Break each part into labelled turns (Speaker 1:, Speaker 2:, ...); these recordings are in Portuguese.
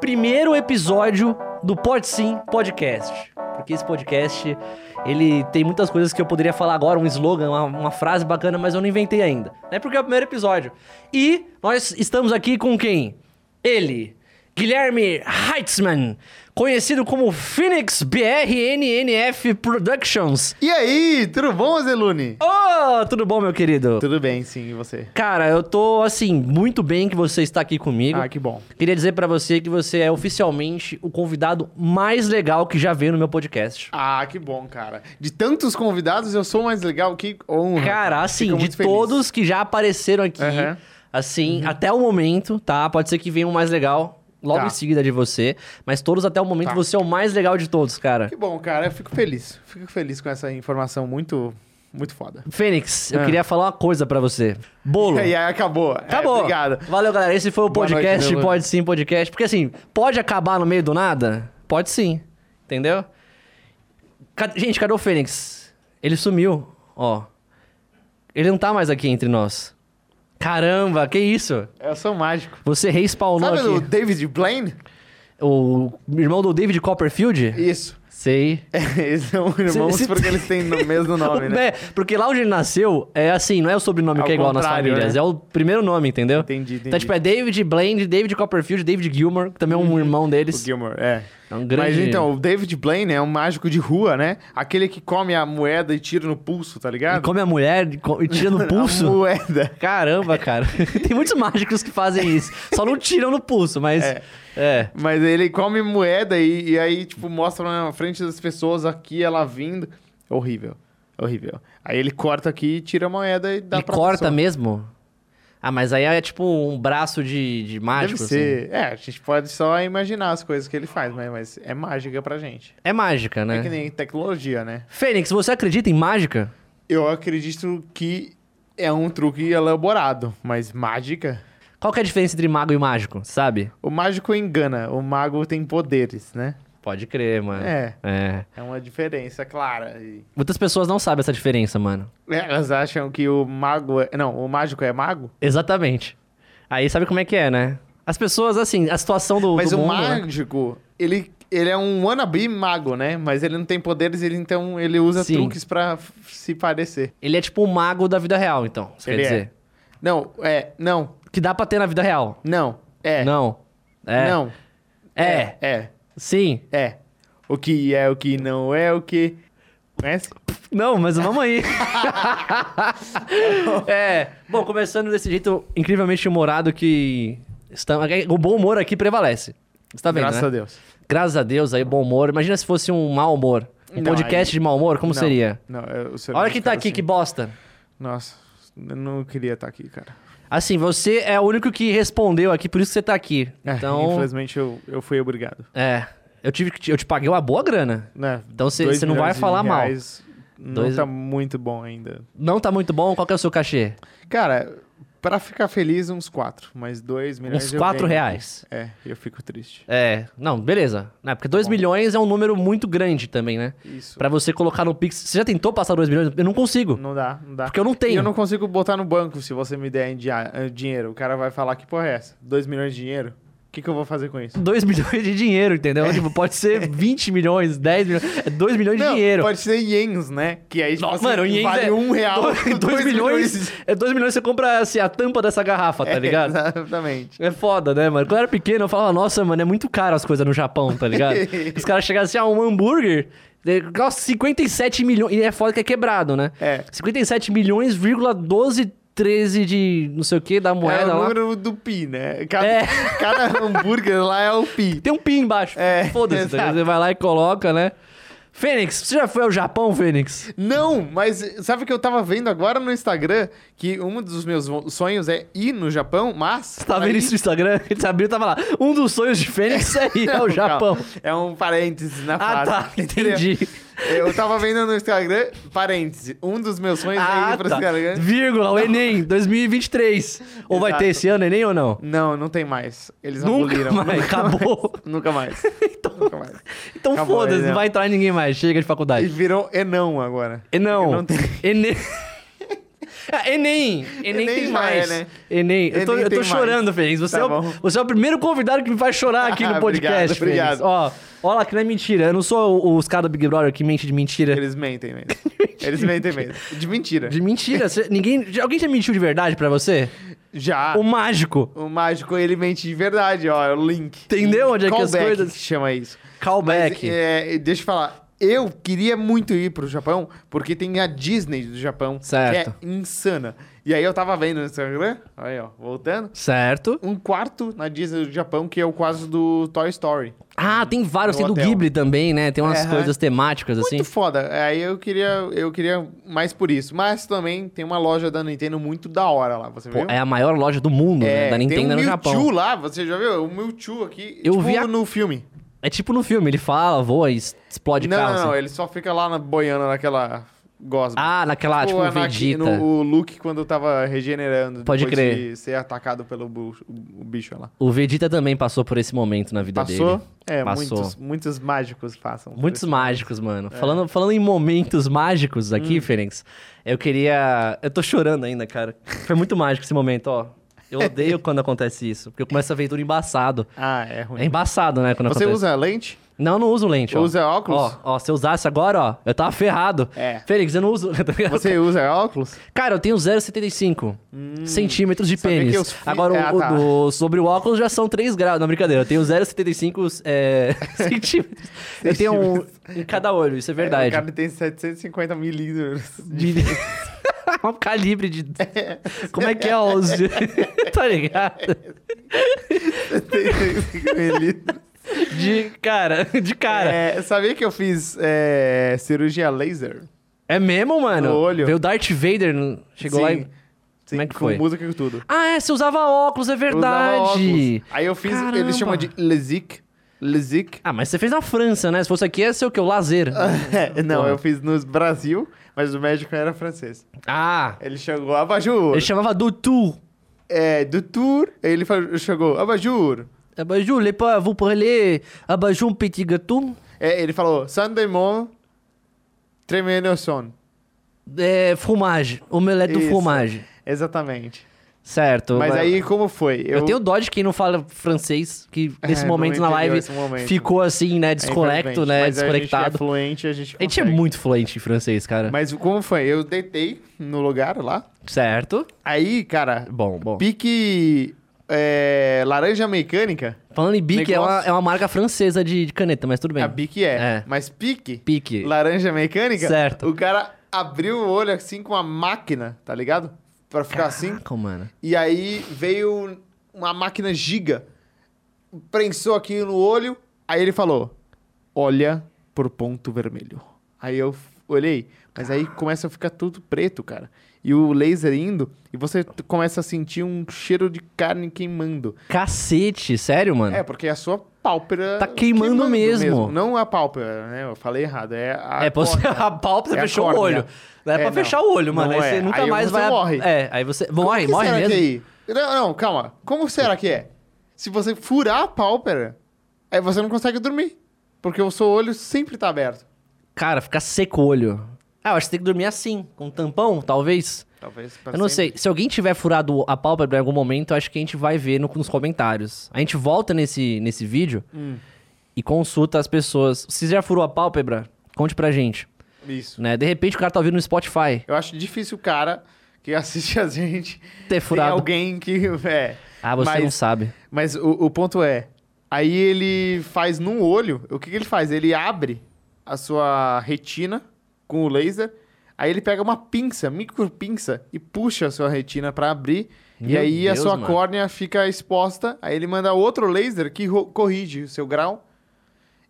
Speaker 1: primeiro episódio do Pode Sim Podcast. Porque esse podcast, ele tem muitas coisas que eu poderia falar agora, um slogan, uma, uma frase bacana, mas eu não inventei ainda. Não é porque é o primeiro episódio. E nós estamos aqui com quem? Ele, Guilherme Heitzman, conhecido como Phoenix BRNNF Productions.
Speaker 2: E aí, tudo bom, Zelune?
Speaker 1: Oh, tudo bom, meu querido?
Speaker 2: Tudo bem, sim, e você?
Speaker 1: Cara, eu tô assim, muito bem que você está aqui comigo.
Speaker 2: Ah, que bom.
Speaker 1: Queria dizer pra você que você é oficialmente o convidado mais legal que já veio no meu podcast.
Speaker 2: Ah, que bom, cara. De tantos convidados, eu sou o mais legal, que honra.
Speaker 1: Cara, assim,
Speaker 2: Fico
Speaker 1: de
Speaker 2: muito feliz.
Speaker 1: todos que já apareceram aqui,
Speaker 2: Aham. Uhum.
Speaker 1: assim, até o momento, tá? Pode ser que venha um mais legal logo
Speaker 2: Tá.
Speaker 1: em seguida de você, mas todos até o momento
Speaker 2: Tá.
Speaker 1: você é o mais legal de todos, cara.
Speaker 2: Que bom, cara. Eu fico feliz. Fico feliz com essa informação muito, muito foda.
Speaker 1: Fênix, eu
Speaker 2: Ah.
Speaker 1: queria falar uma coisa pra você. Bolo.
Speaker 2: E aí, acabou.
Speaker 1: Acabou.
Speaker 2: É, obrigado.
Speaker 1: Valeu, galera. Esse foi o
Speaker 2: Boa noite,
Speaker 1: podcast.
Speaker 2: meu amor.
Speaker 1: pode sim, podcast. Porque assim, pode acabar no meio do nada? Pode sim. Entendeu? Ca- Gente, cadê o Fênix? Ele sumiu. Ó. Ele não tá mais aqui entre nós. Caramba, que isso?
Speaker 2: Eu sou mágico.
Speaker 1: Você respawnou
Speaker 2: Sabe o
Speaker 1: aqui.
Speaker 2: David Blaine?
Speaker 1: O irmão do David Copperfield?
Speaker 2: Isso. É,
Speaker 1: Sei.
Speaker 2: Eles são irmãos
Speaker 1: se-
Speaker 2: porque eles têm o mesmo nome, né?
Speaker 1: É, porque lá onde ele nasceu, é assim, não é o sobrenome
Speaker 2: Ao
Speaker 1: que é igual nas
Speaker 2: contrário,
Speaker 1: famílias,
Speaker 2: né?
Speaker 1: é o primeiro nome, entendeu?
Speaker 2: Entendi, entendi. Uhum.
Speaker 1: Então, tipo, é David Blaine, David Copperfield, David Gilmore, que também é um irmão
Speaker 2: O
Speaker 1: deles.
Speaker 2: Gilmore, é.
Speaker 1: É um grande...
Speaker 2: Mas então, o David Blaine é um mágico de rua, né? Aquele que come a moeda e tira no pulso, tá
Speaker 1: E
Speaker 2: ligado?
Speaker 1: come a mulher e co- e tira no
Speaker 2: A
Speaker 1: pulso.
Speaker 2: moeda.
Speaker 1: Caramba, cara. Tem muitos mágicos que fazem isso. Só não tiram no pulso, mas... É.
Speaker 2: É. Mas ele come moeda e, e aí, tipo, mostra na frente das pessoas aqui ela vindo. É Horrível. é Horrível. Aí ele corta aqui, tira a moeda e dá
Speaker 1: Ele
Speaker 2: pra
Speaker 1: corta
Speaker 2: pessoa.
Speaker 1: mesmo? Ah, mas aí é tipo um braço de, de mágico,
Speaker 2: Deve
Speaker 1: assim.
Speaker 2: ser. É, a gente pode só imaginar as coisas que ele faz, mas, mas é mágica pra gente.
Speaker 1: É mágica,
Speaker 2: É.
Speaker 1: né?
Speaker 2: que nem tecnologia, né?
Speaker 1: Fênix, você acredita em mágica?
Speaker 2: Eu acredito que é um truque elaborado, mas mágica...
Speaker 1: Qual que é a diferença entre mago e mágico, sabe?
Speaker 2: O mágico engana, o mago tem poderes, né?
Speaker 1: Pode crer, mano.
Speaker 2: É,
Speaker 1: É.
Speaker 2: é uma diferença clara. E
Speaker 1: Muitas pessoas não sabem essa diferença, mano.
Speaker 2: É, elas acham que o mago... É... Não, o mágico é mago?
Speaker 1: Exatamente. Aí sabe como é que é, né? As pessoas, assim, a situação do,
Speaker 2: Mas
Speaker 1: do
Speaker 2: o
Speaker 1: mundo... né?
Speaker 2: mágico, ele, ele é um wannabe mago, né? Mas ele não tem poderes, ele então ele usa
Speaker 1: Sim.
Speaker 2: truques pra f- se parecer.
Speaker 1: Ele é tipo o mago da vida real, então. Você
Speaker 2: Ele
Speaker 1: quer
Speaker 2: é.
Speaker 1: dizer?
Speaker 2: Não, é, não,
Speaker 1: Que dá pra ter na vida real.
Speaker 2: não, é,
Speaker 1: Não. É.
Speaker 2: não,
Speaker 1: É.
Speaker 2: é,
Speaker 1: Sim.
Speaker 2: é, é. O que é, o que não é, o que... Conhece?
Speaker 1: Não, mas vamos aí. é. Bom, começando desse jeito incrivelmente humorado que. Está... O bom humor aqui prevalece. Você tá vendo?
Speaker 2: Graças
Speaker 1: né?
Speaker 2: a Deus.
Speaker 1: Graças a Deus aí, bom humor. Imagina se fosse um mau humor. Um
Speaker 2: Não,
Speaker 1: podcast
Speaker 2: aí-
Speaker 1: de mau humor, como
Speaker 2: Não,
Speaker 1: seria?
Speaker 2: Não, é, o ser
Speaker 1: Olha
Speaker 2: humano
Speaker 1: quem tá
Speaker 2: fica
Speaker 1: aqui,
Speaker 2: assim.
Speaker 1: que bosta.
Speaker 2: Nossa, eu não queria estar aqui, cara.
Speaker 1: Assim, você é o único que respondeu aqui, por isso que você tá aqui.
Speaker 2: É,
Speaker 1: Então.
Speaker 2: infelizmente eu, eu fui obrigado.
Speaker 1: É. Eu, tive que te- eu te paguei uma boa grana.
Speaker 2: Né?
Speaker 1: Então você-
Speaker 2: dois
Speaker 1: você não vai
Speaker 2: milhões de
Speaker 1: falar mal.
Speaker 2: reais Não
Speaker 1: Dois-
Speaker 2: tá muito bom ainda.
Speaker 1: Não tá muito bom? Qual que é o seu cachê?
Speaker 2: Cara, pra ficar feliz, uns quatro, mas dois milhões.
Speaker 1: Uns
Speaker 2: eu
Speaker 1: 4
Speaker 2: ganho.
Speaker 1: reais.
Speaker 2: É, eu fico triste.
Speaker 1: É, não, beleza. Não, porque
Speaker 2: Tá
Speaker 1: 2 milhões é um número muito grande também, né?
Speaker 2: Isso.
Speaker 1: Pra você colocar no Pix. Você já tentou passar 2 milhões? Eu não consigo.
Speaker 2: Não dá, não dá.
Speaker 1: Porque eu não tenho.
Speaker 2: E eu não consigo botar no banco se você me der em dia- eh, dinheiro. O cara vai falar que porra é essa? Dois milhões de dinheiro? O que, que eu vou fazer com isso?
Speaker 1: 2 milhões de dinheiro, entendeu? Tipo, pode ser 20 milhões, 10 milhões. É 2 milhões de
Speaker 2: É. Não,
Speaker 1: dinheiro.
Speaker 2: Pode ser ienes, né? Que aí tipo,
Speaker 1: Nossa,
Speaker 2: assim,
Speaker 1: mano, e ainda
Speaker 2: vale um real.
Speaker 1: 2 milhões. É 2 milhões você compra assim, a tampa dessa garrafa,
Speaker 2: É,
Speaker 1: tá ligado?
Speaker 2: Exatamente.
Speaker 1: É foda, né, mano? Quando eu era pequeno, eu falava, nossa, mano, é muito caro as coisas no Japão, tá ligado? Os caras chegavam assim, ah, um hambúrguer, eh, nossa, 57 milhões. E é foda que é quebrado, né?
Speaker 2: É.
Speaker 1: 57 milhões, vírgula 12, 13 de não sei o que, da
Speaker 2: É
Speaker 1: moeda
Speaker 2: o
Speaker 1: lá.
Speaker 2: número do pi, né? Cada,
Speaker 1: É.
Speaker 2: cada hambúrguer lá é o pi.
Speaker 1: Tem um pin embaixo.
Speaker 2: É,
Speaker 1: Foda-se, tá ligado?
Speaker 2: exato.
Speaker 1: Você vai lá e coloca, né? Fênix, você já foi ao Japão, Fênix?
Speaker 2: Não, mas sabe o que eu tava vendo agora no Instagram? Que um dos meus vo- sonhos é ir no Japão, mas...
Speaker 1: Você tá vendo isso no Instagram? Ele abriu e tava lá. Um dos sonhos de Fênix é ir ao
Speaker 2: Não,
Speaker 1: Japão.
Speaker 2: calma. É um parênteses na
Speaker 1: Ah,
Speaker 2: frase.
Speaker 1: tá.
Speaker 2: entendeu?
Speaker 1: Entendi.
Speaker 2: Eu tava vendo no Instagram, parênteses, um dos meus sonhos é
Speaker 1: Ah,
Speaker 2: ir pro
Speaker 1: tá.
Speaker 2: Instagram.
Speaker 1: Vírgula, o Enem 2023. Ou vai ter
Speaker 2: Exato.
Speaker 1: esse ano Enem ou não?
Speaker 2: Não, não tem mais. Eles
Speaker 1: Nunca
Speaker 2: aboliram.
Speaker 1: mais, acabou.
Speaker 2: Nunca mais.
Speaker 1: Então,
Speaker 2: Nunca mais.
Speaker 1: então
Speaker 2: Acabou,
Speaker 1: foda-se,
Speaker 2: Enem.
Speaker 1: não vai entrar ninguém mais. Chega de
Speaker 2: E
Speaker 1: faculdade.
Speaker 2: virou Enão agora.
Speaker 1: E não.
Speaker 2: Não tem.
Speaker 1: Enem. Ah, Enem! Enem,
Speaker 2: Enem
Speaker 1: tem
Speaker 2: já
Speaker 1: mais.
Speaker 2: é, né?
Speaker 1: Enem, eu tô,
Speaker 2: Enem
Speaker 1: eu tô
Speaker 2: tem
Speaker 1: chorando,
Speaker 2: mais.
Speaker 1: Feliz. Você,
Speaker 2: Tá
Speaker 1: é o,
Speaker 2: bom.
Speaker 1: você é o primeiro convidado que me faz chorar aqui no
Speaker 2: Ah,
Speaker 1: podcast,
Speaker 2: obrigado,
Speaker 1: Feliz. Ó, ó lá que não é mentira. Eu não sou o- os caras do Big Brother que mente de mentira.
Speaker 2: Eles mentem mesmo. Eles mentem mesmo. De mentira.
Speaker 1: De mentira? Você- ninguém, já- alguém já mentiu de verdade pra você?
Speaker 2: Já.
Speaker 1: O mágico.
Speaker 2: O mágico, ele mente de verdade, ó. É o link.
Speaker 1: Entendeu onde é que as
Speaker 2: Callback
Speaker 1: coisas-
Speaker 2: que chama isso.
Speaker 1: Callback.
Speaker 2: Mas, é, deixa eu falar. Eu queria muito ir pro Japão, porque tem a Disney do Japão.
Speaker 1: Certo.
Speaker 2: Que é insana. E aí eu tava vendo no Instagram, aí ó, voltando.
Speaker 1: Certo.
Speaker 2: Um quarto na Disney do Japão, que é o quarto do Toy Story.
Speaker 1: Ah, tem vários.
Speaker 2: Hum. No
Speaker 1: tem do
Speaker 2: hotel.
Speaker 1: Ghibli também, né? Tem umas
Speaker 2: É,
Speaker 1: coisas temáticas,
Speaker 2: Muito
Speaker 1: assim.
Speaker 2: foda. Aí eu queria, eu queria mais por isso. Mas também tem uma loja da Nintendo muito da hora lá, você
Speaker 1: Pô,
Speaker 2: viu?
Speaker 1: é a maior loja do mundo, né? Da Nintendo
Speaker 2: tem um
Speaker 1: no
Speaker 2: Mewtwo
Speaker 1: Japão.
Speaker 2: lá, você já viu? O Mewtwo aqui,
Speaker 1: Eu
Speaker 2: tipo
Speaker 1: vi a-
Speaker 2: no filme.
Speaker 1: É tipo no filme, ele fala, voa e es- explode
Speaker 2: não, é
Speaker 1: carro.
Speaker 2: não, não,
Speaker 1: assim.
Speaker 2: ele só fica lá na boiando naquela gosma.
Speaker 1: Ah, naquela, tipo,
Speaker 2: o Anakin-
Speaker 1: Vegeta.
Speaker 2: no- o Luke quando tava regenerando.
Speaker 1: Pode
Speaker 2: depois
Speaker 1: crer.
Speaker 2: de ser atacado pelo bu- o bicho lá.
Speaker 1: O Vegeta também passou por esse momento na vida
Speaker 2: Passou?
Speaker 1: dele.
Speaker 2: É,
Speaker 1: Passou.
Speaker 2: Muitos, muitos mágicos passam. por
Speaker 1: Muitos
Speaker 2: isso.
Speaker 1: mágicos, mano.
Speaker 2: é.
Speaker 1: Falando, falando em momentos mágicos aqui,
Speaker 2: Hum.
Speaker 1: Fênix, eu queria. Eu tô chorando ainda, cara. Foi muito mágico esse momento, ó. Eu odeio quando acontece isso, porque eu começo a ver tudo embaçado.
Speaker 2: Ah, é ruim.
Speaker 1: É embaçado, né? Quando
Speaker 2: Você
Speaker 1: acontece.
Speaker 2: usa lente?
Speaker 1: Não, eu não uso lente, ó.
Speaker 2: Usa óculos?
Speaker 1: Ó, ó, se eu usasse agora, ó, eu tava ferrado.
Speaker 2: É.
Speaker 1: Fênix, eu não uso. tá ligado?
Speaker 2: Você usa óculos?
Speaker 1: Cara, eu tenho 0,75 centímetros de
Speaker 2: Hum, Sabia
Speaker 1: pênis.
Speaker 2: que os fi-
Speaker 1: Agora, o-
Speaker 2: Ah,
Speaker 1: o
Speaker 2: tá.
Speaker 1: do- sobre o óculos já são 3 graus. Não, brincadeira. Eu tenho 0,75 é, centímetros. Eu tenho um em cada olho, isso é
Speaker 2: É, o
Speaker 1: verdade.
Speaker 2: cara tem 750 milímetros.
Speaker 1: De- um calibre de. Como é que é os. tá ligado?
Speaker 2: 75 milímetros.
Speaker 1: De cara, de cara. É,
Speaker 2: É, sabia que eu fiz é, cirurgia laser?
Speaker 1: É mesmo, mano?
Speaker 2: No olho.
Speaker 1: Veio o Darth Vader, no- chegou lá e.
Speaker 2: Sim,
Speaker 1: Como é que
Speaker 2: com
Speaker 1: foi?
Speaker 2: música e tudo.
Speaker 1: Ah, é, você usava óculos, é
Speaker 2: Eu usava
Speaker 1: verdade.
Speaker 2: óculos. Aí eu fiz,
Speaker 1: Caramba.
Speaker 2: eles chamam de LESIC. LESIC.
Speaker 1: Ah, mas você fez na França, né? Se fosse aqui, ia ser o quê? O lazer.
Speaker 2: Não,
Speaker 1: Porra.
Speaker 2: eu fiz no Brasil, mas o médico era francês.
Speaker 1: Ah,
Speaker 2: Ele chegou, abajur.
Speaker 1: ele chamava Doutor.
Speaker 2: É, do tour. Ele falou- chegou, abajur.
Speaker 1: Abajou, les pas, vous parlez, abajou um petit gâteau.
Speaker 2: É, ele falou, Sandemon tremendo son.
Speaker 1: É, fromage, omelete do
Speaker 2: Isso.
Speaker 1: fromage.
Speaker 2: Exatamente.
Speaker 1: Certo.
Speaker 2: Mas aí, como foi?
Speaker 1: Eu... tenho dó de quem não fala francês, que nesse
Speaker 2: É,
Speaker 1: momento
Speaker 2: não
Speaker 1: na
Speaker 2: entendeu
Speaker 1: live
Speaker 2: esse momento.
Speaker 1: ficou assim, né?
Speaker 2: É,
Speaker 1: Desconecto,
Speaker 2: infelizmente,
Speaker 1: né?
Speaker 2: mas A gente é
Speaker 1: Desconectado.
Speaker 2: fluente, a gente
Speaker 1: A gente é
Speaker 2: consegue.
Speaker 1: muito fluente em francês, cara.
Speaker 2: Mas como foi? Eu deitei no lugar lá.
Speaker 1: Certo.
Speaker 2: Aí, cara,
Speaker 1: Bom, bom.
Speaker 2: pique é, laranja mecânica.
Speaker 1: Falando em Bic, é
Speaker 2: Negócio-
Speaker 1: uma, é uma marca francesa de, de caneta, mas tudo bem.
Speaker 2: A pique é,
Speaker 1: É.
Speaker 2: Mas pique,
Speaker 1: Pique.
Speaker 2: laranja mecânica.
Speaker 1: Certo.
Speaker 2: O cara abriu o olho assim com a máquina, tá ligado? Pra ficar assim.
Speaker 1: Caraca, Ah, mano.
Speaker 2: E aí veio uma máquina giga, prensou aqui no olho, aí ele falou: Olha por ponto vermelho. Aí eu f- olhei, mas aí começa a ficar tudo preto, cara. E o laser indo, e você t- começa a sentir um cheiro de carne queimando.
Speaker 1: Cacete, sério, mano?
Speaker 2: É, porque a sua pálpebra.
Speaker 1: Tá queimando mesmo.
Speaker 2: Não a pálpebra, né? Eu falei errado. É a.
Speaker 1: É, pô, você,
Speaker 2: córnea.
Speaker 1: a pálpebra, você
Speaker 2: É a
Speaker 1: fechou o
Speaker 2: córnea.
Speaker 1: olho. Não é,
Speaker 2: É,
Speaker 1: pra
Speaker 2: não.
Speaker 1: fechar o olho, mano.
Speaker 2: Não
Speaker 1: aí você
Speaker 2: é.
Speaker 1: nunca
Speaker 2: Aí
Speaker 1: mais
Speaker 2: você
Speaker 1: vai...
Speaker 2: morre.
Speaker 1: É, aí você... Morre,
Speaker 2: Como que
Speaker 1: morre
Speaker 2: será
Speaker 1: mesmo.
Speaker 2: Que é aí? Não, não, calma. Como será que é? Se você furar a pálpebra, aí você não consegue dormir. Porque o seu olho sempre tá aberto.
Speaker 1: Cara, fica seco o olho. Ah, eu acho que tem que dormir assim, com um tampão, talvez.
Speaker 2: Talvez.
Speaker 1: eu não sei. Se alguém tiver furado a pálpebra em algum momento, eu acho que a gente vai ver no- nos comentários. A gente volta nesse, nesse vídeo
Speaker 2: Hum.
Speaker 1: e consulta as pessoas. Se você já furou a pálpebra, conte pra gente.
Speaker 2: Isso.
Speaker 1: Né? De repente o cara tá ouvindo no Spotify
Speaker 2: Eu acho difícil o cara que assiste a gente
Speaker 1: ter
Speaker 2: tem
Speaker 1: furado.
Speaker 2: alguém que. É.
Speaker 1: Ah, você
Speaker 2: Mas-
Speaker 1: não sabe.
Speaker 2: Mas o, o ponto é. Aí ele faz num olho. O que, que ele faz? Ele abre a sua retina com o laser. Aí ele pega uma pinça, micro pinça, e puxa a sua retina pra abrir. e
Speaker 1: Meu
Speaker 2: aí
Speaker 1: Deus,
Speaker 2: a sua
Speaker 1: mano.
Speaker 2: córnea fica exposta. Aí ele manda outro laser que ro- corrige o seu grau.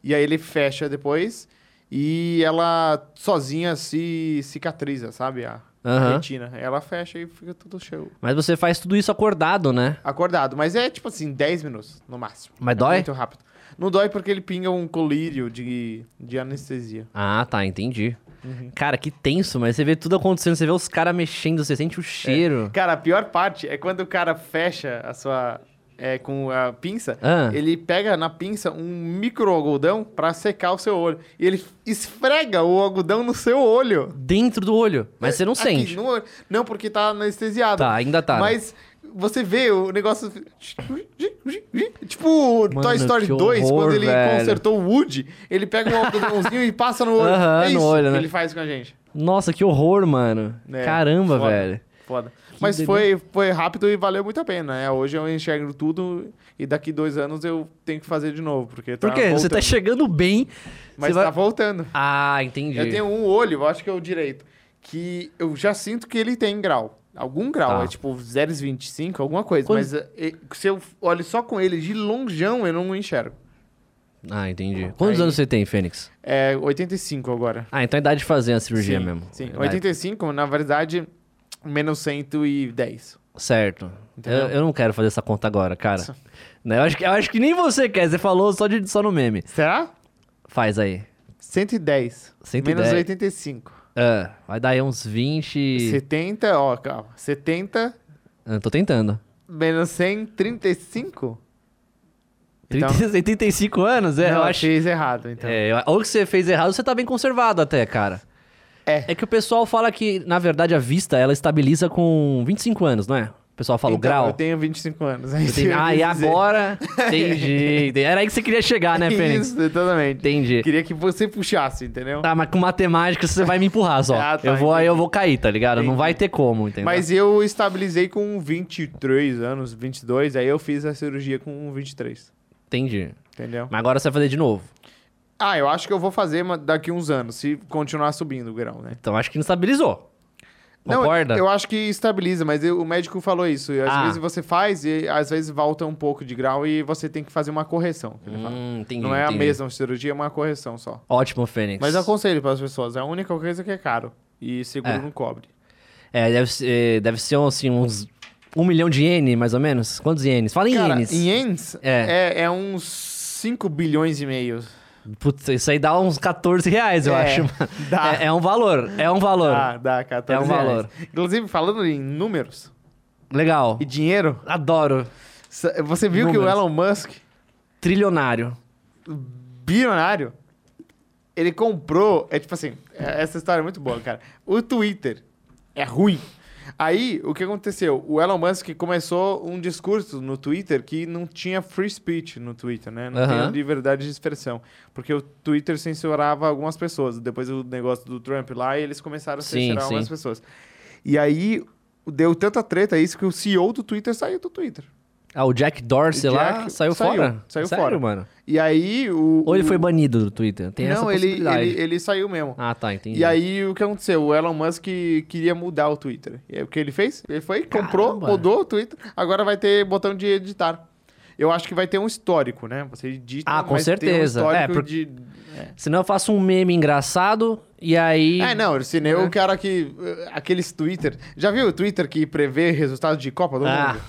Speaker 2: E aí ele fecha depois. E ela sozinha se cicatriza, sabe? A, a
Speaker 1: Aham.
Speaker 2: retina. Ela fecha e fica tudo show.
Speaker 1: Mas você faz tudo isso acordado, né?
Speaker 2: Acordado, mas é tipo assim, 10 minutos no máximo.
Speaker 1: Mas
Speaker 2: É
Speaker 1: dói?
Speaker 2: Muito rápido. Não dói porque ele pinga um colírio de, de anestesia.
Speaker 1: Ah, tá, entendi.
Speaker 2: Uhum.
Speaker 1: Cara, que tenso, mas você vê tudo acontecendo, você vê os caras mexendo, você sente o cheiro.
Speaker 2: Cara, a pior parte é quando o cara fecha a sua é, com a pinça,
Speaker 1: Ah.
Speaker 2: ele pega na pinça um micro algodão pra secar o seu olho. E ele esfrega o algodão no seu olho.
Speaker 1: Dentro do olho. Mas você não
Speaker 2: Aqui,
Speaker 1: sente.
Speaker 2: no olho. Não, porque tá anestesiado.
Speaker 1: Tá, ainda tá. né?
Speaker 2: Mas você vê o negócio. Tipo
Speaker 1: Mano,
Speaker 2: Toy Story
Speaker 1: que
Speaker 2: 2,
Speaker 1: horror,
Speaker 2: quando ele
Speaker 1: velho.
Speaker 2: consertou o Woody, ele pega um algodãozinho e passa no olho.
Speaker 1: Aham,
Speaker 2: é
Speaker 1: no
Speaker 2: isso
Speaker 1: olho,
Speaker 2: que
Speaker 1: né?
Speaker 2: ele faz com a gente.
Speaker 1: Nossa, que horror, mano.
Speaker 2: É,
Speaker 1: Caramba,
Speaker 2: foda.
Speaker 1: velho.
Speaker 2: Foda. Mas
Speaker 1: delícia.
Speaker 2: foi, foi rápido e valeu muito a pena. Né? Hoje eu enxergo tudo e daqui dois anos eu tenho que fazer de novo. Porque tá
Speaker 1: Por quê? Você tá
Speaker 2: voltando.
Speaker 1: chegando bem.
Speaker 2: Mas
Speaker 1: você vai-
Speaker 2: tá voltando.
Speaker 1: Ah, entendi.
Speaker 2: Eu tenho um olho, eu acho que é o direito, que eu já sinto que ele tem grau. Algum grau,
Speaker 1: Tá.
Speaker 2: é tipo 0,25, alguma coisa.
Speaker 1: Quando-
Speaker 2: Mas eh, eh, se eu olho só com ele de longeão, eu não enxergo.
Speaker 1: Ah, entendi. Quantos
Speaker 2: Aí-
Speaker 1: anos você tem, Fênix?
Speaker 2: É 85 agora.
Speaker 1: Ah, então é idade de fazer a cirurgia
Speaker 2: sim,
Speaker 1: mesmo.
Speaker 2: Sim,
Speaker 1: Vai.
Speaker 2: 85, na verdade, menos 110.
Speaker 1: Certo. Eu,
Speaker 2: Entendeu?
Speaker 1: eu não quero fazer essa conta agora, cara. Né, Eu acho, que, eu acho que nem você quer. Você falou só, de, só no meme.
Speaker 2: Será?
Speaker 1: Faz aí.
Speaker 2: 110.
Speaker 1: 110.
Speaker 2: Menos 85.
Speaker 1: Ah, vai dar aí uns 20.
Speaker 2: 70, ó, calma. 70
Speaker 1: Ah, tô tentando.
Speaker 2: menos 135?
Speaker 1: 30, 85 anos? É,
Speaker 2: Então- não,
Speaker 1: eu acho.
Speaker 2: fiz errado, então.
Speaker 1: É, eu- ou que você fez errado, você tá bem conservado até, cara.
Speaker 2: É.
Speaker 1: É que o pessoal fala que, na verdade, a vista ela estabiliza com 25 anos, não é? O pessoal fala o
Speaker 2: Então,
Speaker 1: grau.
Speaker 2: Eu tenho 25 anos. é
Speaker 1: Eu
Speaker 2: isso
Speaker 1: tenho-
Speaker 2: que eu
Speaker 1: Ah, e
Speaker 2: quis dizer. É.
Speaker 1: agora? Entendi. entendi. Era aí que você queria chegar, né, Fênix?
Speaker 2: Isso, totalmente.
Speaker 1: Entendi.
Speaker 2: Queria que você puxasse, entendeu?
Speaker 1: Tá, mas com matemática você vai me empurrar só.
Speaker 2: Ah, tá,
Speaker 1: eu vou, aí eu vou cair, tá ligado? Não
Speaker 2: Entendi.
Speaker 1: vai ter como, entendeu?
Speaker 2: Mas eu estabilizei com 23 anos, 22, aí eu fiz a cirurgia com 23,
Speaker 1: Entendi.
Speaker 2: entendeu?
Speaker 1: Mas agora você vai fazer de novo.
Speaker 2: Ah, eu acho que eu vou fazer ma- daqui uns anos, se continuar subindo o grau, né?
Speaker 1: Então acho que não estabilizou. Concorda?
Speaker 2: Não, eu acho que estabiliza, mas eu- o médico falou isso. e Às
Speaker 1: Ah.
Speaker 2: vezes você faz e às vezes volta um pouco de grau e você tem que fazer uma correção. que ele fala.
Speaker 1: Hum, entendi.
Speaker 2: Não é a
Speaker 1: entendi.
Speaker 2: mesma cirurgia, é uma correção só.
Speaker 1: Ótimo, Fênix.
Speaker 2: Mas aconselho para as pessoas, é a única coisa que é caro e seguro
Speaker 1: É.
Speaker 2: não cobre.
Speaker 1: É, deve ser, deve ser assim, uns. Um milhão de ienes, mais ou menos? Quantos ienes? Fala em
Speaker 2: Cara,
Speaker 1: ienes.
Speaker 2: em ienes
Speaker 1: É.
Speaker 2: é. É, uns 5 bilhões e meio.
Speaker 1: Putz, isso aí dá uns 14 reais, eu
Speaker 2: É,
Speaker 1: acho. mano.
Speaker 2: dá.
Speaker 1: É, é um valor. É um valor.
Speaker 2: Dá, dá, 14
Speaker 1: É um valor.
Speaker 2: reais. Inclusive, falando em números
Speaker 1: Legal.
Speaker 2: e dinheiro,
Speaker 1: Adoro.
Speaker 2: sa- você viu que o
Speaker 1: Números.
Speaker 2: Elon Musk,
Speaker 1: Trilionário.
Speaker 2: bilionário, ele comprou. É tipo assim, é- essa história é muito boa, cara. O Twitter é ruim. Aí, o que aconteceu? O Elon Musk começou um discurso no Twitter que não tinha free speech no Twitter, né? Não
Speaker 1: Aham.
Speaker 2: tinha liberdade de expressão. Porque o Twitter censurava algumas pessoas. Depois do negócio do Trump lá, eles começaram a
Speaker 1: Sim,
Speaker 2: censurar
Speaker 1: sim.
Speaker 2: algumas pessoas. E aí, deu tanta treta isso que o CEO do Twitter saiu do Twitter.
Speaker 1: Ah, o Jack Dorsey
Speaker 2: O
Speaker 1: lá
Speaker 2: Jack
Speaker 1: saiu,
Speaker 2: saiu,
Speaker 1: fora.
Speaker 2: saiu
Speaker 1: Sério,
Speaker 2: fora.
Speaker 1: mano.
Speaker 2: E aí, o...
Speaker 1: Ou ele
Speaker 2: o-
Speaker 1: foi banido do Twitter? Tem essa
Speaker 2: Não, ele,
Speaker 1: possibilidade.
Speaker 2: ele, ele saiu mesmo.
Speaker 1: Ah, tá, entendi.
Speaker 2: E aí, o que aconteceu? O Elon Musk queria mudar o Twitter. E aí, o que ele fez? Ele foi, comprou,
Speaker 1: Caramba.
Speaker 2: mudou o Twitter. Agora vai ter botão de editar. Eu acho que vai ter um histórico, né? Você edita,
Speaker 1: Ah, com
Speaker 2: mas
Speaker 1: certeza.
Speaker 2: tem um
Speaker 1: É,
Speaker 2: histórico
Speaker 1: por-
Speaker 2: de...
Speaker 1: Senão eu faço um meme engraçado e aí.
Speaker 2: É, não, o cinema
Speaker 1: É.
Speaker 2: o cara que... eh, Aqueles Twitter... Já viu o Twitter que prevê resultado de Copa do
Speaker 1: Ah.
Speaker 2: Mundo?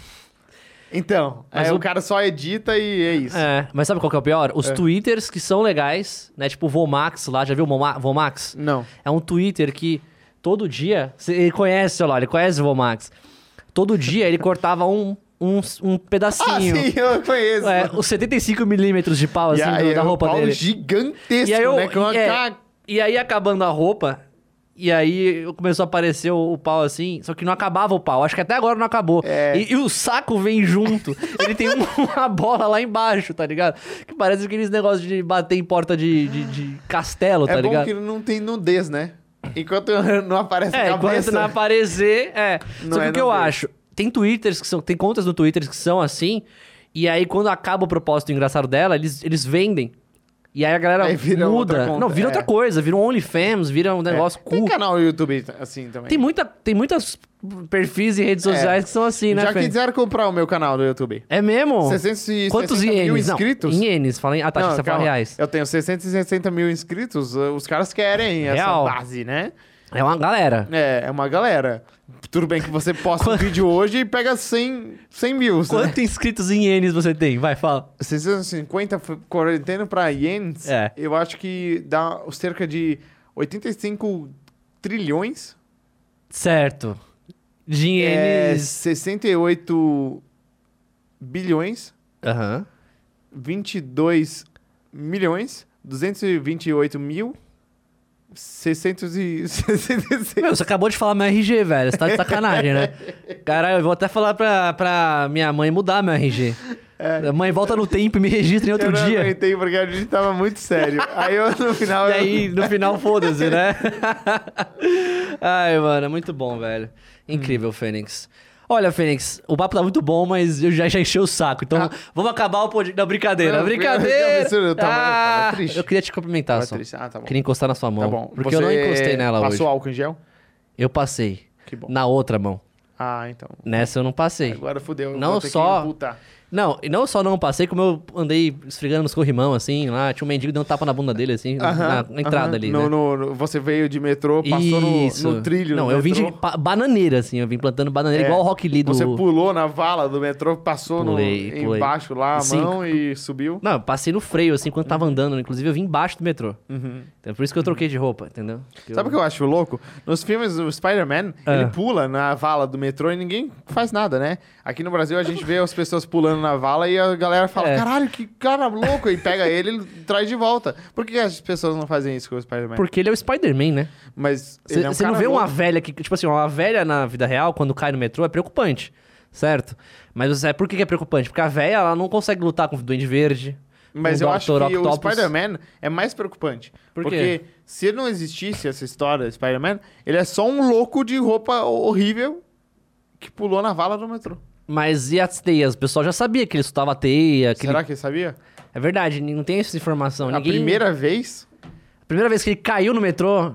Speaker 2: Então,
Speaker 1: Mas
Speaker 2: aí
Speaker 1: o-
Speaker 2: o cara só edita e é isso.
Speaker 1: É, mas sabe qual que é o pior? Os twitters que são legais, né? Tipo o Vomax lá, já viu o Voma- Vomax?
Speaker 2: Não.
Speaker 1: É um Twitter que todo dia. cê- Ele conhece, olha lá, ele conhece o Vomax. Todo dia ele cortava um, um, um
Speaker 2: Ah,
Speaker 1: pedacinho.
Speaker 2: sim, eu conheço.
Speaker 1: É, os 75 milímetros de pau, assim,
Speaker 2: E aí
Speaker 1: do- da
Speaker 2: é um
Speaker 1: roupa
Speaker 2: pau
Speaker 1: dele.
Speaker 2: gigantesco,
Speaker 1: E aí eu-
Speaker 2: né? Com uma
Speaker 1: é.
Speaker 2: ca-
Speaker 1: E aí, acabando a roupa, e aí começou a aparecer o, o pau assim, só que não acabava o pau. Acho que até agora não acabou.
Speaker 2: É.
Speaker 1: E, e o saco vem junto. Ele tem um- uma bola lá embaixo, tá ligado? Que parece aqueles negócios de bater em porta de, de, de castelo, tá
Speaker 2: é bom
Speaker 1: ligado?
Speaker 2: que não tem nudez, né? Enquanto não aparece
Speaker 1: É,
Speaker 2: a
Speaker 1: enquanto
Speaker 2: cabeça...
Speaker 1: não aparecer, é.
Speaker 2: Não
Speaker 1: Só que
Speaker 2: é
Speaker 1: o que eu
Speaker 2: não deixa.
Speaker 1: acho? Tem twitters que são. Tem contas no Twitter que são assim. E aí, quando acaba o propósito engraçado dela, eles, eles vendem. E aí a galera
Speaker 2: Aí vira outra
Speaker 1: muda.
Speaker 2: conta,
Speaker 1: Não, vira
Speaker 2: é.
Speaker 1: outra coisa, vira um OnlyFans, vira um
Speaker 2: É.
Speaker 1: negócio
Speaker 2: Tem
Speaker 1: cu.
Speaker 2: canal no YouTube assim também.
Speaker 1: Tem, muita, tem muitas perfis e redes sociais que são assim, né,
Speaker 2: É. Já
Speaker 1: Fê?
Speaker 2: quiseram comprar o meu canal do YouTube.
Speaker 1: É mesmo?
Speaker 2: 660
Speaker 1: Quantos
Speaker 2: mil
Speaker 1: ienes? Não,
Speaker 2: inscritos?
Speaker 1: em ienes. Fala em... Ah, tá,
Speaker 2: Não,
Speaker 1: achei que você fala
Speaker 2: calma.
Speaker 1: reais.
Speaker 2: Eu tenho 660 mil inscritos, eh, os caras querem
Speaker 1: Real.
Speaker 2: essa base, né?
Speaker 1: É uma galera.
Speaker 2: É, é uma galera. Tudo bem que você posta um vídeo hoje e pega 100, 100 mil, né?
Speaker 1: Quantos inscritos em ienes você tem? Vai, fala.
Speaker 2: 650, f- quarentena pra ienes,
Speaker 1: É.
Speaker 2: eu acho que dá cerca de 85 trilhões.
Speaker 1: Certo. De
Speaker 2: É,
Speaker 1: ienes...
Speaker 2: 68 bilhões,
Speaker 1: Aham.
Speaker 2: 22 milhões, 228 mil, 666.
Speaker 1: Meu, você acabou de falar meu RG, velho. Você tá de sacanagem, né? Caralho, eu vou até falar pra, pra minha mãe mudar meu RG. Mãe, volta no tempo e me registra em outro
Speaker 2: eu não
Speaker 1: dia.
Speaker 2: aguentei porque a gente tava muito sério. aí eu, no final...
Speaker 1: E
Speaker 2: eu-
Speaker 1: aí, no final, foda-se, né? Ai, mano, é muito bom, velho. Incrível, Fênix. Olha, Fênix, o papo tá muito bom, mas eu já, já enchei o saco. Então, vamos acabar o podcast. Não, brincadeira,
Speaker 2: Não,
Speaker 1: brincadeira.
Speaker 2: não, absurdo, eu tava- eu tava
Speaker 1: Ah,
Speaker 2: triste.
Speaker 1: eu queria te cumprimentar,
Speaker 2: Tava
Speaker 1: só.
Speaker 2: triste. Ah, tá bom.
Speaker 1: Queria encostar na sua mão.
Speaker 2: Tá bom.
Speaker 1: Porque eu não
Speaker 2: Você
Speaker 1: encostei nela
Speaker 2: Passou
Speaker 1: hoje.
Speaker 2: álcool em gel?
Speaker 1: Eu passei.
Speaker 2: Que bom.
Speaker 1: Na outra mão.
Speaker 2: Ah, então.
Speaker 1: Nessa eu não passei.
Speaker 2: Agora fudeu. eu
Speaker 1: Não
Speaker 2: vou ter que
Speaker 1: só-
Speaker 2: amputar.
Speaker 1: Não, e não só não passei, como eu andei esfregando nos corrimão, assim, lá. Tinha um mendigo que deu um tapa na bunda dele, assim, na-
Speaker 2: Aham,
Speaker 1: na entrada
Speaker 2: aham.
Speaker 1: ali.
Speaker 2: No-
Speaker 1: né?
Speaker 2: no- no- você veio de metrô, passou no, no trilho.
Speaker 1: Não,
Speaker 2: do
Speaker 1: eu vim de
Speaker 2: metrô,
Speaker 1: pa- bananeira, assim. Eu vim plantando bananeira
Speaker 2: É.
Speaker 1: igual o Rock Lee do...
Speaker 2: Você pulou na vala do metrô, passou
Speaker 1: Pulei,
Speaker 2: no,
Speaker 1: pulei.
Speaker 2: embaixo lá a
Speaker 1: Sim.
Speaker 2: mão e subiu.
Speaker 1: Não, eu passei no freio, assim, quando tava andando. Inclusive, eu vim embaixo do metrô.
Speaker 2: Uhum.
Speaker 1: Então, é por isso que eu troquei de roupa, entendeu? Porque
Speaker 2: Sabe o que eu acho louco? Nos filmes do Spider-Man,
Speaker 1: Ah.
Speaker 2: ele pula na vala do metrô e ninguém faz nada, né? Aqui no Brasil a gente vê as pessoas pulando na vala e a galera fala:
Speaker 1: É.
Speaker 2: caralho, que cara louco! E pega ele e ele traz de volta. Por que as pessoas não fazem isso com o Spider-Man?
Speaker 1: Porque ele é o Spider-Man, né?
Speaker 2: Mas. ele é um
Speaker 1: Você não
Speaker 2: cara
Speaker 1: vê uma
Speaker 2: louco.
Speaker 1: velha que... Tipo assim, uma velha na vida real, quando cai no metrô, é preocupante, certo? Mas você- por que que é preocupante? Porque a velha, ela não consegue lutar com o Duende Verde.
Speaker 2: Mas
Speaker 1: com o
Speaker 2: eu acho
Speaker 1: Dr.
Speaker 2: que o
Speaker 1: Octopus.
Speaker 2: Spider-Man é mais preocupante.
Speaker 1: Por quê?
Speaker 2: porque se não existisse essa história do Spider-Man, ele é só um louco de roupa horrível que pulou na vala do metrô.
Speaker 1: Mas e as teias? O pessoal já sabia que ele soltava a teia. Que ele-
Speaker 2: Será que ele sabia?
Speaker 1: É verdade, não tem essa informação.
Speaker 2: A
Speaker 1: Ninguém...
Speaker 2: primeira vez,
Speaker 1: A primeira vez que ele caiu no metrô,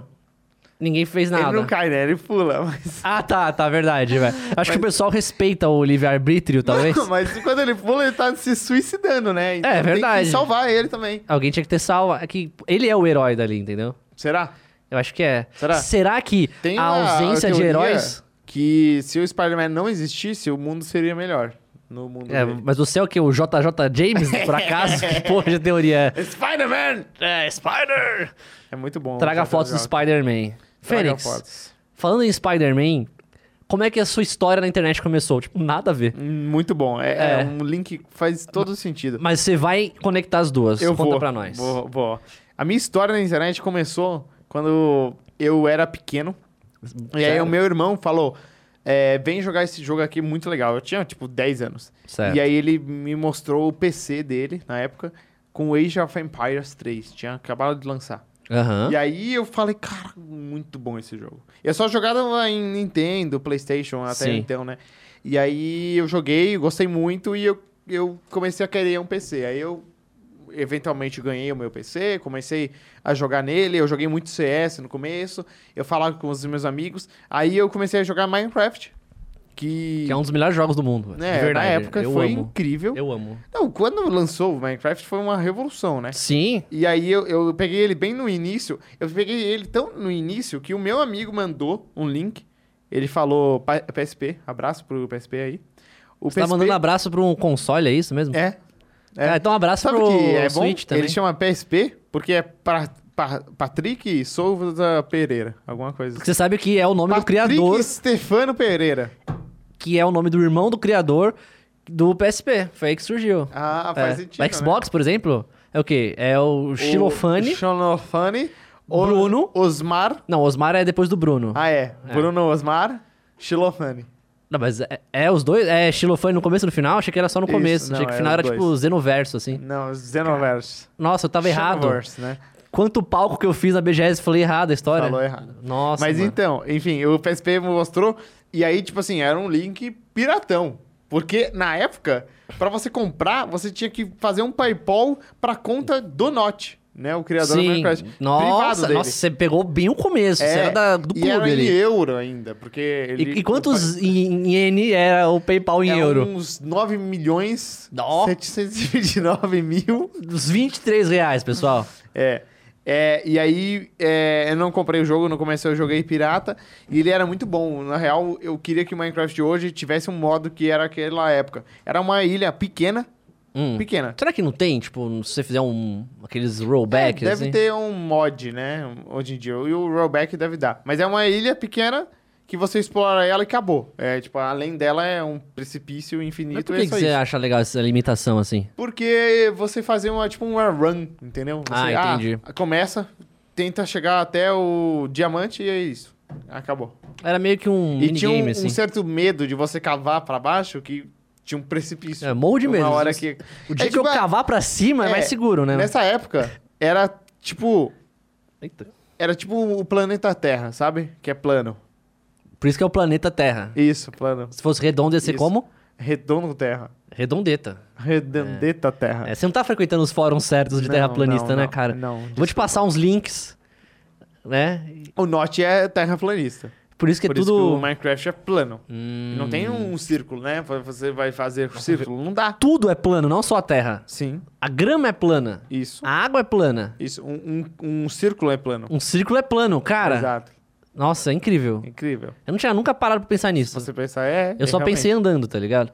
Speaker 1: ninguém fez nada.
Speaker 2: ele não cai, né? Ele pula. Mas,
Speaker 1: Ah, tá, tá, verdade, velho. Acho que o pessoal respeita o livre-arbítrio, talvez. É,
Speaker 2: mas quando ele pula, ele tá se suicidando, né? Então Tem
Speaker 1: verdade.
Speaker 2: que salvar ele também.
Speaker 1: Alguém tinha que ter salva. É que ele é o herói dali, entendeu?
Speaker 2: Será?
Speaker 1: Eu acho que é.
Speaker 2: Será?
Speaker 1: que
Speaker 2: Tem
Speaker 1: a
Speaker 2: uma
Speaker 1: ausência de
Speaker 2: teoria
Speaker 1: heróis.
Speaker 2: Que se o Spider-Man não existisse, o mundo seria melhor. No mundo
Speaker 1: É,
Speaker 2: dele.
Speaker 1: mas você é o que? O JJ James, né? por acaso? que porra de teoria
Speaker 2: Spider-Man!
Speaker 1: é? É, Spider!
Speaker 2: É muito bom.
Speaker 1: Traga
Speaker 2: Traga
Speaker 1: fotos do Spider-Man.
Speaker 2: Traga
Speaker 1: Fênix,
Speaker 2: fotos.
Speaker 1: falando em Spider-Man, como é que a sua história na internet começou? Tipo, nada a ver.
Speaker 2: Muito bom. É, é
Speaker 1: É.
Speaker 2: um link que faz todo sentido.
Speaker 1: Mas você vai conectar as duas.
Speaker 2: eu
Speaker 1: Conta
Speaker 2: vou,
Speaker 1: pra nós.
Speaker 2: Vou, vou. A minha história na internet começou quando eu era pequeno. E aí
Speaker 1: Sério?
Speaker 2: o meu irmão falou, é, vem jogar esse jogo aqui muito legal. Eu tinha, tipo, 10 anos.
Speaker 1: Certo.
Speaker 2: E aí ele me mostrou o PC dele, na época, com Age of Empires 3. Tinha acabado de lançar.
Speaker 1: Aham.
Speaker 2: E aí eu falei, cara, muito bom esse jogo. E eu só jogava em Nintendo, Playstation até
Speaker 1: Sim.
Speaker 2: então, né? E aí eu joguei, gostei muito e eu, eu comecei a querer um PC. Aí eu eventualmente ganhei o meu PC, comecei a jogar nele, eu joguei muito CS no começo, eu falava com os meus amigos, aí eu comecei a jogar Minecraft, que,
Speaker 1: Que é um dos melhores jogos do mundo.
Speaker 2: né,
Speaker 1: de verdade.
Speaker 2: na época
Speaker 1: eu
Speaker 2: foi
Speaker 1: amo.
Speaker 2: incrível.
Speaker 1: Eu amo.
Speaker 2: Não, quando lançou o Minecraft foi uma revolução, né?
Speaker 1: Sim. tá
Speaker 2: E aí eu, eu peguei ele bem no início. Eu peguei ele tão no início que o meu amigo mandou um link. Ele falou "Pa- PSP, abraço pro PSP aí. O
Speaker 1: Você tá mandando abraço pra um console, é isso mesmo?
Speaker 2: É. é.
Speaker 1: Ah, então um abraço
Speaker 2: Sabe
Speaker 1: pro
Speaker 2: o que é bom?
Speaker 1: Switch também.
Speaker 2: Ele chama PSP porque é pra, Pa- Patrick Souza Pereira, alguma coisa.
Speaker 1: Porque você sabe que é o nome do criador,
Speaker 2: Patrick Stefano Pereira.
Speaker 1: que é o nome do irmão do criador do PSP. Foi aí que surgiu.
Speaker 2: Ah,
Speaker 1: É.
Speaker 2: faz sentido. né?
Speaker 1: O Xbox, por exemplo, é o quê? É o Xilofane.
Speaker 2: O Xilofane. o-
Speaker 1: Bruno.
Speaker 2: Osmar.
Speaker 1: Não, Osmar é depois do Bruno.
Speaker 2: Ah, é. Bruno Osmar. Xilofane.
Speaker 1: Não, mas é, é os dois? É Xilofane no começo e no final? Achei que era só no
Speaker 2: Isso,
Speaker 1: começo.
Speaker 2: não,
Speaker 1: Achei que o
Speaker 2: é
Speaker 1: final
Speaker 2: os
Speaker 1: era
Speaker 2: dois.
Speaker 1: tipo Zenoverso, assim.
Speaker 2: Não, Xenoverse.
Speaker 1: Nossa, eu tava errado.
Speaker 2: Xenoverse, né?
Speaker 1: Quanto palco que eu fiz na BGS, falei errado a história.
Speaker 2: Falou errado.
Speaker 1: Nossa,
Speaker 2: Mas
Speaker 1: mano.
Speaker 2: então, enfim, o PSP me mostrou. E aí, tipo assim, era um link piratão. Porque na época, pra você comprar, você tinha que fazer um PayPal pra conta do Not, né? O criador do
Speaker 1: Sim.
Speaker 2: Minecraft. privado
Speaker 1: Nossa,
Speaker 2: dele. É,
Speaker 1: nossa, você pegou bem o começo. Você era da- do
Speaker 2: e
Speaker 1: clube
Speaker 2: era em
Speaker 1: ali.
Speaker 2: euro ainda, porque
Speaker 1: E,
Speaker 2: ele...
Speaker 1: e quantos em iene era o PayPal em
Speaker 2: Era
Speaker 1: euro?
Speaker 2: uns 9 milhões,
Speaker 1: Ó.
Speaker 2: 729 mil.
Speaker 1: Uns 23 reais, pessoal.
Speaker 2: É. É, e aí, é, eu não comprei o jogo, no começo eu joguei pirata, e ele era muito bom. Na real, eu queria que o Minecraft de hoje tivesse um modo que era aquela época. Era uma ilha pequena,
Speaker 1: Hum.
Speaker 2: pequena.
Speaker 1: Será que não tem? Tipo, se você fizer um. aqueles rollbacks.
Speaker 2: É, deve
Speaker 1: assim?
Speaker 2: ter um mod, né, hoje em dia, e o rollback deve dar. Mas é uma ilha pequena que você explora ela e acabou. É, tipo, além dela é um precipício
Speaker 1: Mas
Speaker 2: infinito
Speaker 1: por
Speaker 2: e é
Speaker 1: que, que
Speaker 2: só
Speaker 1: você
Speaker 2: isso.
Speaker 1: acha legal essa limitação assim?
Speaker 2: Porque você fazia uma, tipo um run, entendeu? Você,
Speaker 1: Ah, entendi.
Speaker 2: começa, tenta chegar até o diamante e é isso. Acabou.
Speaker 1: Era meio que um
Speaker 2: e tinha um,
Speaker 1: minigame,
Speaker 2: um
Speaker 1: assim.
Speaker 2: certo medo de você cavar pra baixo que tinha um precipício.
Speaker 1: É, morro de medo.
Speaker 2: Uma hora que...
Speaker 1: O dia
Speaker 2: É,
Speaker 1: que eu
Speaker 2: tipo,
Speaker 1: cavar pra cima é,
Speaker 2: é,
Speaker 1: mais seguro, né?
Speaker 2: Nessa época, era tipo...
Speaker 1: Eita.
Speaker 2: Era tipo o planeta Terra, sabe? Que é plano.
Speaker 1: Por isso que é o planeta Terra.
Speaker 2: Isso, plano.
Speaker 1: Se fosse redondo, ia ser
Speaker 2: Isso.
Speaker 1: como?
Speaker 2: Redondo Terra.
Speaker 1: Redondeta.
Speaker 2: Redondeta Terra.
Speaker 1: É, você não tá frequentando os fóruns certos de
Speaker 2: Ah. Não,
Speaker 1: terraplanista,
Speaker 2: não,
Speaker 1: né,
Speaker 2: não,
Speaker 1: cara?
Speaker 2: não,
Speaker 1: Vou te passar uns links, né?
Speaker 2: O norte é terraplanista.
Speaker 1: Por isso que
Speaker 2: Por
Speaker 1: é
Speaker 2: isso que o
Speaker 1: tudo.
Speaker 2: Minecraft é plano.
Speaker 1: Hum,
Speaker 2: Não tem um círculo, né? Você vai fazer um círculo. Não dá.
Speaker 1: Tudo é plano, não só a terra.
Speaker 2: Sim,
Speaker 1: A grama é plana.
Speaker 2: isso.
Speaker 1: A água é plana.
Speaker 2: Isso. Um, um, um círculo é plano.
Speaker 1: Um círculo é plano, cara.
Speaker 2: Exato.
Speaker 1: Nossa, é incrível.
Speaker 2: Incrível.
Speaker 1: Eu não tinha nunca parado pra pensar
Speaker 2: Se
Speaker 1: nisso.
Speaker 2: Você pensar, é. é
Speaker 1: Eu só
Speaker 2: realmente.
Speaker 1: pensei andando, tá ligado?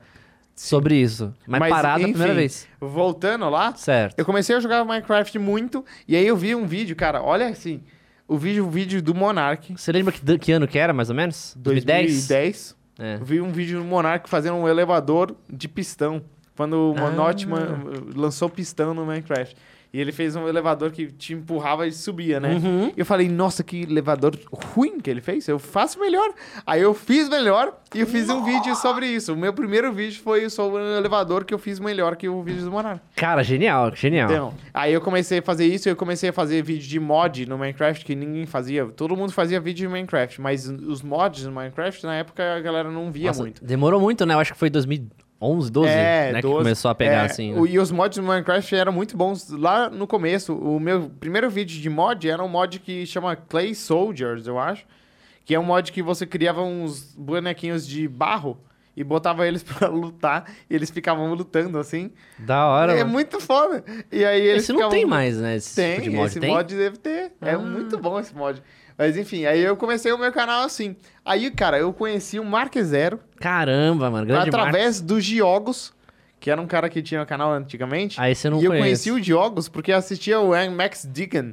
Speaker 1: Sobre isso. Mas, parado é a
Speaker 2: enfim,
Speaker 1: primeira vez.
Speaker 2: Voltando lá,
Speaker 1: Certo.
Speaker 2: eu comecei a jogar Minecraft muito. E aí eu vi um vídeo, cara. Olha assim. O vídeo, o vídeo do Monark.
Speaker 1: Você lembra que, que ano que era, mais ou menos? 2010?
Speaker 2: 2010.
Speaker 1: É.
Speaker 2: Eu vi um vídeo do Monark fazendo um elevador de pistão. Quando o
Speaker 1: Ah.
Speaker 2: Monotman lançou pistão no Minecraft. E ele fez um elevador que te empurrava e subia, né?
Speaker 1: Uhum.
Speaker 2: E eu falei, nossa, que elevador ruim que ele fez. Eu faço melhor. Aí eu fiz melhor e eu fiz um vídeo sobre isso. O meu primeiro vídeo foi sobre um elevador que eu fiz melhor que o vídeo do Monark.
Speaker 1: Cara, genial, genial.
Speaker 2: Então, aí eu comecei a fazer isso, eu comecei a fazer vídeo de mod no Minecraft que ninguém fazia. Todo mundo fazia vídeo de Minecraft, mas os mods no Minecraft na época a galera não via
Speaker 1: Nossa,
Speaker 2: muito.
Speaker 1: Demorou muito, né? Eu acho que foi 2011, 12, né? Que
Speaker 2: 12.
Speaker 1: começou a pegar
Speaker 2: É,
Speaker 1: assim. né?
Speaker 2: o- E os mods do Minecraft eram muito bons lá no começo. O meu primeiro vídeo de mod era um mod que chama Clay Soldiers, eu acho. Que é um mod que você criava uns bonequinhos de barro e botava eles pra lutar. E eles ficavam lutando assim.
Speaker 1: Da hora.
Speaker 2: é
Speaker 1: mano.
Speaker 2: muito foda. E aí eles
Speaker 1: Esse não
Speaker 2: ficavam-
Speaker 1: tem mais, né? Esse
Speaker 2: Tem,
Speaker 1: tipo de mod.
Speaker 2: esse
Speaker 1: tem?
Speaker 2: mod deve ter. É
Speaker 1: Ah.
Speaker 2: muito bom esse mod. Mas enfim, aí eu comecei o meu canal assim. Aí, cara, eu conheci o Mark Zero
Speaker 1: Caramba, mano. Grande marca.
Speaker 2: através dos Diogos, que era um cara que tinha canal antigamente.
Speaker 1: Aí você Ah, não
Speaker 2: e eu
Speaker 1: conhece.
Speaker 2: conheci o Diogos porque eu assistia o Max Deacon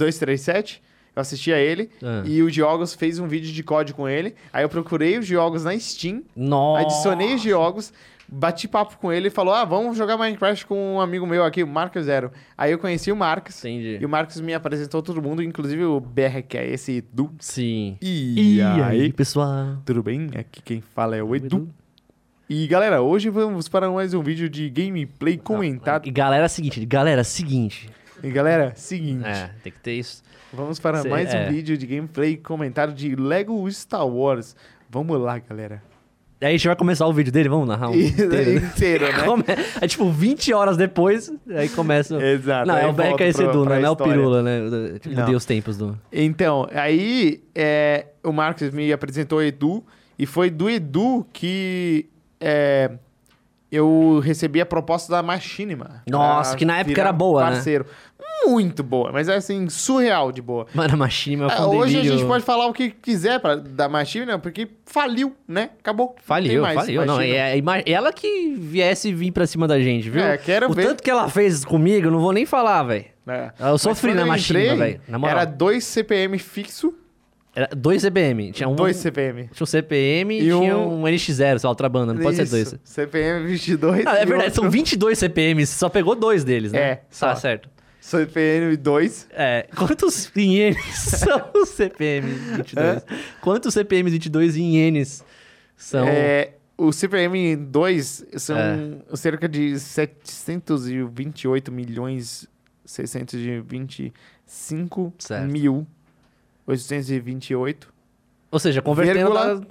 Speaker 2: 237. Eu assistia ele
Speaker 1: Ah.
Speaker 2: e o Diogos fez um vídeo de código com ele. Aí eu procurei os Diogos na Steam,
Speaker 1: Nossa.
Speaker 2: adicionei os Diogos, bati papo com ele e falou: Ah, vamos jogar Minecraft com um amigo meu aqui, o Marcos Zero. Aí eu conheci o Marcos
Speaker 1: Entendi.
Speaker 2: e o Marcos me apresentou todo mundo, inclusive o BR, que é esse Edu.
Speaker 1: Sim.
Speaker 2: E,
Speaker 1: pessoal? Tá,
Speaker 2: tudo bem? Aqui quem fala é o Edu.
Speaker 1: Edu.
Speaker 2: E galera, hoje vamos para mais um vídeo de gameplay comentado.
Speaker 1: E galera, é o seguinte, galera, é o seguinte.
Speaker 2: E galera, seguinte,
Speaker 1: É, tem que ter isso.
Speaker 2: vamos para
Speaker 1: Cê-
Speaker 2: mais
Speaker 1: é.
Speaker 2: um vídeo de gameplay comentado de Lego Star Wars. Vamos lá, galera.
Speaker 1: Aí a gente vai começar o vídeo dele, vamos narrar um inteiro, né?
Speaker 2: Inteiro, né?
Speaker 1: Come... É tipo 20 horas depois, aí começa.
Speaker 2: Exato.
Speaker 1: Não,
Speaker 2: tá, aí
Speaker 1: é o
Speaker 2: volta
Speaker 1: BRKS
Speaker 2: pra-
Speaker 1: Edu,
Speaker 2: pra
Speaker 1: né? Não é o
Speaker 2: história.
Speaker 1: Pirula, né? Tipo,
Speaker 2: Não.
Speaker 1: Deus tempos do.
Speaker 2: Então, aí é, o Marcos me apresentou o Edu, e foi do Edu que é, eu recebi a proposta da Machinima.
Speaker 1: Nossa,
Speaker 2: pra
Speaker 1: que na época
Speaker 2: virar
Speaker 1: era boa, né?
Speaker 2: parceiro. Muito boa, mas assim, surreal de boa.
Speaker 1: Mano, a Machine é
Speaker 2: É,
Speaker 1: um
Speaker 2: hoje a
Speaker 1: delírio.
Speaker 2: gente pode falar o que quiser pra, da Machinima, porque faliu, né? Acabou. Não tem
Speaker 1: Faliu,
Speaker 2: mais
Speaker 1: faliu. Não,
Speaker 2: Machina.
Speaker 1: é, é ima- ela que viesse vir pra cima da gente, viu?
Speaker 2: É, quero
Speaker 1: o
Speaker 2: ver.
Speaker 1: tanto que ela fez comigo, eu não vou nem falar, velho.
Speaker 2: É.
Speaker 1: Eu sofri
Speaker 2: Mas
Speaker 1: na
Speaker 2: quando eu
Speaker 1: Machine,
Speaker 2: entrei,
Speaker 1: velho. Na moral.
Speaker 2: Era 2 CPM fixo,
Speaker 1: Era dois CPM. Tinha um.
Speaker 2: 2 CPM.
Speaker 1: Tinha um CPM e,
Speaker 2: E
Speaker 1: tinha
Speaker 2: um-
Speaker 1: um NX0, só outra banda. Não pode ser dois.
Speaker 2: Isso, CPM 22.
Speaker 1: Ah, é
Speaker 2: e
Speaker 1: verdade,
Speaker 2: outro-
Speaker 1: são 22 CPMs, você só pegou dois deles, né?
Speaker 2: É,
Speaker 1: Tá
Speaker 2: só.
Speaker 1: certo.
Speaker 2: CPM 2.
Speaker 1: É, quantos ienes são os CPMs 22? Quantos CPMs 22 em ienes são?
Speaker 2: É, o CPM 2 são
Speaker 1: É.
Speaker 2: cerca de 728 milhões 625
Speaker 1: Certo.
Speaker 2: mil 828
Speaker 1: Ou seja, convertendo...
Speaker 2: vírgula-
Speaker 1: dá-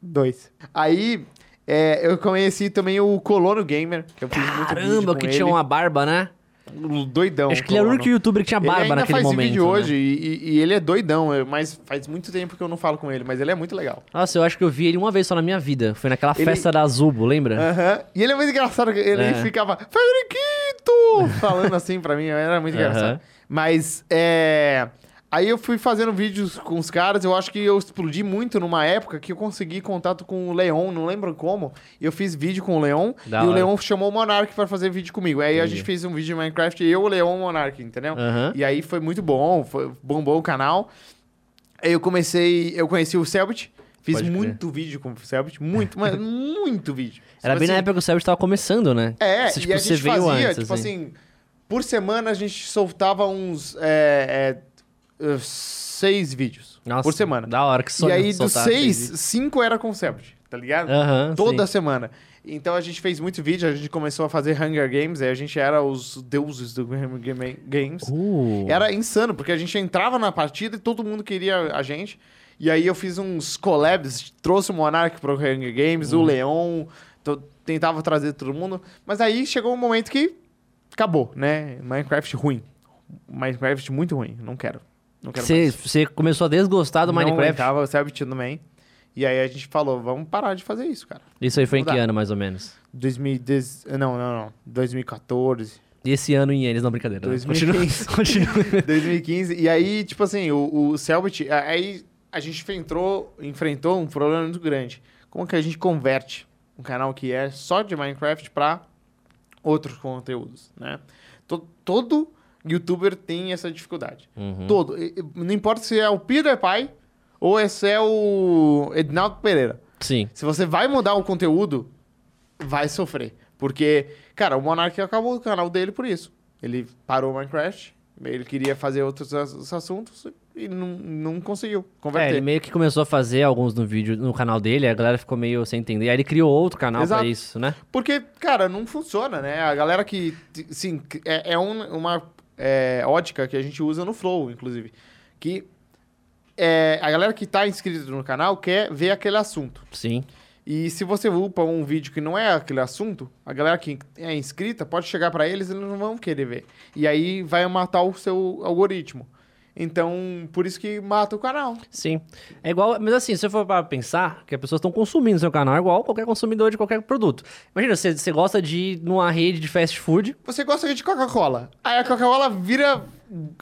Speaker 2: dois. Aí é, eu conheci também o Colono Gamer, que eu fiz muito vídeo
Speaker 1: Caramba,
Speaker 2: com
Speaker 1: que
Speaker 2: ele.
Speaker 1: tinha uma barba, né?
Speaker 2: Um doidão.
Speaker 1: Acho que ele era o
Speaker 2: Colono.
Speaker 1: único youtuber que tinha barba
Speaker 2: ele ainda
Speaker 1: naquele
Speaker 2: faz
Speaker 1: momento.
Speaker 2: vídeo
Speaker 1: né?
Speaker 2: hoje e, e- e ele é doidão, eu- mas faz muito tempo que eu não falo com ele, mas ele é muito legal.
Speaker 1: Nossa, eu acho que eu vi ele uma vez só na minha vida. Foi naquela
Speaker 2: Ele-
Speaker 1: festa da Azubo, lembra?
Speaker 2: Aham. E ele é muito engraçado, que ele
Speaker 1: É.
Speaker 2: ficava, Federiquito! Falando assim pra mim, era muito
Speaker 1: Aham.
Speaker 2: engraçado. Mas, é. Aí eu fui fazendo vídeos com os caras, eu acho que eu explodi muito numa época que eu consegui contato com o Leon, não lembro como. E eu fiz vídeo com o Leon,
Speaker 1: Da
Speaker 2: e o
Speaker 1: hora.
Speaker 2: Leon chamou o Monark pra fazer vídeo comigo. Aí a
Speaker 1: Entendi.
Speaker 2: gente fez um vídeo de Minecraft, eu, o Leon e tipo o Monark, entendeu?
Speaker 1: Aham.
Speaker 2: E aí foi muito bom, foi, bombou o canal. Aí eu comecei, eu conheci o Selbit, fiz
Speaker 1: Pode crer.
Speaker 2: muito vídeo com o Selbit, muito, mas muito vídeo.
Speaker 1: Era
Speaker 2: Tipo
Speaker 1: bem na
Speaker 2: assim,
Speaker 1: época que o Sérgio tava começando, né?
Speaker 2: É,
Speaker 1: Você,
Speaker 2: e a gente fazia, tipo
Speaker 1: assim.
Speaker 2: assim, por semana a gente soltava uns é, é, uh, seis vídeos
Speaker 1: Nossa,
Speaker 2: por semana.
Speaker 1: Da hora que
Speaker 2: E
Speaker 1: sonho
Speaker 2: aí dos
Speaker 1: soltar
Speaker 2: seis,
Speaker 1: vídeo.
Speaker 2: cinco era com o Selbit, tá ligado?
Speaker 1: Aham,
Speaker 2: Toda
Speaker 1: sim.
Speaker 2: semana. Então a gente fez muito vídeo, a gente começou a fazer Hunger Games, aí a gente era os deuses do Hunger Game- Games.
Speaker 1: Uh,
Speaker 2: Era insano, porque a gente entrava na partida e todo mundo queria a gente. E aí eu fiz uns collabs, trouxe o Monark pro Hunger Games,
Speaker 1: Uhum.
Speaker 2: o Leon, to- tentava trazer todo mundo. Mas aí chegou um momento que acabou, né? Minecraft ruim. Minecraft muito ruim, não quero. Não quero
Speaker 1: você,
Speaker 2: mais.
Speaker 1: você começou a desgostar do
Speaker 2: Não
Speaker 1: Minecraft.
Speaker 2: aguentava, eu sabe, tio também. E aí a gente falou, vamos parar de fazer isso, cara.
Speaker 1: Isso aí foi em
Speaker 2: Não
Speaker 1: que
Speaker 2: dá.
Speaker 1: ano, mais ou menos?
Speaker 2: 2010... Não, não, não. 2014...
Speaker 1: E esse ano em eles, não, brincadeira. né?
Speaker 2: 2015.
Speaker 1: Continua. continua.
Speaker 2: 2015. E aí, tipo assim, o, o Selbit, a- aí a gente enfrentou, enfrentou um problema muito grande. Como que a gente converte um canal que é só de Minecraft pra outros conteúdos, né? To- todo youtuber tem essa dificuldade.
Speaker 1: Uhum.
Speaker 2: Todo. E- e Não importa se é o PewDiePie ou se é o Ednaldo Pereira.
Speaker 1: Sim.
Speaker 2: Se você vai mudar o conteúdo, vai sofrer. Porque, cara, o Monark acabou o canal dele por isso. Ele parou o Minecraft, ele queria fazer outros ass- assuntos e não, não conseguiu
Speaker 1: É, ele
Speaker 2: converter.
Speaker 1: meio que começou a fazer alguns no vídeo, no canal dele, a galera ficou meio sem entender. Aí ele criou outro canal
Speaker 2: Exato.
Speaker 1: pra isso, né?
Speaker 2: Porque, cara, não funciona, né? A galera que. t- Sim, c- é, é um- uma é, ótica que a gente usa no Flow, inclusive. Que é, a galera que tá inscrita no canal quer ver aquele assunto.
Speaker 1: Sim.
Speaker 2: E se você upa um vídeo que não é aquele assunto, a galera que é inscrita pode chegar pra eles e eles não vão querer ver. E aí vai matar o seu algoritmo. Então, por isso que mata o canal.
Speaker 1: Sim. É igual, mas assim, se você for para pensar que as pessoas estão consumindo seu canal, é igual qualquer consumidor de qualquer produto. Imagina, você, você gosta de ir numa rede de fast food,
Speaker 2: Você gosta de Coca-Cola. Aí a Coca-Cola vira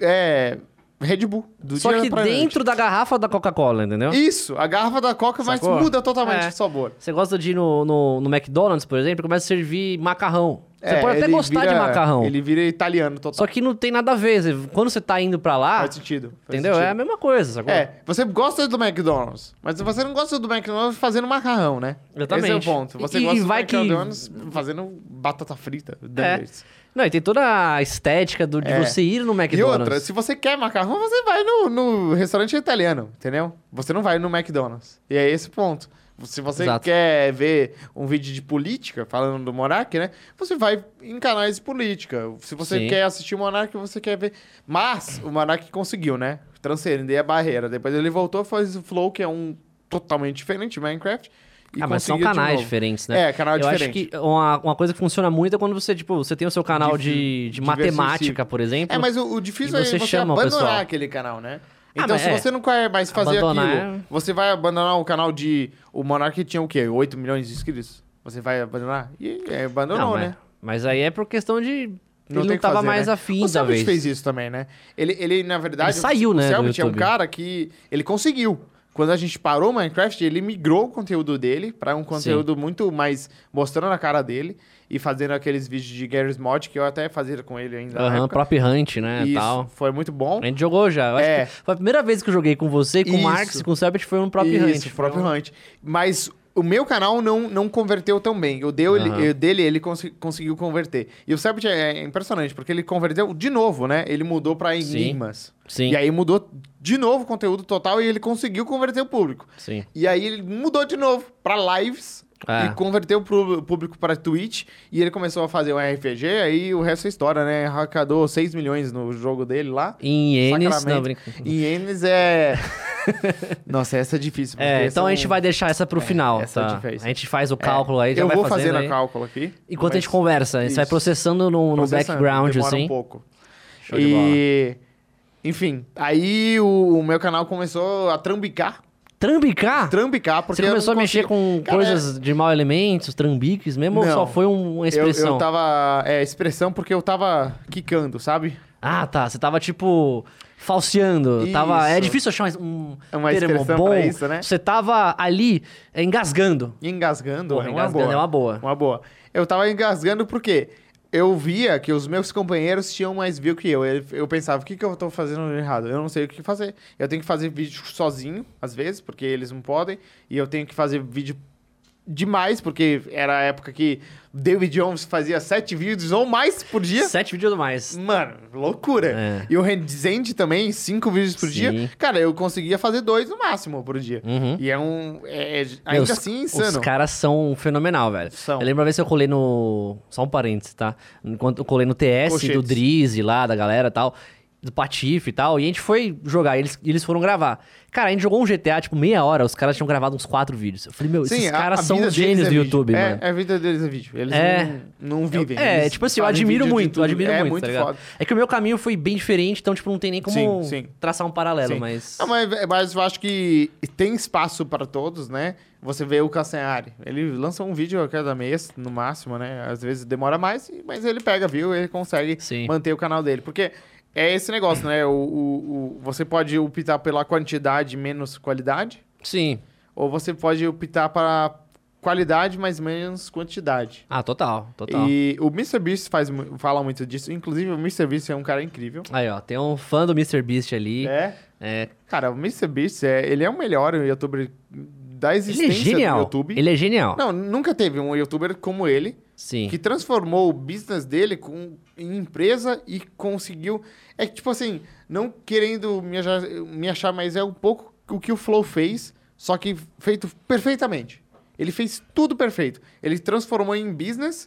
Speaker 2: é, Red Bull. Do
Speaker 1: só
Speaker 2: dia
Speaker 1: que
Speaker 2: pra
Speaker 1: dentro da garrafa da Coca-cola, entendeu?
Speaker 2: noite. Isso, a garrafa da Coca,
Speaker 1: Sacou?
Speaker 2: mas muda totalmente
Speaker 1: É.
Speaker 2: o sabor.
Speaker 1: Você gosta de ir no, no, no McDonald's, por exemplo, e começa a servir macarrão. Você
Speaker 2: É,
Speaker 1: pode até
Speaker 2: ele
Speaker 1: gostar de
Speaker 2: vira-
Speaker 1: macarrão.
Speaker 2: Ele vira italiano total.
Speaker 1: Só que não tem nada a ver. Você- Quando você tá indo pra lá,
Speaker 2: faz sentido. faz
Speaker 1: entendeu? É
Speaker 2: sentido.
Speaker 1: a mesma coisa, sacou?
Speaker 2: É, você gosta do McDonald's, mas você não gosta do McDonald's fazendo macarrão, né?
Speaker 1: Exatamente.
Speaker 2: Esse é o ponto. Você
Speaker 1: E- e
Speaker 2: gosta
Speaker 1: vai
Speaker 2: do
Speaker 1: que- É.
Speaker 2: McDonald's fazendo batata frita. nuggets.
Speaker 1: Não, e tem toda a estética do, de
Speaker 2: É.
Speaker 1: você ir no
Speaker 2: E
Speaker 1: McDonald's.
Speaker 2: outra, se você quer macarrão, você vai no, no restaurante italiano, entendeu? Você não vai no McDonald's. E é esse o ponto. Se você
Speaker 1: Exato.
Speaker 2: quer ver um vídeo de política, falando do Monark, né? Você vai em canais de política. Se você
Speaker 1: Sim.
Speaker 2: quer assistir o Monark, você quer ver. Mas o Monark conseguiu, né? Transcender a barreira. Depois ele voltou, faz o Flow, que é um totalmente diferente de Minecraft. E
Speaker 1: ah, mas são
Speaker 2: conseguiu de
Speaker 1: canais
Speaker 2: novo.
Speaker 1: diferentes, né?
Speaker 2: É, canal
Speaker 1: Eu
Speaker 2: diferente.
Speaker 1: acho que uma, uma coisa que funciona muito é quando você, tipo, você tem o seu canal de, de, matemática, por exemplo.
Speaker 2: É, mas o, o difícil
Speaker 1: Tipo, E
Speaker 2: é
Speaker 1: você
Speaker 2: você
Speaker 1: chama o pessoal.
Speaker 2: abandonar aquele canal, né?
Speaker 1: Ah,
Speaker 2: Então,
Speaker 1: mas
Speaker 2: se
Speaker 1: é.
Speaker 2: você não quer mais fazer
Speaker 1: Abandonar é-
Speaker 2: aquilo, você vai abandonar o canal de. O Monark tinha o quê? 8 milhões de inscritos? Você vai abandonar? E é, abandonou,
Speaker 1: mas,
Speaker 2: né?
Speaker 1: mas aí é por questão de.
Speaker 2: Não
Speaker 1: ele
Speaker 2: tem
Speaker 1: não
Speaker 2: o que
Speaker 1: tava
Speaker 2: fazer,
Speaker 1: mais
Speaker 2: né?
Speaker 1: afim
Speaker 2: o
Speaker 1: da
Speaker 2: Selbit
Speaker 1: vez.
Speaker 2: fez isso também, né? Ele, ele na verdade.
Speaker 1: Ele saiu,
Speaker 2: o,
Speaker 1: né,
Speaker 2: O
Speaker 1: do
Speaker 2: Selbit é um
Speaker 1: YouTube.
Speaker 2: cara que. Ele conseguiu. Quando a gente parou o Minecraft, ele migrou o conteúdo dele pra um conteúdo muito mais mostrando a cara dele e fazendo aqueles vídeos de Garry's Mod que eu até fazia com ele ainda. né, na
Speaker 1: Aham,
Speaker 2: época.
Speaker 1: Prop Hunt, né?
Speaker 2: Isso,
Speaker 1: Tal.
Speaker 2: foi muito bom.
Speaker 1: A gente jogou já. Eu acho
Speaker 2: É.
Speaker 1: que foi a primeira vez que eu joguei com você, com o
Speaker 2: Isso.
Speaker 1: Marx, com o Selbit, foi um Prop Hunt.
Speaker 2: Isso, próprio Hunt. Mas o meu canal não, não converteu tão bem. O deu,
Speaker 1: Aham.
Speaker 2: ele, o dele, ele consi- conseguiu converter. E o Selbit é impressionante, porque ele converteu de novo, né? Ele mudou pra
Speaker 1: Sim.
Speaker 2: Enigmas.
Speaker 1: Sim,
Speaker 2: E aí mudou de novo o conteúdo total e ele conseguiu converter o público.
Speaker 1: sim.
Speaker 2: E aí ele mudou de novo pra lives.
Speaker 1: É.
Speaker 2: E converteu o prú- público pra Twitch. E ele começou a fazer um RPG. Aí o resto é história, né? Arrecadou 6 milhões no jogo dele lá.
Speaker 1: Em Enes,
Speaker 2: Sacramento.
Speaker 1: não, brinca.
Speaker 2: Ienes é. Nossa, essa é difícil.
Speaker 1: É,
Speaker 2: porque
Speaker 1: então a
Speaker 2: são-
Speaker 1: gente vai deixar essa pro final,
Speaker 2: essa
Speaker 1: tá?
Speaker 2: é difícil.
Speaker 1: A gente faz o cálculo aí, já
Speaker 2: Eu
Speaker 1: vai
Speaker 2: vou
Speaker 1: fazendo
Speaker 2: fazendo
Speaker 1: aí.
Speaker 2: o cálculo aqui.
Speaker 1: Enquanto a
Speaker 2: mas
Speaker 1: gente conversa, a gente vai
Speaker 2: Isso.
Speaker 1: processando no, no
Speaker 2: processando,
Speaker 1: background,
Speaker 2: demora
Speaker 1: assim.
Speaker 2: um pouco.
Speaker 1: Show de bola.
Speaker 2: e. Enfim, aí o, o meu canal começou a trambicar.
Speaker 1: Trambicar?
Speaker 2: Trambicar, porque.
Speaker 1: Você começou
Speaker 2: eu
Speaker 1: a
Speaker 2: não
Speaker 1: mexer
Speaker 2: conseguia-
Speaker 1: com
Speaker 2: Cara,
Speaker 1: coisas de mau elementos, trambiques mesmo, ou
Speaker 2: Não.
Speaker 1: só foi um- uma
Speaker 2: Eu,
Speaker 1: expressão?
Speaker 2: eu tava. É, expressão porque eu tava quicando, sabe?
Speaker 1: Ah, tá. Você tava, tipo, falseando. Tava... É
Speaker 2: Isso. É
Speaker 1: difícil achar um, um
Speaker 2: Uma
Speaker 1: termo
Speaker 2: expressão
Speaker 1: bom.
Speaker 2: pra isso, né?
Speaker 1: Você tava ali é, engasgando.
Speaker 2: Engasgando.
Speaker 1: Porra,
Speaker 2: é uma
Speaker 1: engasgando
Speaker 2: boa.
Speaker 1: é uma boa.
Speaker 2: Uma boa. Eu tava engasgando porque eu via que os meus companheiros tinham mais view que eu. Eu, eu pensava, o que, que eu tô fazendo errado? Eu não sei o que fazer. Eu tenho que fazer vídeo sozinho, às vezes, porque eles não podem. E eu tenho que fazer vídeo demais, porque era a época que David Jones fazia sete vídeos ou mais por dia.
Speaker 1: Sete vídeos ou mais.
Speaker 2: Mano, loucura.
Speaker 1: É.
Speaker 2: E o Rendzend também, cinco vídeos por
Speaker 1: Sim.
Speaker 2: dia. Cara, eu conseguia fazer dois no máximo por dia.
Speaker 1: Uhum.
Speaker 2: E é um. É, é ainda
Speaker 1: Meu, os-
Speaker 2: assim
Speaker 1: Os
Speaker 2: insano.
Speaker 1: caras são fenomenal, velho.
Speaker 2: São.
Speaker 1: Eu lembro uma vez que eu colei no. Só um parênteses, tá? Enquanto eu colei no TS do
Speaker 2: Colchetes.
Speaker 1: Drizzy lá, da galera e tal, do Patife e tal. E a gente foi jogar, e eles, e eles foram gravar. Cara, a gente jogou um GTA, tipo, meia hora, os caras tinham gravado uns quatro vídeos. Eu falei, meu, esses
Speaker 2: a-
Speaker 1: caras
Speaker 2: a
Speaker 1: são
Speaker 2: vida
Speaker 1: os gênios
Speaker 2: deles é
Speaker 1: do
Speaker 2: vídeo.
Speaker 1: YouTube,
Speaker 2: é,
Speaker 1: mano.
Speaker 2: É, a vida deles é vídeo. Eles
Speaker 1: É.
Speaker 2: não, não vivem.
Speaker 1: É,
Speaker 2: eles
Speaker 1: tipo assim, eu
Speaker 2: fazem
Speaker 1: admiro
Speaker 2: vídeo de
Speaker 1: muito, eu
Speaker 2: tudo.
Speaker 1: admiro
Speaker 2: é
Speaker 1: muito,
Speaker 2: muito
Speaker 1: tá ligado?
Speaker 2: foda.
Speaker 1: É que o meu caminho foi bem diferente, então, tipo, não tem nem como
Speaker 2: Sim, sim.
Speaker 1: traçar um paralelo,
Speaker 2: Sim.
Speaker 1: mas.
Speaker 2: Não, mas, mas eu acho que tem espaço para todos, né? Você vê o Castanhari. Ele lança um vídeo a cada mês, no máximo, né? Às vezes demora mais, mas ele pega, viu? Ele consegue
Speaker 1: Sim.
Speaker 2: manter o canal dele. Porque é esse negócio, né? O, o- o- você pode optar pela quantidade menos qualidade,
Speaker 1: Sim.
Speaker 2: ou você pode optar para qualidade, mas menos quantidade.
Speaker 1: Ah, total, total.
Speaker 2: E o MrBeast faz, mu- fala muito disso. Inclusive, o MrBeast é um cara incrível.
Speaker 1: Aí, ó, tem um fã do Mr. Beast ali.
Speaker 2: É.
Speaker 1: É,
Speaker 2: Cara, o MrBeast, é, ele é o melhor youtuber da
Speaker 1: Ele é
Speaker 2: existência do
Speaker 1: genial.
Speaker 2: YouTube.
Speaker 1: Ele é genial.
Speaker 2: Não, nunca teve um youtuber como ele,
Speaker 1: Sim.
Speaker 2: que transformou o business dele com, em empresa e conseguiu... É que, tipo assim, não querendo me achar, me achar, mas é um pouco o que o Flow fez, só que feito perfeitamente. Ele fez tudo perfeito. Ele transformou em business,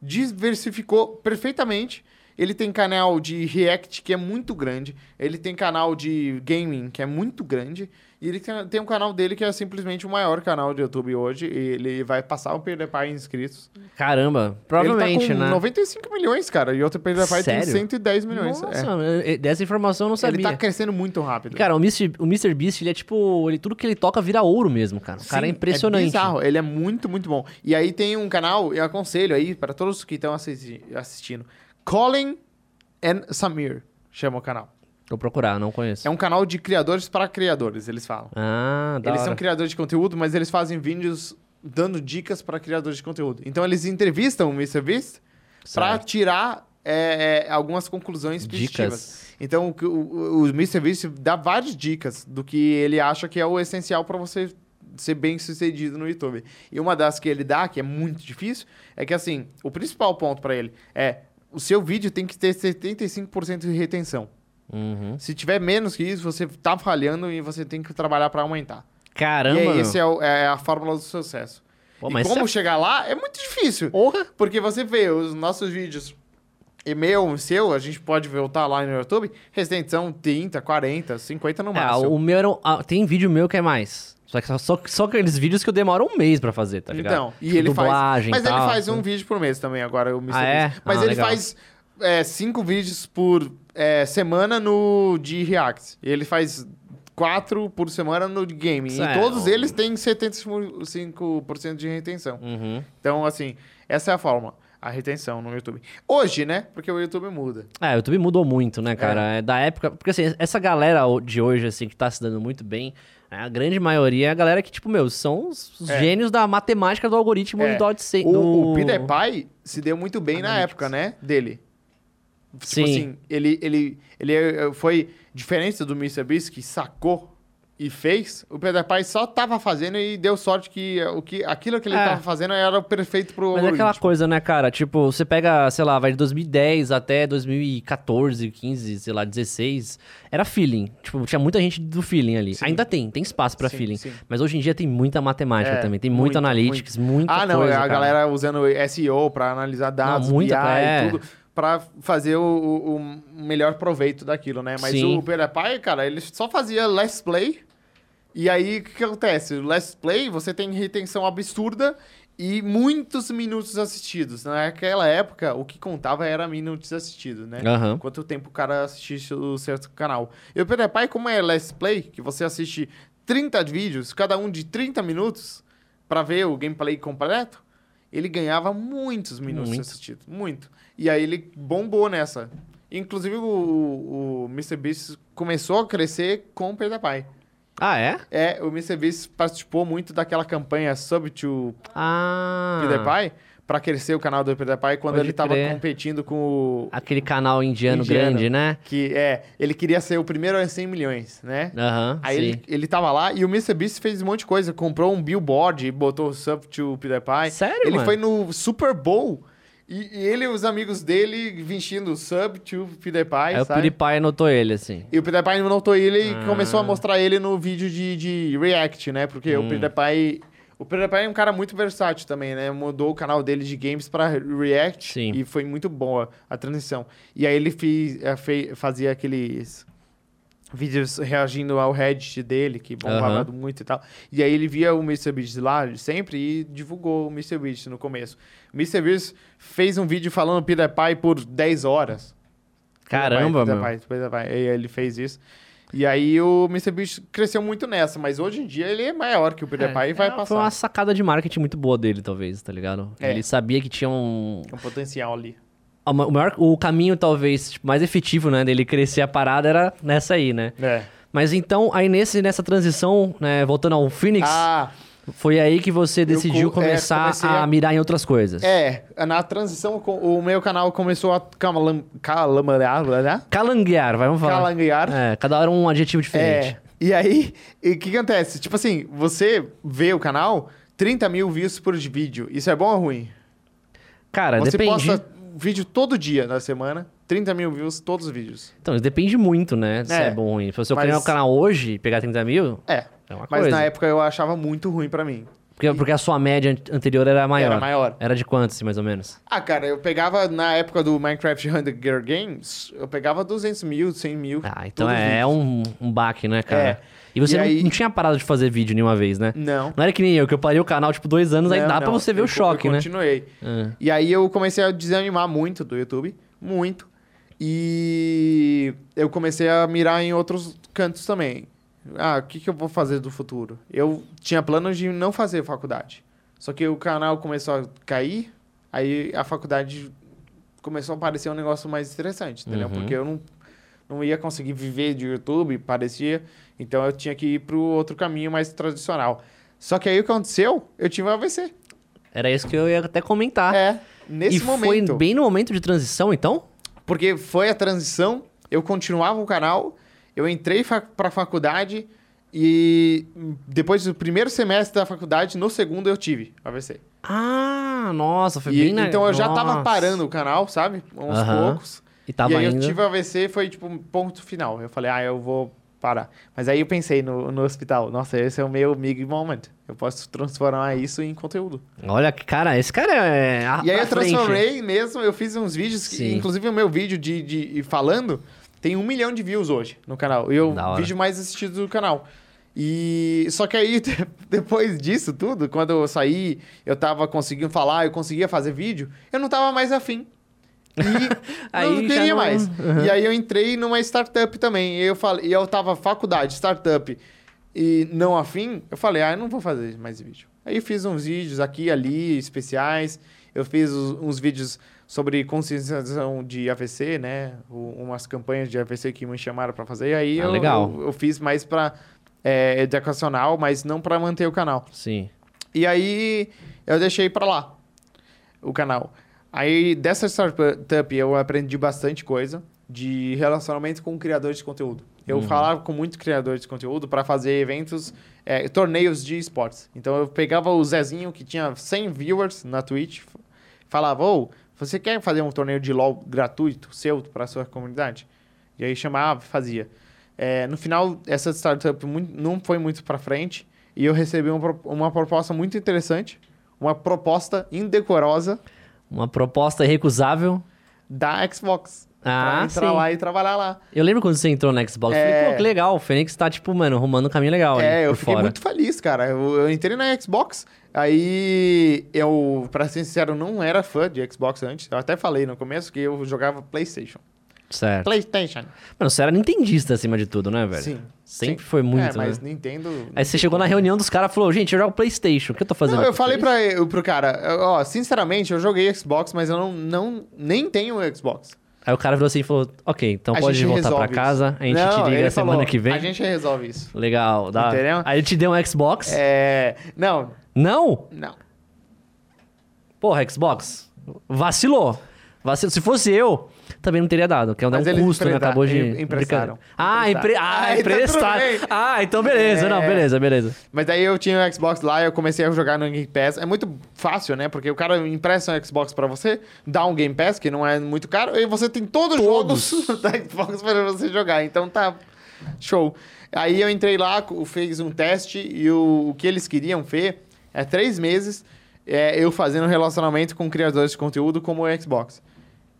Speaker 2: diversificou perfeitamente. Ele tem canal de React, que é muito grande. Ele tem canal de gaming, que é muito grande. E ele tem, tem um canal dele que é simplesmente o maior canal de YouTube hoje. E ele vai passar o PewDiePie em inscritos.
Speaker 1: Caramba, provavelmente,
Speaker 2: ele tá com
Speaker 1: né?
Speaker 2: 95 milhões, cara. E outro PewDiePie tem
Speaker 1: Sério?
Speaker 2: 110 milhões. é.
Speaker 1: Nossa, eu- eu- dessa informação eu não
Speaker 2: Ele
Speaker 1: sabia.
Speaker 2: tá crescendo muito rápido.
Speaker 1: Cara, o Mr. o Mr. Beast, ele é tipo. Ele, tudo que ele toca vira ouro mesmo, cara. O cara é
Speaker 2: Sim,
Speaker 1: impressionante.
Speaker 2: É bizarro, ele é muito, muito bom. E aí tem um canal, eu aconselho aí para todos que estão assisti- assistindo. Colin and Samir chama o canal.
Speaker 1: Vou procurar, não conheço.
Speaker 2: É um canal de criadores para criadores, eles falam.
Speaker 1: Ah, da
Speaker 2: eles
Speaker 1: hora.
Speaker 2: são criadores de conteúdo, mas eles fazem vídeos dando dicas para criadores de conteúdo. Então eles entrevistam o MrBeast para
Speaker 1: Certo.
Speaker 2: tirar é, é, algumas conclusões positivas.
Speaker 1: Dicas.
Speaker 2: Então, o, que o, o- o Mr. Beast dá várias dicas do que ele acha que é o essencial para você ser bem sucedido no YouTube. E uma das que ele dá, que é muito difícil, é que assim, o principal ponto para ele é o seu vídeo tem que ter 75% de retenção.
Speaker 1: Uhum.
Speaker 2: Se tiver menos que isso, você tá falhando e você tem que trabalhar para aumentar.
Speaker 1: Caramba.
Speaker 2: e
Speaker 1: meu.
Speaker 2: aí, esse é, o- é a fórmula do sucesso.
Speaker 1: Pô,
Speaker 2: e
Speaker 1: mas
Speaker 2: como
Speaker 1: isso
Speaker 2: chegar lá é muito difícil.
Speaker 1: Porra.
Speaker 2: Porque você vê os nossos vídeos, e meu, e seu, a gente pode voltar lá no YouTube, retenção 30, 40, 50 no
Speaker 1: É,
Speaker 2: máximo.
Speaker 1: o meu era. um- ah, tem vídeo meu que é mais. Só que só, só, só aqueles vídeos que eu demoro um mês pra fazer, tá ligado?
Speaker 2: então, e
Speaker 1: Tipo,
Speaker 2: ele faz.
Speaker 1: dublagem e
Speaker 2: Mas ele
Speaker 1: tal.
Speaker 2: faz um vídeo por mês também, agora o Mr.
Speaker 1: Ah, é?
Speaker 2: Beast. Mas
Speaker 1: Ah,
Speaker 2: ele
Speaker 1: legal.
Speaker 2: faz é, cinco vídeos por é, semana no de React. E ele faz quatro por semana no de game.
Speaker 1: Isso
Speaker 2: e
Speaker 1: é,
Speaker 2: todos
Speaker 1: um-
Speaker 2: eles têm 75% de retenção.
Speaker 1: Uhum.
Speaker 2: Então, assim, essa é a forma. A retenção no YouTube. Hoje, né? Porque o YouTube muda.
Speaker 1: É, o YouTube mudou muito, né, cara? É da época. Porque assim, essa galera o- de hoje, assim, que tá se dando muito bem, né, a grande maioria é a galera que, tipo, meu, são os os
Speaker 2: É.
Speaker 1: gênios da matemática do algoritmo
Speaker 2: É.
Speaker 1: e do Odyssey.
Speaker 2: O,
Speaker 1: do...
Speaker 2: o Peter é Pai se deu muito bem na
Speaker 1: Analytics.
Speaker 2: época, né? Dele.
Speaker 1: Sim.
Speaker 2: Tipo assim, ele, ele, ele eh, foi diferente do Mr. Beast, que sacou e fez. O Peter Pai só tava fazendo e deu sorte que, eh, o que aquilo que ele
Speaker 1: É.
Speaker 2: tava fazendo era o perfeito pro
Speaker 1: Mas é aquela
Speaker 2: algoritmo.
Speaker 1: coisa, né, cara? Tipo, você pega, sei lá, vai de 2010 até 2014, 15, sei lá, 16. Era feeling. Tipo, tinha muita gente do feeling ali.
Speaker 2: Sim.
Speaker 1: Ainda tem, tem espaço pra
Speaker 2: Sim,
Speaker 1: feeling.
Speaker 2: sim.
Speaker 1: Mas hoje em dia tem muita matemática
Speaker 2: É,
Speaker 1: também. Tem muito,
Speaker 2: muito,
Speaker 1: analytics, muita
Speaker 2: Ah, não,
Speaker 1: coisa.
Speaker 2: a
Speaker 1: cara.
Speaker 2: galera usando SEO pra analisar dados,
Speaker 1: muita
Speaker 2: BI
Speaker 1: coisa, é.
Speaker 2: e tudo, pra fazer o, o- o melhor proveito daquilo, né? Mas
Speaker 1: Sim.
Speaker 2: o Peter Pai, cara, ele só fazia let's play. E aí, o que que acontece? O let's play, você tem retenção absurda e muitos minutos assistidos. né? Naquela época, o que contava era minutos assistidos, né?
Speaker 1: Aham.
Speaker 2: Quanto tempo o cara assistisse o certo canal. E o Peter Pai, como é Let's Play, que você assiste 30 vídeos, cada um de 30 minutos, pra ver o gameplay completo, ele ganhava muitos minutos
Speaker 1: Muito.
Speaker 2: assistidos. Muito. E aí ele bombou nessa. Inclusive, o, o MrBeast começou a crescer com o Peter Pai.
Speaker 1: Ah, é?
Speaker 2: É, o MrBeast participou muito daquela campanha Sub to
Speaker 1: Ah.
Speaker 2: PewDiePie, pra crescer o canal do Pai quando
Speaker 1: Pode
Speaker 2: ele tava
Speaker 1: crer.
Speaker 2: competindo com o.
Speaker 1: Aquele canal indiano,
Speaker 2: Indiano.
Speaker 1: grande, né?
Speaker 2: Que é, ele queria ser o primeiro a 100 milhões, né?
Speaker 1: Aham,
Speaker 2: Aí
Speaker 1: sim.
Speaker 2: ele, ele tava lá e o MrBeast fez um monte de coisa. Comprou um billboard e botou o sub to PewDiePie.
Speaker 1: Sério,
Speaker 2: Ele
Speaker 1: mano?
Speaker 2: foi no Super Bowl e, e ele e os amigos dele vestindo sub to PewDiePie,
Speaker 1: Aí É o
Speaker 2: sabe?
Speaker 1: PewDiePie anotou ele, assim.
Speaker 2: E o PewDiePie notou ele e
Speaker 1: Ah.
Speaker 2: começou a mostrar ele no vídeo de, de React, né? Porque
Speaker 1: Hum.
Speaker 2: o PewDiePie... O PewDiePie é um cara muito versátil também, né? Mudou o canal dele de games pra React.
Speaker 1: Sim.
Speaker 2: E foi muito boa a transição. E aí ele fiz, eh, fe- fazia aqueles vídeos reagindo ao Reddit dele, que bombava
Speaker 1: Aham.
Speaker 2: muito e tal. E aí ele via o MrBeast lá sempre e divulgou o MrBeast no começo. O MrBeast fez um vídeo falando PewDiePie por 10 horas.
Speaker 1: Caramba,
Speaker 2: Depois
Speaker 1: mano.
Speaker 2: vai, depois vai. E Ele fez isso. E aí o Mr. Beast cresceu muito nessa, mas hoje em dia ele é maior que o PewDiePie e vai
Speaker 1: É,
Speaker 2: passar.
Speaker 1: Foi uma sacada de marketing muito boa dele, talvez, tá ligado?
Speaker 2: É.
Speaker 1: Ele sabia que tinha um.
Speaker 2: Tem um potencial ali.
Speaker 1: a ma- O, maior, o caminho, talvez, tipo, mais efetivo, né, dele crescer a parada era nessa aí, né?
Speaker 2: É.
Speaker 1: Mas então, aí nesse, nessa transição, né, voltando ao Phoenix,
Speaker 2: Ah,
Speaker 1: foi aí que você decidiu
Speaker 2: co- é,
Speaker 1: começar
Speaker 2: comecei
Speaker 1: a,
Speaker 2: a-
Speaker 1: mirar em outras coisas.
Speaker 2: é. Na transição, co- o meu canal começou a calam, calamanhar, né?
Speaker 1: Calanguear, vai, vamos falar.
Speaker 2: Calanguear.
Speaker 1: É, cada hora um adjetivo diferente.
Speaker 2: É. E aí, e o que acontece? Tipo assim, você vê o canal, 30 mil views por vídeo. Isso é bom ou ruim?
Speaker 1: Cara,
Speaker 2: você
Speaker 1: depende.
Speaker 2: posta vídeo todo dia na semana, 30 mil views todos os vídeos.
Speaker 1: Então, isso depende muito, né? Se é,
Speaker 2: É,
Speaker 1: bom ou ruim. Se você
Speaker 2: mas-
Speaker 1: criar o canal hoje e pegar 30 mil,
Speaker 2: É.
Speaker 1: é uma
Speaker 2: Mas
Speaker 1: coisa.
Speaker 2: na época eu achava muito ruim pra mim.
Speaker 1: porque, porque a sua média an- anterior era maior.
Speaker 2: Era maior.
Speaker 1: Era de quantos, assim, mais ou menos?
Speaker 2: Ah, cara, eu pegava na época do Minecraft Hunger Games, eu pegava 200 mil, 100 mil.
Speaker 1: Ah, então
Speaker 2: todo
Speaker 1: é,
Speaker 2: vídeo.
Speaker 1: um, um baque, né, cara?
Speaker 2: É.
Speaker 1: E você
Speaker 2: E
Speaker 1: não,
Speaker 2: aí-
Speaker 1: não tinha parado de fazer vídeo nenhuma vez, né?
Speaker 2: Não.
Speaker 1: Não era que nem eu, que eu parei o canal, tipo, dois anos, aí
Speaker 2: não,
Speaker 1: dá pra
Speaker 2: não.
Speaker 1: você ver
Speaker 2: Eu
Speaker 1: o
Speaker 2: co-
Speaker 1: choque,
Speaker 2: eu
Speaker 1: né?
Speaker 2: Continuei.
Speaker 1: Ah,
Speaker 2: E aí eu comecei a desanimar muito do YouTube, muito. E eu comecei a mirar em outros cantos também. Ah, o que, que eu vou fazer do futuro? Eu tinha planos de não fazer faculdade. Só que o canal começou a cair, aí a faculdade começou a parecer um negócio mais interessante, entendeu?
Speaker 1: Uhum.
Speaker 2: Porque eu não, não ia conseguir viver de YouTube, parecia. Então eu tinha que ir para o outro caminho mais tradicional. Só que aí o que aconteceu? Eu tive um AVC.
Speaker 1: Era isso que eu ia até comentar.
Speaker 2: É, nesse
Speaker 1: Ah. e
Speaker 2: momento.
Speaker 1: foi bem no momento de transição, então?
Speaker 2: Porque foi a transição, eu continuava o canal, eu entrei fa pra faculdade e depois do primeiro semestre da faculdade, no segundo eu tive AVC.
Speaker 1: Ah, nossa, foi
Speaker 2: E-
Speaker 1: bem na...
Speaker 2: então eu já tava
Speaker 1: Nossa.
Speaker 2: parando o canal, sabe? Uns
Speaker 1: Aham.
Speaker 2: poucos.
Speaker 1: E tava
Speaker 2: e aí
Speaker 1: indo.
Speaker 2: eu tive AVC e foi tipo um ponto final. Eu falei, ah, eu vou parar. Mas aí eu pensei no, no hospital, nossa, esse é o meu big moment. Eu posso transformar isso em conteúdo.
Speaker 1: Olha, que cara, esse cara é. a-
Speaker 2: E
Speaker 1: pra
Speaker 2: aí eu
Speaker 1: frente.
Speaker 2: transformei mesmo, eu fiz uns vídeos, que-
Speaker 1: Sim.
Speaker 2: inclusive o meu vídeo de, de falando tem um milhão de views hoje no canal. E é o
Speaker 1: Da hora.
Speaker 2: vídeo mais assistido do canal. E só que aí, de- depois disso tudo, quando eu saí, eu tava conseguindo falar, eu conseguia fazer vídeo, eu não tava mais afim. E
Speaker 1: Aí
Speaker 2: não
Speaker 1: já
Speaker 2: queria
Speaker 1: não-
Speaker 2: mais. E aí eu entrei numa startup também. E eu falei, e eu tava faculdade, startup e não afim, eu falei, ah, eu não vou fazer mais vídeo. Aí fiz uns vídeos aqui e ali, especiais. Eu fiz uns, uns vídeos sobre conscientização de AVC, né? U- umas campanhas de AVC que me chamaram pra fazer. Aí
Speaker 1: Ah,
Speaker 2: eu,
Speaker 1: legal.
Speaker 2: eu, eu fiz mais pra é, educacional, mas não pra manter o canal.
Speaker 1: Sim.
Speaker 2: E aí eu deixei pra lá o canal. Aí dessa startup eu aprendi bastante coisa de relacionamento com criadores de conteúdo. Eu falava com muitos criadores de conteúdo para fazer eventos, eh, torneios de esportes. Então eu pegava o Zezinho que tinha 100 viewers na Twitch, f- falava: "Ô, você quer fazer um torneio de LoL gratuito seu para sua comunidade?" E aí chamava, fazia. Eh, no final essa startup mui- não foi muito para frente e eu recebi uma, pro- uma proposta muito interessante, uma proposta indecorosa
Speaker 1: Uma proposta irrecusável.
Speaker 2: da Xbox. pra
Speaker 1: Ah, sim.
Speaker 2: entrar lá e trabalhar lá.
Speaker 1: Eu lembro quando você entrou no Xbox. eu Falei,
Speaker 2: É.
Speaker 1: pô, que legal. O Fênix tá, tipo, mano, arrumando um caminho legal. ali
Speaker 2: é, eu
Speaker 1: por
Speaker 2: fiquei
Speaker 1: fora.
Speaker 2: muito feliz, cara. Eu, eu entrei na Xbox, aí eu, pra ser sincero, não era fã de Xbox antes. Eu até falei no começo que eu jogava PlayStation.
Speaker 1: Certo.
Speaker 2: PlayStation.
Speaker 1: Mano, você era nintendista acima de tudo, né, velho?
Speaker 2: Sim.
Speaker 1: Sempre
Speaker 2: sim.
Speaker 1: foi muito,
Speaker 2: É, mas
Speaker 1: né?
Speaker 2: Nintendo.
Speaker 1: Aí você chegou na reunião dos caras e falou, gente, eu jogo Playstation. O que eu tô fazendo?
Speaker 2: Não, eu
Speaker 1: aqui?"
Speaker 2: falei pra, eu- pro cara, eu- ó, sinceramente, eu joguei Xbox, mas eu não, não nem tenho Xbox.
Speaker 1: Aí o cara virou assim e falou, ok, então
Speaker 2: A
Speaker 1: pode
Speaker 2: gente
Speaker 1: voltar pra
Speaker 2: resolve
Speaker 1: casa.
Speaker 2: isso.
Speaker 1: A gente
Speaker 2: Não,
Speaker 1: te liga
Speaker 2: ele
Speaker 1: a semana
Speaker 2: falou,
Speaker 1: que vem.
Speaker 2: A gente resolve isso.
Speaker 1: Legal. Dá...
Speaker 2: Entendeu?
Speaker 1: Aí ele te deu um Xbox.
Speaker 2: É. Não,
Speaker 1: Não?
Speaker 2: não.
Speaker 1: Porra, Xbox, vacilou. vacilou. Se fosse eu, também não teria dado, que é um
Speaker 2: Mas eles
Speaker 1: custo, né?
Speaker 2: empresta-
Speaker 1: Acabou de.
Speaker 2: em- emprestaram.
Speaker 1: brincadeira. Ah, empre... ah,
Speaker 2: Ah, então
Speaker 1: emprestaram.
Speaker 2: tudo bem.
Speaker 1: ah, então beleza. Não,
Speaker 2: É.
Speaker 1: beleza, beleza.
Speaker 2: Mas daí eu tinha o Xbox lá, eu comecei a jogar no Game Pass. É muito fácil, né? Porque o cara empresta um Xbox pra você, dá um Game Pass, que não é muito caro, e você tem todos os
Speaker 1: Todos.
Speaker 2: jogos da Xbox pra você jogar. Então tá show. Aí eu entrei lá, co- fiz um teste, e o, o que eles queriam ver é três meses é, eu fazendo relacionamento com criadores de conteúdo como o Xbox.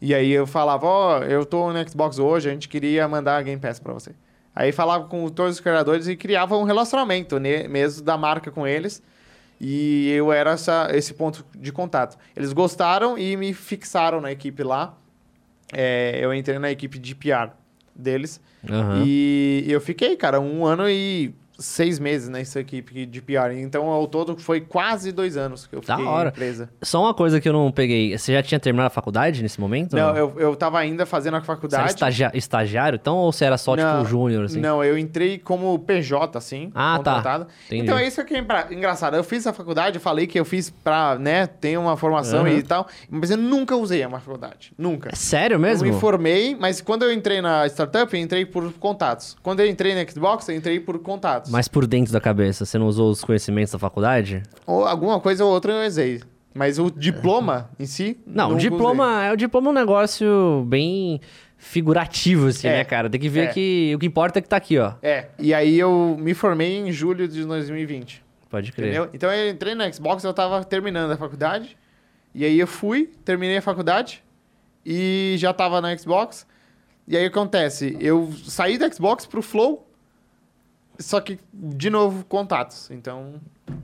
Speaker 2: E aí eu falava, ó, eu tô no Xbox hoje, a gente queria mandar a Game Pass pra você. Aí falava com todos os criadores e criava um relacionamento né, mesmo da marca com eles. E eu era essa- esse ponto de contato. Eles gostaram e me fixaram na equipe lá. É, eu entrei na equipe de PR deles.
Speaker 1: Aham.
Speaker 2: E eu fiquei, cara, um ano e seis meses nessa equipe de PR. Então, ao todo, foi quase dois anos que eu
Speaker 1: Da
Speaker 2: fiquei
Speaker 1: hora.
Speaker 2: na empresa.
Speaker 1: Só uma coisa que eu não peguei. Você já tinha terminado a faculdade nesse momento?
Speaker 2: Não, eu, eu tava ainda fazendo a
Speaker 1: Você era
Speaker 2: faculdade.
Speaker 1: estagia- estagiário, então? Ou você era só,
Speaker 2: Não,
Speaker 1: tipo, júnior, assim?
Speaker 2: Não, eu entrei como PJ, assim.
Speaker 1: Ah, tá.
Speaker 2: contratado.
Speaker 1: Entendi.
Speaker 2: Então é isso que é embra- engraçado. Eu fiz a faculdade, eu falei que eu fiz pra, né, ter uma formação
Speaker 1: Aham.
Speaker 2: e tal. Mas eu nunca usei a minha faculdade. Nunca.
Speaker 1: É Sério mesmo?
Speaker 2: Eu me formei, mas quando eu entrei na startup, eu entrei por contatos. Quando eu entrei na Xbox, eu entrei por contatos.
Speaker 1: Mas por dentro da cabeça, você não usou os conhecimentos da faculdade?
Speaker 2: Ou alguma coisa ou outra eu usei. Mas o diploma em si.
Speaker 1: Não, o
Speaker 2: nunca usei.
Speaker 1: diploma, é, o diploma é um negócio bem figurativo, assim,
Speaker 2: É,
Speaker 1: né, cara? Tem que ver
Speaker 2: é.
Speaker 1: que o que importa é que tá aqui, ó.
Speaker 2: É. E aí eu me formei em julho de 2020.
Speaker 1: Pode crer.
Speaker 2: Entendeu? Então eu entrei na Xbox, eu tava terminando a faculdade. E aí eu fui, terminei a faculdade e já tava na Xbox. E aí acontece, eu saí da Xbox pro Flow, só que, de novo, contatos. Então,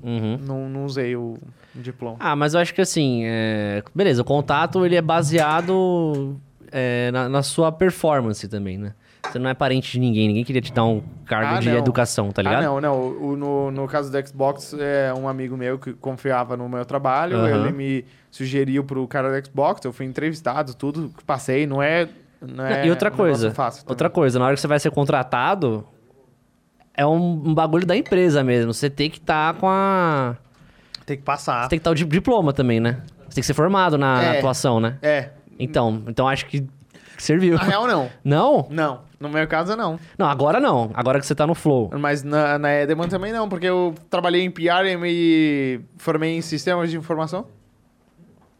Speaker 1: Uhum.
Speaker 2: não, não usei o diploma.
Speaker 1: Ah, mas eu acho que assim, é, beleza, o contato ele é baseado é, na, na sua performance também, né? Você não é parente de ninguém, ninguém queria te dar um cargo
Speaker 2: Ah,
Speaker 1: de
Speaker 2: não.
Speaker 1: educação, tá ligado?
Speaker 2: Ah, não, não. O- o- no, no caso do Xbox, é um amigo meu que confiava no meu trabalho.
Speaker 1: Aham.
Speaker 2: Ele me sugeriu pro cara do Xbox, eu fui entrevistado, tudo, passei. Não é. Não
Speaker 1: Não,
Speaker 2: é
Speaker 1: e outra
Speaker 2: um negócio
Speaker 1: coisa,
Speaker 2: fácil também.
Speaker 1: outra coisa, na hora que você vai ser contratado, é um, um bagulho da empresa mesmo. Você tem que estar com a.
Speaker 2: Tem que passar.
Speaker 1: Você tem que estar o di- diploma também, né? Você tem que ser formado na, na
Speaker 2: É.
Speaker 1: atuação, né?
Speaker 2: É.
Speaker 1: Então, então acho que serviu.
Speaker 2: Na real, Ah, não.
Speaker 1: Não?
Speaker 2: Não. No meu caso, não.
Speaker 1: Não, agora não. Agora que você tá no flow.
Speaker 2: Mas na, na Edelman também não, porque eu trabalhei em PR e me formei em sistemas de informação.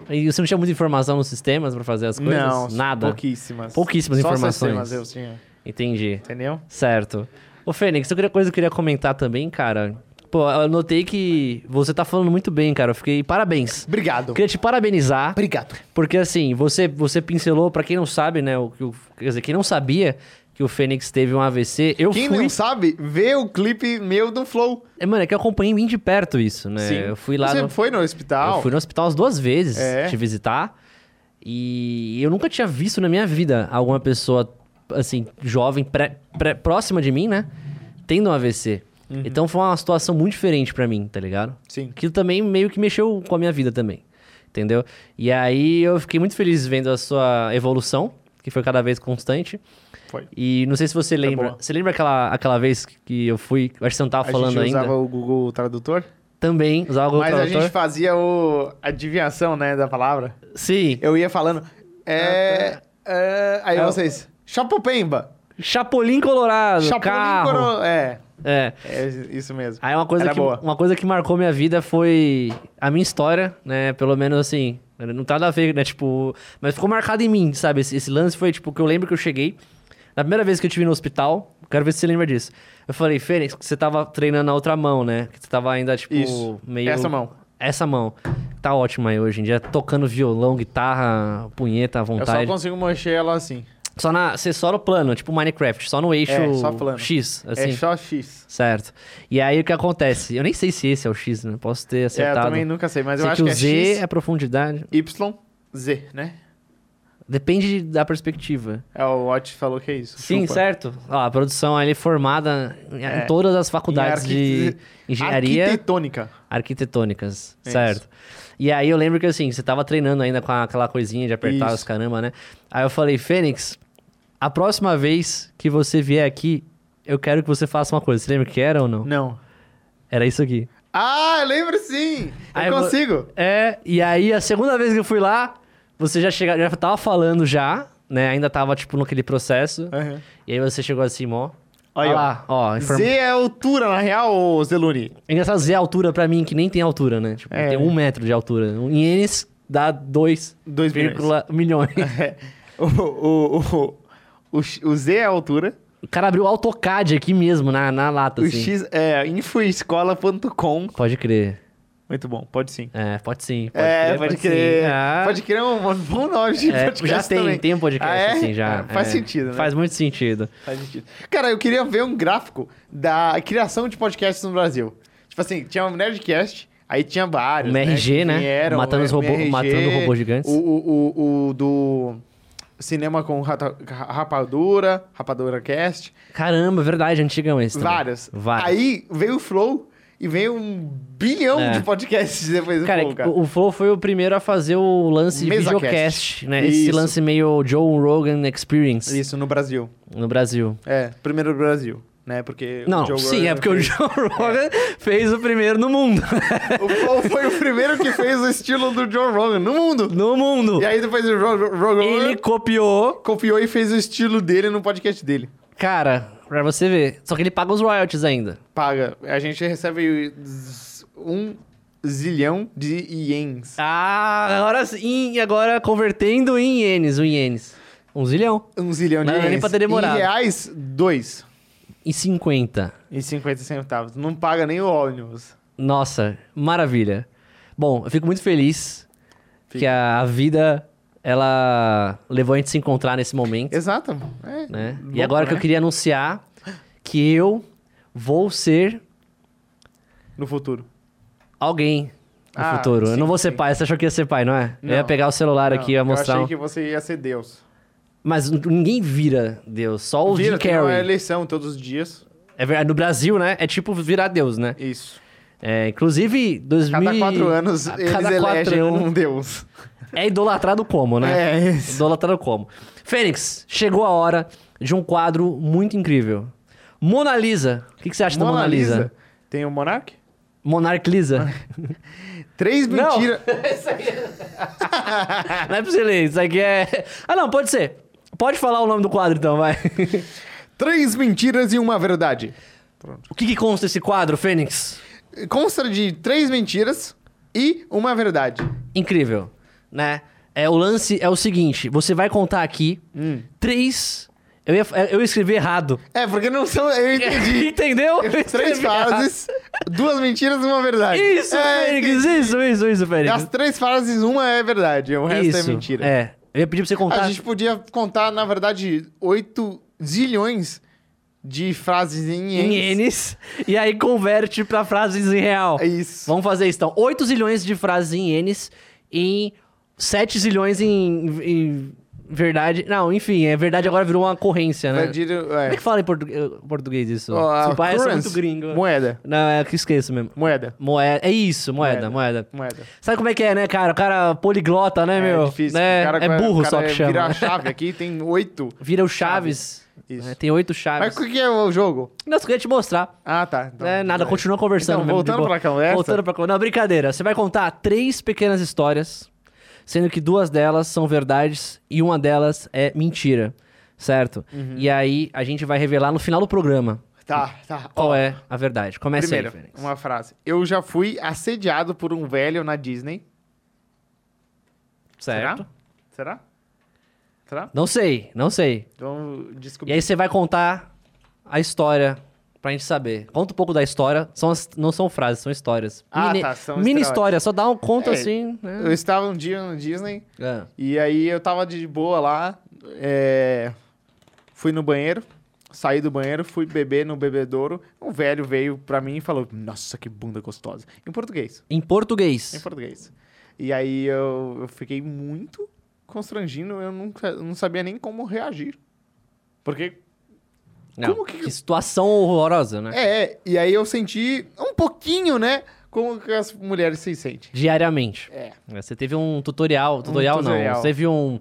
Speaker 1: E você não tinha muita informação nos sistemas pra fazer as coisas?
Speaker 2: Não, um
Speaker 1: Nada.
Speaker 2: Pouquíssimas.
Speaker 1: Pouquíssimas
Speaker 2: Só
Speaker 1: informações.
Speaker 2: sistemas eu tinha,
Speaker 1: Entendi.
Speaker 2: entendeu?
Speaker 1: Certo. Ô, Fênix, outra coisa que eu queria comentar também, cara. Pô, eu notei que você tá falando muito bem, cara. Eu fiquei. Parabéns.
Speaker 2: Obrigado.
Speaker 1: Eu queria te parabenizar.
Speaker 2: Obrigado.
Speaker 1: Porque assim, você, você pincelou, pra quem não sabe, né? O, que o- quer dizer, quem não sabia que o Fênix teve um AVC, eu
Speaker 2: Quem
Speaker 1: fui.
Speaker 2: não sabe, vê o clipe meu do Flow.
Speaker 1: É, Mano, é que eu acompanhei bem de perto isso, né?
Speaker 2: Sim.
Speaker 1: Eu fui lá
Speaker 2: Você
Speaker 1: no.
Speaker 2: foi no hospital?
Speaker 1: Eu fui no hospital as duas vezes
Speaker 2: É.
Speaker 1: te visitar. E eu nunca tinha visto na minha vida alguma pessoa, assim, jovem, pré- pré- próxima de mim, né? Tendo um AVC.
Speaker 2: Uhum.
Speaker 1: Então foi uma situação muito diferente pra mim, tá ligado?
Speaker 2: Sim.
Speaker 1: Aquilo também meio que mexeu com a minha vida também. Entendeu? E aí eu fiquei muito feliz vendo a sua evolução, que foi cada vez constante.
Speaker 2: Foi.
Speaker 1: E não sei se você lembra.
Speaker 2: boa.
Speaker 1: você lembra aquela, aquela vez que eu fui? Eu acho que você não tava
Speaker 2: A
Speaker 1: falando
Speaker 2: gente
Speaker 1: ainda.
Speaker 2: usava o Google Tradutor.
Speaker 1: Também, usava o Google
Speaker 2: mas
Speaker 1: Tradutor.
Speaker 2: a gente fazia o... a adivinhação, né, da palavra.
Speaker 1: Sim.
Speaker 2: Eu ia falando... É... é, aí
Speaker 1: Ah, É o-
Speaker 2: vocês... Chapopemba.
Speaker 1: Chapolin Colorado, carro.
Speaker 2: Coro- É,
Speaker 1: É.
Speaker 2: é isso mesmo.
Speaker 1: Aí uma coisa,
Speaker 2: Era
Speaker 1: que,
Speaker 2: boa.
Speaker 1: uma coisa que marcou minha vida foi a minha história, né? Pelo menos assim, não tá nada a ver, né? Tipo, mas ficou marcado em mim, sabe? Esse, esse lance foi tipo que eu lembro que eu cheguei. Na primeira vez que eu te vi no hospital, quero ver se você lembra disso. Eu falei, Fênix, que você tava treinando na outra mão, né? Que você tava ainda, tipo,
Speaker 2: Isso.
Speaker 1: meio.
Speaker 2: Essa mão.
Speaker 1: Essa mão. Tá ótima aí hoje em dia, tocando violão, guitarra, punheta à
Speaker 2: Eu É só
Speaker 1: vontade.
Speaker 2: consigo mexer ela assim.
Speaker 1: Só na acessório plano, tipo Minecraft, só no eixo
Speaker 2: É, só plano.
Speaker 1: X, assim.
Speaker 2: É só X.
Speaker 1: Certo. E aí o que acontece? Eu nem sei se esse é o X, né? Posso ter
Speaker 2: É, eu
Speaker 1: acertado.
Speaker 2: também nunca sei, mas
Speaker 1: sei
Speaker 2: eu
Speaker 1: que
Speaker 2: acho
Speaker 1: o
Speaker 2: que é
Speaker 1: Z
Speaker 2: X,
Speaker 1: é a profundidade.
Speaker 2: Y, Z, né?
Speaker 1: Depende da perspectiva.
Speaker 2: É, o Watch falou que é isso.
Speaker 1: Sim,
Speaker 2: chupa.
Speaker 1: certo. Ó, a produção ali é formada em
Speaker 2: É.
Speaker 1: em todas as faculdades
Speaker 2: Em
Speaker 1: de engenharia
Speaker 2: Arquitetônica.
Speaker 1: arquitetônicas,
Speaker 2: É
Speaker 1: certo?
Speaker 2: isso.
Speaker 1: E aí eu lembro que assim, você tava treinando ainda com aquela coisinha de apertar
Speaker 2: Isso.
Speaker 1: os caramba, né? Aí eu falei, Fênix, a próxima vez que você vier aqui, eu quero que você faça uma coisa. Você lembra o que era ou não?
Speaker 2: Não.
Speaker 1: Era isso aqui.
Speaker 2: Ah, eu lembro sim!
Speaker 1: Aí
Speaker 2: eu
Speaker 1: vo-
Speaker 2: consigo!
Speaker 1: É, e aí a segunda vez que eu fui lá, você já chega, já tava falando já, né? Ainda tava, tipo, naquele processo.
Speaker 2: Aham.
Speaker 1: E aí você chegou assim, ó.
Speaker 2: É. Aí,
Speaker 1: Olha
Speaker 2: ó.
Speaker 1: lá, ó. Inform...
Speaker 2: Z é altura, na real, ô Zeluni?
Speaker 1: Engraçado Z é a altura pra mim, que nem tem altura, né? Tipo,
Speaker 2: É.
Speaker 1: tem um metro de altura. Em Enes dá 2,1
Speaker 2: 2 milhões.
Speaker 1: milhões.
Speaker 2: É. O, o, o, o, X- o Z é a altura,
Speaker 1: o cara abriu AutoCAD aqui mesmo, na, na lata,
Speaker 2: o
Speaker 1: assim.
Speaker 2: X é infoescola.com.
Speaker 1: Pode crer.
Speaker 2: Muito bom, pode sim.
Speaker 1: É, pode sim. Pode
Speaker 2: é, pode
Speaker 1: sim.
Speaker 2: crer.
Speaker 1: Ah.
Speaker 2: Pode crer é um bom nome de
Speaker 1: É,
Speaker 2: podcast
Speaker 1: já tem,
Speaker 2: também.
Speaker 1: tem um podcast
Speaker 2: Ah, é?
Speaker 1: assim já.
Speaker 2: Ah, Faz
Speaker 1: é.
Speaker 2: sentido, né?
Speaker 1: Faz muito sentido.
Speaker 2: Faz sentido. Cara, eu queria ver um gráfico da criação de podcasts no Brasil. Tipo assim, tinha um Nerdcast, aí tinha vários.
Speaker 1: O MRG, né?
Speaker 2: que vieram,
Speaker 1: Matando os robô-
Speaker 2: MRG,
Speaker 1: matando robôs gigantes.
Speaker 2: O, o, o, o do Cinema com rata- ra- Rapadura, Rapadura Cast,
Speaker 1: Caramba, é verdade, antigão esse. também.
Speaker 2: vários.
Speaker 1: Vários.
Speaker 2: Aí veio o Flow e veio um bilhão
Speaker 1: É.
Speaker 2: de podcasts depois do
Speaker 1: Cara, é
Speaker 2: Flow, cara.
Speaker 1: o Flow foi o primeiro a fazer o lance
Speaker 2: Mesa
Speaker 1: videocast,
Speaker 2: cast.
Speaker 1: né? Esse
Speaker 2: Isso.
Speaker 1: lance meio Joe Rogan Experience
Speaker 2: Isso, no Brasil.
Speaker 1: no Brasil.
Speaker 2: É, primeiro do Brasil, né? Porque o
Speaker 1: Não,
Speaker 2: Joe
Speaker 1: sim,
Speaker 2: Rogan
Speaker 1: é porque o
Speaker 2: fez-
Speaker 1: Joe Rogan fez o primeiro no mundo.
Speaker 2: O Flow foi o primeiro que fez o estilo do Joe Rogan no mundo.
Speaker 1: no mundo.
Speaker 2: E aí depois o Ro- Ro- Rogan
Speaker 1: Ele copiou,
Speaker 2: copiou e fez o estilo dele no podcast dele.
Speaker 1: cara, pra você ver. Só que ele paga os royalties ainda.
Speaker 2: Paga. A gente recebe z- um zilhão de iens.
Speaker 1: Ah, agora sim, e agora convertendo em ienes, um ienes. Um zilhão.
Speaker 2: Um zilhão de
Speaker 1: Não, é
Speaker 2: ienes.
Speaker 1: nem pra ter demorado.
Speaker 2: Em reais, dois.
Speaker 1: E 50.
Speaker 2: E 50 centavos. Não paga nem o ônibus.
Speaker 1: Nossa, maravilha. Bom, eu fico muito feliz
Speaker 2: Fica.
Speaker 1: que a, a vida ela levou a gente a se encontrar nesse momento,
Speaker 2: Exato. É.
Speaker 1: né?
Speaker 2: Louco,
Speaker 1: e agora que eu
Speaker 2: né?
Speaker 1: queria anunciar que eu vou ser
Speaker 2: No futuro.
Speaker 1: alguém no
Speaker 2: Ah,
Speaker 1: futuro. eu
Speaker 2: sim,
Speaker 1: não vou ser
Speaker 2: sim.
Speaker 1: pai, você achou que ia ser pai, não é? Eu ia
Speaker 2: Não.
Speaker 1: pegar o celular
Speaker 2: Não,
Speaker 1: aqui e ia mostrar.
Speaker 2: Eu
Speaker 1: um-
Speaker 2: achei que você ia ser Deus.
Speaker 1: Mas n- ninguém vira Deus, só o
Speaker 2: Vira,
Speaker 1: Jim
Speaker 2: tem uma
Speaker 1: Carrey.
Speaker 2: eleição todos os dias.
Speaker 1: É verdade, no Brasil, né? É tipo virar Deus, né?
Speaker 2: Isso.
Speaker 1: É, inclusive, 2000
Speaker 2: Cada quatro anos
Speaker 1: a
Speaker 2: eles
Speaker 1: cada quatro
Speaker 2: elegem
Speaker 1: anos.
Speaker 2: um deus.
Speaker 1: É idolatrado como, né?
Speaker 2: É, isso.
Speaker 1: Idolatrado como. Fênix, chegou a hora de um quadro muito incrível. Mona Lisa. O que, que você acha da Mona Lisa?
Speaker 2: Tem um o Monark?
Speaker 1: Monarch Lisa.
Speaker 2: Três
Speaker 1: Não.
Speaker 2: mentiras.
Speaker 1: não é pra você ler, isso aqui é... Ah, não, pode ser. Pode falar o nome do quadro, então, vai.
Speaker 2: Três mentiras e uma verdade.
Speaker 1: o que, que consta esse quadro, Fênix?
Speaker 2: Consta de três mentiras e uma verdade.
Speaker 1: Incrível, né? É, o lance é o seguinte, você vai contar aqui três... Eu, ia, eu escrevi errado.
Speaker 2: É, porque não são. Eu entendi.
Speaker 1: Entendeu? Eu
Speaker 2: três
Speaker 1: escrevi errado.
Speaker 2: frases, duas mentiras e uma verdade.
Speaker 1: é Isso,
Speaker 2: é,
Speaker 1: Fênix, isso, isso, isso, Fênix.
Speaker 2: As três frases, uma é verdade, o resto
Speaker 1: Isso,
Speaker 2: é mentira.
Speaker 1: É. Eu ia pedir pra você contar.
Speaker 2: A gente podia contar, na verdade, oito zilhões de frases em
Speaker 1: em
Speaker 2: ienes.
Speaker 1: ienes e aí converte pra frases em real.
Speaker 2: É isso.
Speaker 1: Vamos fazer isso então. 8 zilhões de frases em ienes em 7 zilhões em, em verdade. Não, enfim, é verdade agora virou uma corrência, né?
Speaker 2: Verdade,
Speaker 1: Como é
Speaker 2: é.
Speaker 1: que fala em portu- eh, português isso?
Speaker 2: Ó, a
Speaker 1: Se pá, eu sou
Speaker 2: currency,
Speaker 1: muito gringo.
Speaker 2: Moeda.
Speaker 1: Não, é que eu esqueço mesmo.
Speaker 2: Moeda.
Speaker 1: Moeda. É isso, moeda, moeda.
Speaker 2: Moeda.
Speaker 1: Sabe como é que é, né, cara? O cara poliglota, né, meu?
Speaker 2: É difícil.
Speaker 1: Né?
Speaker 2: O cara-
Speaker 1: é burro
Speaker 2: o cara
Speaker 1: só que chama.
Speaker 2: Vira
Speaker 1: Vira,
Speaker 2: a chave aqui, tem oito.
Speaker 1: o Chaves.
Speaker 2: Isso.
Speaker 1: né? Tem oito Chaves.
Speaker 2: Mas o que é o jogo?
Speaker 1: Não, só queria te mostrar.
Speaker 2: Ah, tá. Então,
Speaker 1: É, nada, continua conversando.
Speaker 2: Então,
Speaker 1: mesmo, de
Speaker 2: voltando
Speaker 1: boa.
Speaker 2: pra conversa.
Speaker 1: Voltando pra conversa. Não, brincadeira. Você vai contar três pequenas histórias, sendo que duas delas são verdades e uma delas é mentira, certo?
Speaker 2: Uhum.
Speaker 1: E aí a gente vai revelar no final do programa
Speaker 2: Tá, tá.
Speaker 1: qual
Speaker 2: Ó,
Speaker 1: é a verdade. Começa
Speaker 2: Primeiro,
Speaker 1: aí, Fênix.
Speaker 2: uma frase. Eu já fui assediado por um velho na Disney.
Speaker 1: Certo?
Speaker 2: Será? Será? Será?
Speaker 1: Não sei, não sei.
Speaker 2: Então,
Speaker 1: E
Speaker 2: descobri.
Speaker 1: aí você vai contar a história pra gente saber. Conta um pouco da história. São as- não são frases, são histórias.
Speaker 2: Ah, tá, são
Speaker 1: Mini
Speaker 2: histórias.
Speaker 1: história, só dá um conto
Speaker 2: É,
Speaker 1: assim. né?
Speaker 2: Eu estava um dia na Disney
Speaker 1: É.
Speaker 2: e aí eu tava de boa lá. é, Fui no banheiro, saí do banheiro, fui beber no bebedouro. Um velho veio pra mim e falou: Nossa, que bunda gostosa. Em português.
Speaker 1: Em português.
Speaker 2: Em português. E aí eu, eu fiquei muito constrangido, eu nunca, eu não sabia nem como reagir. Porque.
Speaker 1: Não,
Speaker 2: Como que-
Speaker 1: que situação horrorosa, né?
Speaker 2: É, é, e aí eu senti um pouquinho, né? Como que as mulheres se sentem.
Speaker 1: Diariamente.
Speaker 2: É.
Speaker 1: Você teve um tutorial, tutorial não,
Speaker 2: tutorial.
Speaker 1: você teve um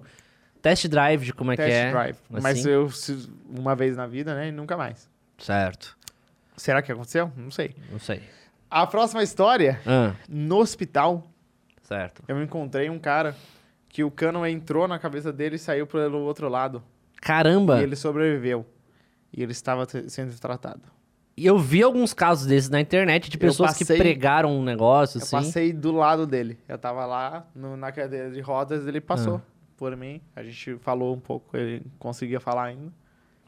Speaker 1: test drive de como é que
Speaker 2: Test
Speaker 1: é.
Speaker 2: drive.
Speaker 1: assim.
Speaker 2: Mas eu, se- uma vez na vida, né? E nunca mais.
Speaker 1: Certo,
Speaker 2: Será que aconteceu? Não sei.
Speaker 1: não sei.
Speaker 2: A próxima história,
Speaker 1: Ah,
Speaker 2: no hospital,
Speaker 1: certo.
Speaker 2: eu encontrei um cara que o cano entrou na cabeça dele e saiu pelo outro lado.
Speaker 1: Caramba!
Speaker 2: E ele sobreviveu. E ele estava t- sendo tratado.
Speaker 1: E eu vi alguns casos desses na internet de
Speaker 2: Eu
Speaker 1: pessoas que
Speaker 2: passei-
Speaker 1: pregaram um negócio,
Speaker 2: Eu
Speaker 1: assim.
Speaker 2: passei do lado dele. Eu tava lá no- na cadeira de rodas, ele passou por mim. A gente falou um pouco, ele conseguia falar ainda.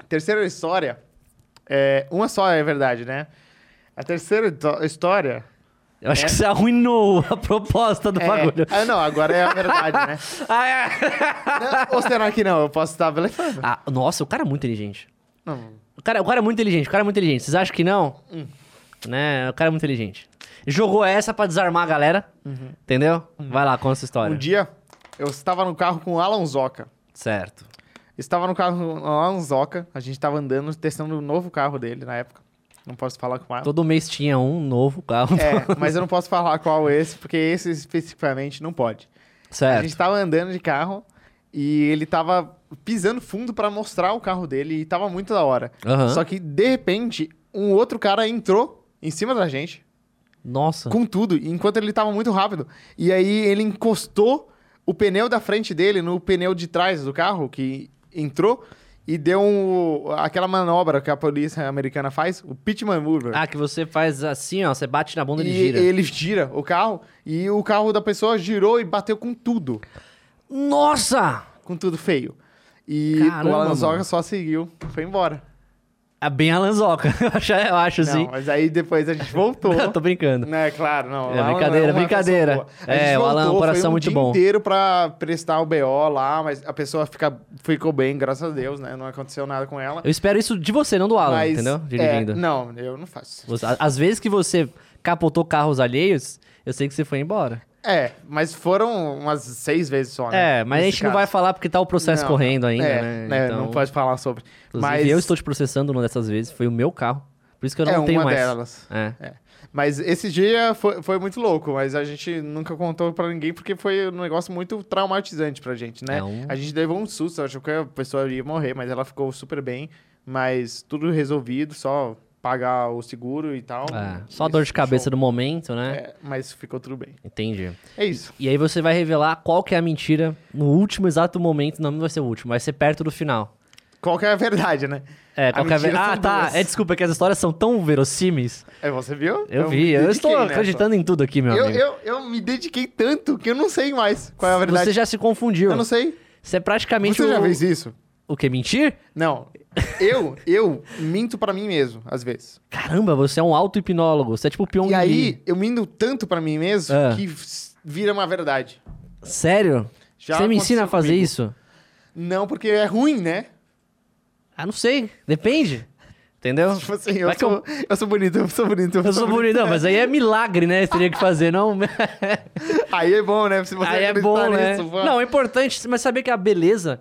Speaker 2: Terceira história. é, uma só é verdade, né? A terceira histó- história.
Speaker 1: Eu acho que você arruinou a proposta do
Speaker 2: é-
Speaker 1: bagulho.
Speaker 2: Ah, não, agora é a verdade, né?
Speaker 1: Ah, é.
Speaker 2: Não, ou será que não? Eu posso estar blefando?
Speaker 1: Ah, nossa, o cara é muito inteligente.
Speaker 2: Não.
Speaker 1: O cara, o cara é muito inteligente, o cara é muito inteligente. Vocês acham que não?
Speaker 2: Hum.
Speaker 1: Né? O cara é muito inteligente. Jogou essa pra desarmar a galera, entendeu? Vai lá, conta essa história.
Speaker 2: Um Uhum. dia, eu estava no carro com o Alan Zoca.
Speaker 1: Certo.
Speaker 2: Estava no carro com o Alan Zoca. A gente estava andando, testando o novo carro dele na época. Não posso falar com o Alan.
Speaker 1: Todo mês tinha um novo carro.
Speaker 2: Ah. É, mas eu não posso falar qual esse, porque esse especificamente não pode. A
Speaker 1: certo.
Speaker 2: gente tava andando de carro e ele tava pisando fundo pra mostrar o carro dele e tava muito da hora.
Speaker 1: Aham.
Speaker 2: Só que, de repente, um outro cara entrou em cima da gente,
Speaker 1: Nossa.
Speaker 2: com tudo, enquanto ele tava muito rápido. E aí ele encostou o pneu da frente dele no pneu de trás do carro que entrou e deu um- aquela manobra que a polícia americana faz, o pit maneuver.
Speaker 1: Ah, que você faz assim, ó. Você bate na bunda e
Speaker 2: E
Speaker 1: ele gira.
Speaker 2: ele gira o carro e o carro da pessoa girou e bateu com tudo.
Speaker 1: Nossa!
Speaker 2: Com tudo feio. E
Speaker 1: Caramba,
Speaker 2: o Alan Zoca
Speaker 1: mano.
Speaker 2: só seguiu, foi embora.
Speaker 1: É bem Alanzoca, eu acho, eu acho
Speaker 2: Não, é
Speaker 1: assim.
Speaker 2: mas aí depois a gente voltou.
Speaker 1: Eu tô brincando.
Speaker 2: Né, claro, não.
Speaker 1: É,
Speaker 2: o Alan
Speaker 1: brincadeira,
Speaker 2: uma
Speaker 1: brincadeira.
Speaker 2: pessoa boa. A gente
Speaker 1: É, o Alan é um
Speaker 2: voltou,
Speaker 1: coração
Speaker 2: foi um
Speaker 1: muito
Speaker 2: dia
Speaker 1: bom.
Speaker 2: inteiro pra prestar o BO lá, mas a pessoa fica, ficou bem, graças a Deus, né? Não aconteceu nada com ela.
Speaker 1: Eu espero isso de você, não do Alan,
Speaker 2: mas,
Speaker 1: entendeu? Dirigindo.
Speaker 2: É, não, eu não faço.
Speaker 1: Você- a- Às vezes que você capotou carros alheios, eu sei que você foi embora.
Speaker 2: É, mas foram umas seis vezes só, né?
Speaker 1: É, mas a
Speaker 2: nesse
Speaker 1: gente não
Speaker 2: caso.
Speaker 1: vai falar porque tá o processo
Speaker 2: Não,
Speaker 1: correndo ainda,
Speaker 2: é,
Speaker 1: né?
Speaker 2: é,
Speaker 1: Então,
Speaker 2: não pode falar sobre.
Speaker 1: inclusive,
Speaker 2: mas
Speaker 1: eu estou te processando uma dessas vezes, foi o meu carro. Por isso que eu não
Speaker 2: é
Speaker 1: tenho
Speaker 2: uma
Speaker 1: mais.
Speaker 2: delas.
Speaker 1: É.
Speaker 2: Mas esse dia foi, foi muito louco, mas a gente nunca contou pra ninguém porque foi um negócio muito traumatizante pra gente, né?
Speaker 1: É um-
Speaker 2: A gente levou um susto, achou que a pessoa ia morrer, mas ela ficou super bem, mas tudo resolvido, só pagar o seguro e tal.
Speaker 1: É, Só dor de cabeça no momento, né?
Speaker 2: Então, É, mas ficou tudo bem.
Speaker 1: Entendi.
Speaker 2: É isso.
Speaker 1: E aí você vai revelar qual que é a mentira no último exato momento. Não, não vai ser o último, vai ser perto do final.
Speaker 2: Qual que é a verdade, né?
Speaker 1: É,
Speaker 2: A
Speaker 1: qualquer vez.
Speaker 2: mentira
Speaker 1: Ah,
Speaker 2: são
Speaker 1: tá.
Speaker 2: duas.
Speaker 1: É desculpa, é que as histórias são tão verossímeis.
Speaker 2: É, você viu?
Speaker 1: Eu
Speaker 2: me
Speaker 1: vi, eu
Speaker 2: dediquei
Speaker 1: estou
Speaker 2: nessa.
Speaker 1: acreditando em tudo aqui, meu
Speaker 2: é, né? Eu,
Speaker 1: amigo.
Speaker 2: eu, eu me dediquei tanto que eu não sei mais qual é a verdade.
Speaker 1: Você já se confundiu.
Speaker 2: Eu não sei.
Speaker 1: Você é praticamente
Speaker 2: Você
Speaker 1: o.
Speaker 2: já fez isso?
Speaker 1: O que? Mentir?
Speaker 2: Não. Eu, eu minto pra mim mesmo, às vezes.
Speaker 1: Caramba, você é um auto-hipnólogo. Você é tipo o Pyong
Speaker 2: E
Speaker 1: Lee.
Speaker 2: aí, eu minto tanto pra mim mesmo
Speaker 1: Ah.
Speaker 2: que s- vira uma verdade.
Speaker 1: Sério?
Speaker 2: Já
Speaker 1: você me ensina a
Speaker 2: aconteceu
Speaker 1: fazer
Speaker 2: comigo.
Speaker 1: isso?
Speaker 2: Não, porque é ruim, né?
Speaker 1: Ah, não sei. Depende. Entendeu?
Speaker 2: Tipo assim, eu,
Speaker 1: Vai que
Speaker 2: sou, eu sou bonito, eu sou bonito.
Speaker 1: Eu sou bonitão, mas aí é milagre, né? Você teria que fazer, não?
Speaker 2: Aí é bom, né? Se você
Speaker 1: aí é
Speaker 2: acreditar
Speaker 1: bom, né?
Speaker 2: nisso, pô.
Speaker 1: Não, é importante, mas saber que a beleza,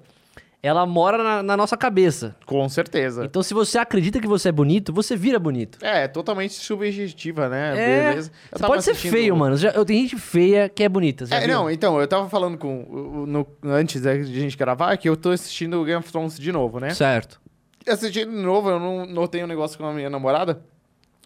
Speaker 1: ela mora na- na nossa cabeça.
Speaker 2: Com certeza.
Speaker 1: Então, se você acredita que você é bonito, você vira bonito.
Speaker 2: É, é totalmente subjetiva, né?
Speaker 1: É.
Speaker 2: Beleza. Eu
Speaker 1: Você
Speaker 2: tava
Speaker 1: pode ser
Speaker 2: assistindo- um-
Speaker 1: feio, mano. Já- eu tenho gente feia que é bonita. você já
Speaker 2: É,
Speaker 1: viu?
Speaker 2: não, então, eu tava falando com. o- o- No, antes da gente gravar, que eu tô assistindo Game of Thrones de novo, né?
Speaker 1: Certo.
Speaker 2: assistindo de novo, eu não notei um negócio com a minha namorada.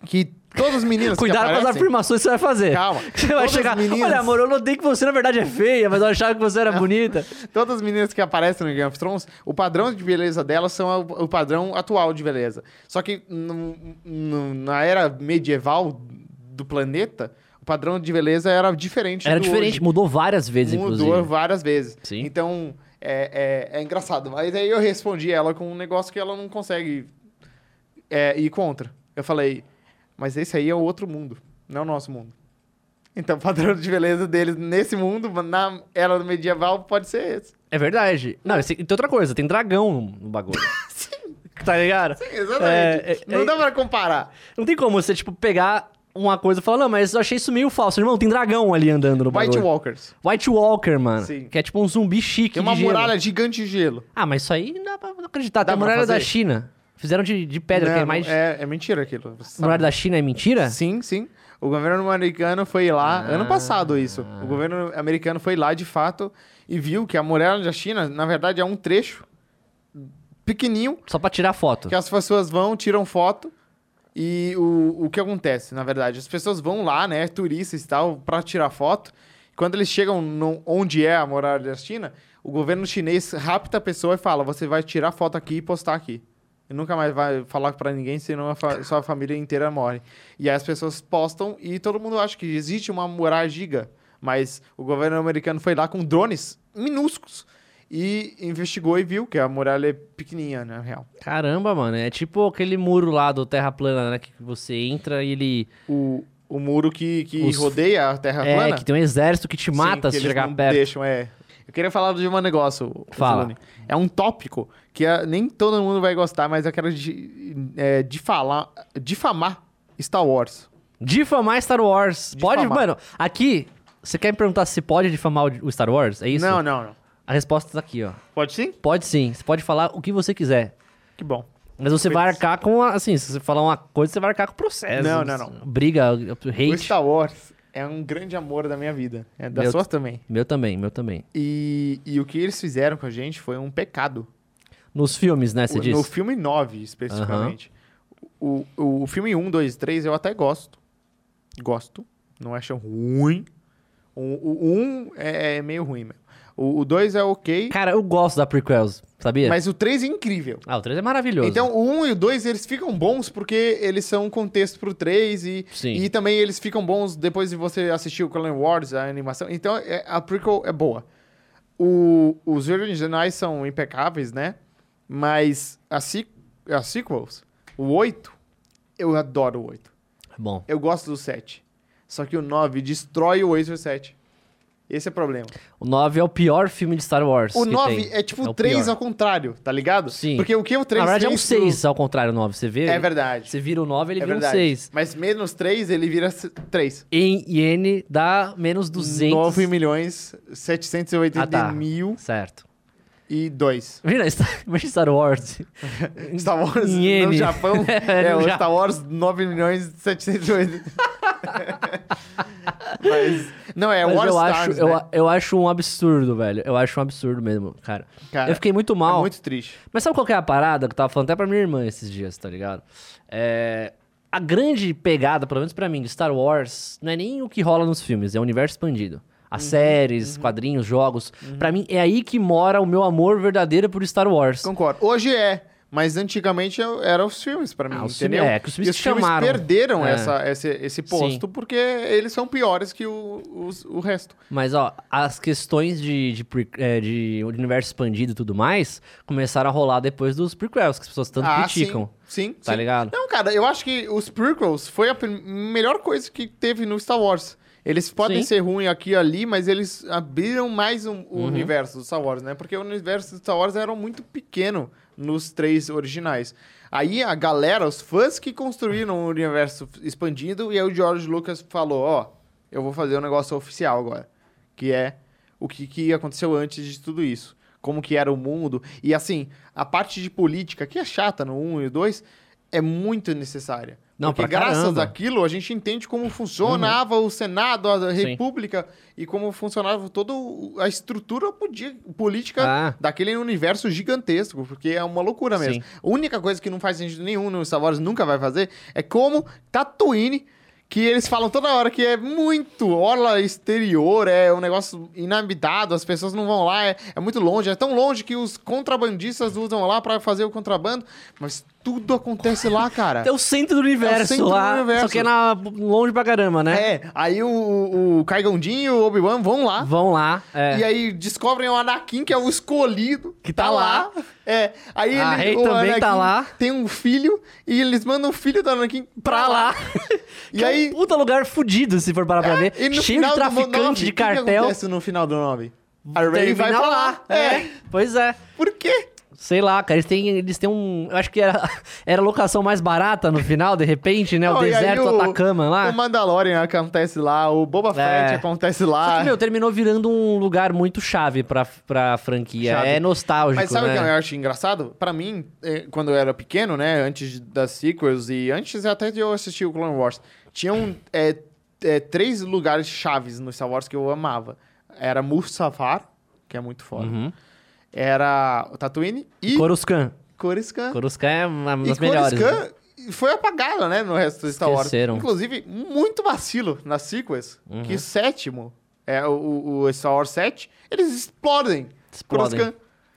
Speaker 2: Que todas as meninas. que
Speaker 1: Cuidado com as
Speaker 2: aparecem,
Speaker 1: afirmações que você vai fazer.
Speaker 2: Calma.
Speaker 1: Você vai
Speaker 2: Todas as
Speaker 1: chegar.
Speaker 2: meninas-
Speaker 1: Olha, amor, eu notei que você na verdade é feia, mas eu achava que você era bonita.
Speaker 2: Todas as meninas que aparecem no Game of Thrones, o padrão de beleza delas são a- o padrão atual de beleza. Só que no- no- na era medieval do planeta, o padrão de beleza era diferente.
Speaker 1: Era
Speaker 2: do
Speaker 1: diferente,
Speaker 2: hoje.
Speaker 1: mudou várias vezes,
Speaker 2: Mudou
Speaker 1: inclusive.
Speaker 2: várias vezes.
Speaker 1: Sim.
Speaker 2: Então, é, é- é engraçado. Mas aí eu respondi ela com um negócio que ela não consegue é, ir contra. Eu falei, mas esse aí é o outro mundo, não é o nosso mundo. Então, o padrão de beleza deles nesse mundo, na era medieval, pode ser esse.
Speaker 1: É verdade. Não, esse- e tem outra coisa, tem dragão no- no bagulho. Tá ligado? É,
Speaker 2: Exatamente.
Speaker 1: é,
Speaker 2: não
Speaker 1: é-
Speaker 2: dá pra comparar.
Speaker 1: Não tem como você, tipo, pegar uma coisa e falar, não, mas eu achei isso meio falso. Irmão, tem dragão ali andando no
Speaker 2: White
Speaker 1: bagulho.
Speaker 2: Walkers.
Speaker 1: White Walker, mano.
Speaker 2: Sim.
Speaker 1: Que é tipo um zumbi chique
Speaker 2: Tem uma
Speaker 1: de gelo.
Speaker 2: muralha gigante de gelo.
Speaker 1: Ah, mas isso aí não dá pra acreditar. Tem
Speaker 2: Dá
Speaker 1: a
Speaker 2: pra
Speaker 1: muralha da
Speaker 2: fazer?
Speaker 1: China. Fizeram de, de pedra,
Speaker 2: Não,
Speaker 1: que é mais...
Speaker 2: é, é mentira aquilo. você sabe.
Speaker 1: Muralha da China é mentira?
Speaker 2: Sim, sim. O governo americano foi lá,
Speaker 1: Ah.
Speaker 2: ano passado isso. O governo americano foi lá de fato e viu que a muralha da China, na verdade, é um trecho pequenininho
Speaker 1: Só pra tirar foto.
Speaker 2: que as pessoas vão, tiram foto E o, o que acontece, na verdade? As pessoas vão lá, né, turistas e tal, pra tirar foto. Quando eles chegam no- onde é a muralha da China, o governo chinês rapta a pessoa e fala: você vai tirar foto aqui e postar aqui. E nunca mais vai falar pra ninguém, senão a fa- sua família inteira morre. E aí as pessoas postam e todo mundo acha que existe uma muralha giga. Mas o governo americano foi lá com drones minúsculos e investigou e viu que a muralha é pequenininha, na real.
Speaker 1: Caramba, mano. É tipo aquele muro lá do Terra Plana, né? Que você entra e ele.
Speaker 2: o, o muro que, que
Speaker 1: Os-
Speaker 2: rodeia a Terra
Speaker 1: é,
Speaker 2: plana.
Speaker 1: que tem um exército que te
Speaker 2: Sim,
Speaker 1: mata
Speaker 2: que
Speaker 1: se
Speaker 2: eles
Speaker 1: chegar
Speaker 2: não
Speaker 1: perto.
Speaker 2: Deixam, é. Eu queria falar de um negócio.
Speaker 1: Fala.
Speaker 2: Zulone. É um tópico que ah, nem todo mundo vai gostar, mas eu quero de, é, de falar, difamar Star Wars.
Speaker 1: Difamar Star Wars. Pode,
Speaker 2: Difamar.
Speaker 1: mano. Aqui, você quer me perguntar se pode difamar o- o Star Wars? É isso?
Speaker 2: Não, não, não.
Speaker 1: A resposta tá aqui, ó.
Speaker 2: Pode sim?
Speaker 1: Pode sim. Você pode falar o que você quiser.
Speaker 2: Que bom.
Speaker 1: Mas você
Speaker 2: Foi
Speaker 1: vai
Speaker 2: isso.
Speaker 1: arcar com, a- assim, se você falar uma coisa, você vai arcar com o processo.
Speaker 2: Não, não, não.
Speaker 1: Briga,
Speaker 2: O
Speaker 1: hate.
Speaker 2: Star Wars é um grande amor da minha vida. É das
Speaker 1: Meu-
Speaker 2: suas também.
Speaker 1: Meu também, meu também.
Speaker 2: E, e o que eles fizeram com a gente foi um pecado.
Speaker 1: Nos filmes, né, você
Speaker 2: O-
Speaker 1: disse?
Speaker 2: No filme 9, especificamente. O, o filme 1, 2, 3 eu até gosto. Gosto. Não acho ruim. O, o 1 é, é meio ruim mesmo. O, o 2 é ok,
Speaker 1: Cara, eu gosto da prequels, sabia?
Speaker 2: mas o 3 é incrível.
Speaker 1: Ah, o 3 é maravilhoso.
Speaker 2: Então, o 1 e o 2, eles ficam bons porque eles são um contexto pro 3 e,
Speaker 1: Sim.
Speaker 2: e também eles ficam bons depois de você assistir o Clone Wars, a animação. Então, é- a prequel é boa. O- os originais são impecáveis, né? Mas as, se- as sequels, o 8, eu adoro o 8.
Speaker 1: Bom.
Speaker 2: Eu gosto do 7. Só que o 9 destrói o 8 e o 7. Esse é o problema.
Speaker 1: O 9 é o pior filme de Star Wars.
Speaker 2: O
Speaker 1: que
Speaker 2: 9
Speaker 1: tem.
Speaker 2: é tipo
Speaker 1: o
Speaker 2: o 3
Speaker 1: pior.
Speaker 2: ao contrário, tá ligado?
Speaker 1: Sim.
Speaker 2: Porque o que o 3
Speaker 1: Na verdade é um
Speaker 2: fez pro-
Speaker 1: 6, ao contrário, o 9. Você vê?
Speaker 2: É verdade.
Speaker 1: Você vira o 9, ele
Speaker 2: É
Speaker 1: vira
Speaker 2: verdade.
Speaker 1: um 6.
Speaker 2: Mas menos 3, ele vira 3.
Speaker 1: Em iene dá menos 200.
Speaker 2: 9 milhões, 780
Speaker 1: Ah, tá.
Speaker 2: mil
Speaker 1: Certo.
Speaker 2: e 2.
Speaker 1: Imagina Star, imagina Star Wars.
Speaker 2: Star Wars
Speaker 1: Em iene.
Speaker 2: no Japão.
Speaker 1: É,
Speaker 2: é,
Speaker 1: no
Speaker 2: o
Speaker 1: Japão.
Speaker 2: Star Wars 9 milhões, 780. Mas, não, é
Speaker 1: Mas
Speaker 2: War
Speaker 1: eu,
Speaker 2: Stars,
Speaker 1: acho,
Speaker 2: né?
Speaker 1: eu, eu acho um absurdo, velho. Eu acho um absurdo mesmo, cara.
Speaker 2: Cara,
Speaker 1: eu fiquei muito
Speaker 2: É
Speaker 1: mal.
Speaker 2: muito triste.
Speaker 1: Mas sabe qual que é a parada que eu tava falando até pra minha irmã esses dias, tá ligado? É, A grande pegada, pelo menos pra mim, de Star Wars, não é nem o que rola nos filmes, é o universo expandido.
Speaker 2: Uhum,
Speaker 1: As séries, quadrinhos, jogos. Pra mim, é aí que mora o meu amor verdadeiro por Star Wars.
Speaker 2: Concordo. Hoje é, mas antigamente eu- eram os filmes pra mim,
Speaker 1: Ah, os filmes-
Speaker 2: entendeu?
Speaker 1: é, que os filmes
Speaker 2: e os
Speaker 1: te
Speaker 2: filmes
Speaker 1: chamaram.
Speaker 2: perderam
Speaker 1: É.
Speaker 2: essa, esse, esse posto porque eles são piores que o, os- o resto.
Speaker 1: Mas, ó, as questões de, de, pre- eh, de universo expandido e tudo mais começaram a rolar depois dos prequels, que as pessoas tanto
Speaker 2: Ah,
Speaker 1: criticam.
Speaker 2: Sim, sim.
Speaker 1: Tá
Speaker 2: sim.
Speaker 1: ligado?
Speaker 2: Não, cara, eu acho que os prequels foi a prim- melhor coisa que teve no Star Wars. Eles
Speaker 1: Sim.
Speaker 2: podem ser ruins aqui e ali, mas eles abriram mais um-
Speaker 1: Uhum.
Speaker 2: o universo do Star Wars, né? Porque o universo do Star Wars era muito pequeno nos três originais. Aí a galera, os fãs que construíram o universo expandido, e aí o George Lucas falou, ó, eu vou fazer um negócio oficial agora, que é o que, que aconteceu antes de tudo isso. Como que era o mundo. E assim, a parte de política, que é chata no 1 e 2, é muito necessária.
Speaker 1: Não,
Speaker 2: Porque
Speaker 1: pra
Speaker 2: graças
Speaker 1: caramba. Uhum.
Speaker 2: àquilo, a gente entende como funcionava o Senado, a República, e como funcionava toda o- a estrutura podia- política
Speaker 1: Ah.
Speaker 2: daquele universo gigantesco, porque é uma loucura mesmo.
Speaker 1: Sim.
Speaker 2: A única coisa que não faz sentido nenhum no Star Wars, nunca vai fazer, é como Tatooine, que eles falam toda hora que é muito orla exterior, é um negócio inabitado, as pessoas não vão lá, é, é muito longe, é tão longe que os contrabandistas usam lá pra fazer o contrabando, mas tudo acontece lá, cara.
Speaker 1: É o centro do universo
Speaker 2: centro do
Speaker 1: lá.
Speaker 2: universo.
Speaker 1: Só que é na, longe pra caramba, né?
Speaker 2: É, aí o, o o Qui-Gon Jinn e o Obi-Wan vão lá,
Speaker 1: Vão lá. É.
Speaker 2: E aí descobrem o Anakin, que é o escolhido.
Speaker 1: Que tá lá.
Speaker 2: É. Aí
Speaker 1: A
Speaker 2: ele
Speaker 1: Rey
Speaker 2: o
Speaker 1: também tá
Speaker 2: Anakin
Speaker 1: lá.
Speaker 2: Tem um filho e eles mandam o filho do Anakin
Speaker 1: pra lá.
Speaker 2: E
Speaker 1: Que é um
Speaker 2: aí- É,
Speaker 1: puta lugar fudido, se for parar pra ver.
Speaker 2: E no
Speaker 1: Cheio de
Speaker 2: final do nove,
Speaker 1: traficante de
Speaker 2: O que que
Speaker 1: cartel.
Speaker 2: acontece no final do 9? A Ray vai
Speaker 1: termina
Speaker 2: pra lá.
Speaker 1: É. Pois é.
Speaker 2: Por quê?
Speaker 1: Sei lá, cara. Eles têm, eles têm um. Eu acho que era, era a locação mais barata no final, de repente, né? O
Speaker 2: Não, e aí
Speaker 1: deserto do Atacama lá.
Speaker 2: O Mandalorian acontece lá, o Boba Fett
Speaker 1: É.
Speaker 2: acontece
Speaker 1: Só
Speaker 2: lá.
Speaker 1: que, meu, terminou virando um lugar muito chave pra, pra franquia.
Speaker 2: Chave.
Speaker 1: É nostálgico,
Speaker 2: Mas sabe o
Speaker 1: né?
Speaker 2: que eu acho engraçado? Pra mim, eh, quando eu era pequeno, né? Antes de- das sequels e antes até de eu assistir o Clone Wars, tinham eh, eh, três lugares chaves no Star Wars que eu amava. Era Mustafar, que é muito foda.
Speaker 1: Uhum.
Speaker 2: Era o Tatooine e
Speaker 1: Coruscant.
Speaker 2: Coruscant.
Speaker 1: Coruscant é uma
Speaker 2: E
Speaker 1: das melhores. né?
Speaker 2: Coruscant e foi apagada, né, no resto do Star Wars.
Speaker 1: Esqueceram. Uhum.
Speaker 2: Inclusive, muito vacilo na sequence, que o sétimo, é o, o Star Wars 7, eles explodem.
Speaker 1: Explodem.
Speaker 2: Coruscant.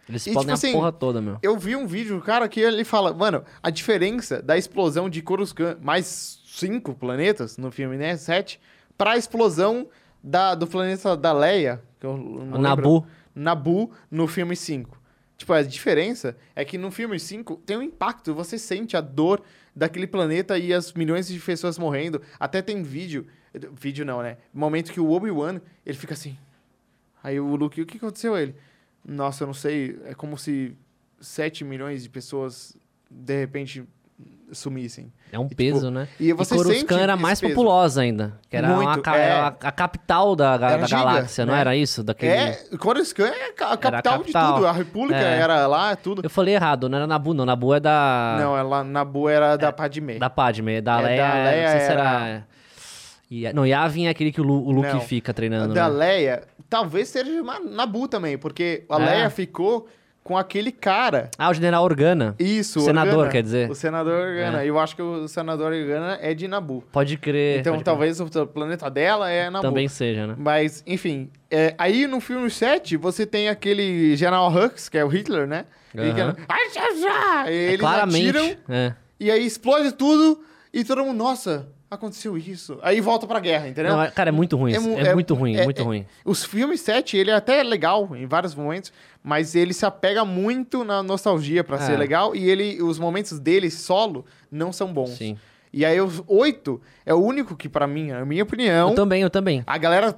Speaker 1: Eles
Speaker 2: E,
Speaker 1: podem
Speaker 2: tipo
Speaker 1: a
Speaker 2: assim,
Speaker 1: porra toda, meu.
Speaker 2: Eu vi um vídeo, cara, que ele fala, mano, a diferença da explosão de Coruscant mais cinco planetas no filme, né, 7, pra explosão da, do planeta da Leia, que eu não lembro-
Speaker 1: Nabu.
Speaker 2: Nabu no filme 5. Tipo, a diferença é que no filme 5 tem um impacto, você sente a dor daquele planeta e as milhões de pessoas morrendo. Até tem vídeo, vídeo não, né? Momento que o Obi-Wan, ele fica assim. Aí o Luke, o que aconteceu a ele? Nossa, eu não sei, é como se 7 milhões de pessoas de repente sumissem.
Speaker 1: É um
Speaker 2: tipo,
Speaker 1: peso, né?
Speaker 2: E
Speaker 1: E
Speaker 2: você sente
Speaker 1: Coruscant era
Speaker 2: esse
Speaker 1: mais
Speaker 2: peso.
Speaker 1: populosa ainda. Que era uma
Speaker 2: Muito,
Speaker 1: ca-
Speaker 2: é.
Speaker 1: a, a capital da, ga-
Speaker 2: Era
Speaker 1: da
Speaker 2: giga,
Speaker 1: galáxia, não
Speaker 2: né?
Speaker 1: era isso? Daquele...
Speaker 2: É, Coruscant é a ca- a capital,
Speaker 1: capital.
Speaker 2: de tudo, a república
Speaker 1: É.
Speaker 2: era lá, tudo.
Speaker 1: Eu falei errado, não era Nabu, não. Nabu é da.
Speaker 2: Não, ela Nabu era da Padmé.
Speaker 1: É, Da Padme, da
Speaker 2: É, da
Speaker 1: Leia. não sei
Speaker 2: Leia
Speaker 1: se era. Ia- Não, Yavin é aquele que o Lu- o Luke
Speaker 2: Não.
Speaker 1: fica treinando.
Speaker 2: da
Speaker 1: né?
Speaker 2: Leia, talvez seja uma Nabu também, porque a
Speaker 1: É.
Speaker 2: Leia ficou com aquele cara.
Speaker 1: Ah, o General Organa.
Speaker 2: Isso,
Speaker 1: O senador,
Speaker 2: Organa.
Speaker 1: quer dizer. É.
Speaker 2: O senador Organa. Eu acho que o senador Organa é de Nabu.
Speaker 1: Pode crer.
Speaker 2: então
Speaker 1: pode
Speaker 2: talvez o planeta dela é Nabu.
Speaker 1: Também seja, né?
Speaker 2: Mas, enfim. é, aí no filme 7, você tem aquele General Hux, que é o Hitler, né? Ele
Speaker 1: Aham.
Speaker 2: que- Ai, já, já!
Speaker 1: É
Speaker 2: Eles
Speaker 1: claramente.
Speaker 2: atiram
Speaker 1: é.
Speaker 2: e aí explode tudo e todo mundo, nossa, aconteceu isso. Aí volta pra guerra, entendeu?
Speaker 1: Não, é- cara, é muito ruim.
Speaker 2: É
Speaker 1: isso.
Speaker 2: mu-
Speaker 1: É,
Speaker 2: é-
Speaker 1: muito ruim,
Speaker 2: é-
Speaker 1: muito
Speaker 2: é-
Speaker 1: ruim.
Speaker 2: Os filmes 7, ele é até legal em vários momentos, mas ele se apega muito na nostalgia pra
Speaker 1: É.
Speaker 2: ser legal e ele os momentos dele solo não são bons.
Speaker 1: Sim.
Speaker 2: E aí os 8 é o único que pra mim, na minha
Speaker 1: Eu
Speaker 2: opinião,
Speaker 1: também, eu também.
Speaker 2: a galera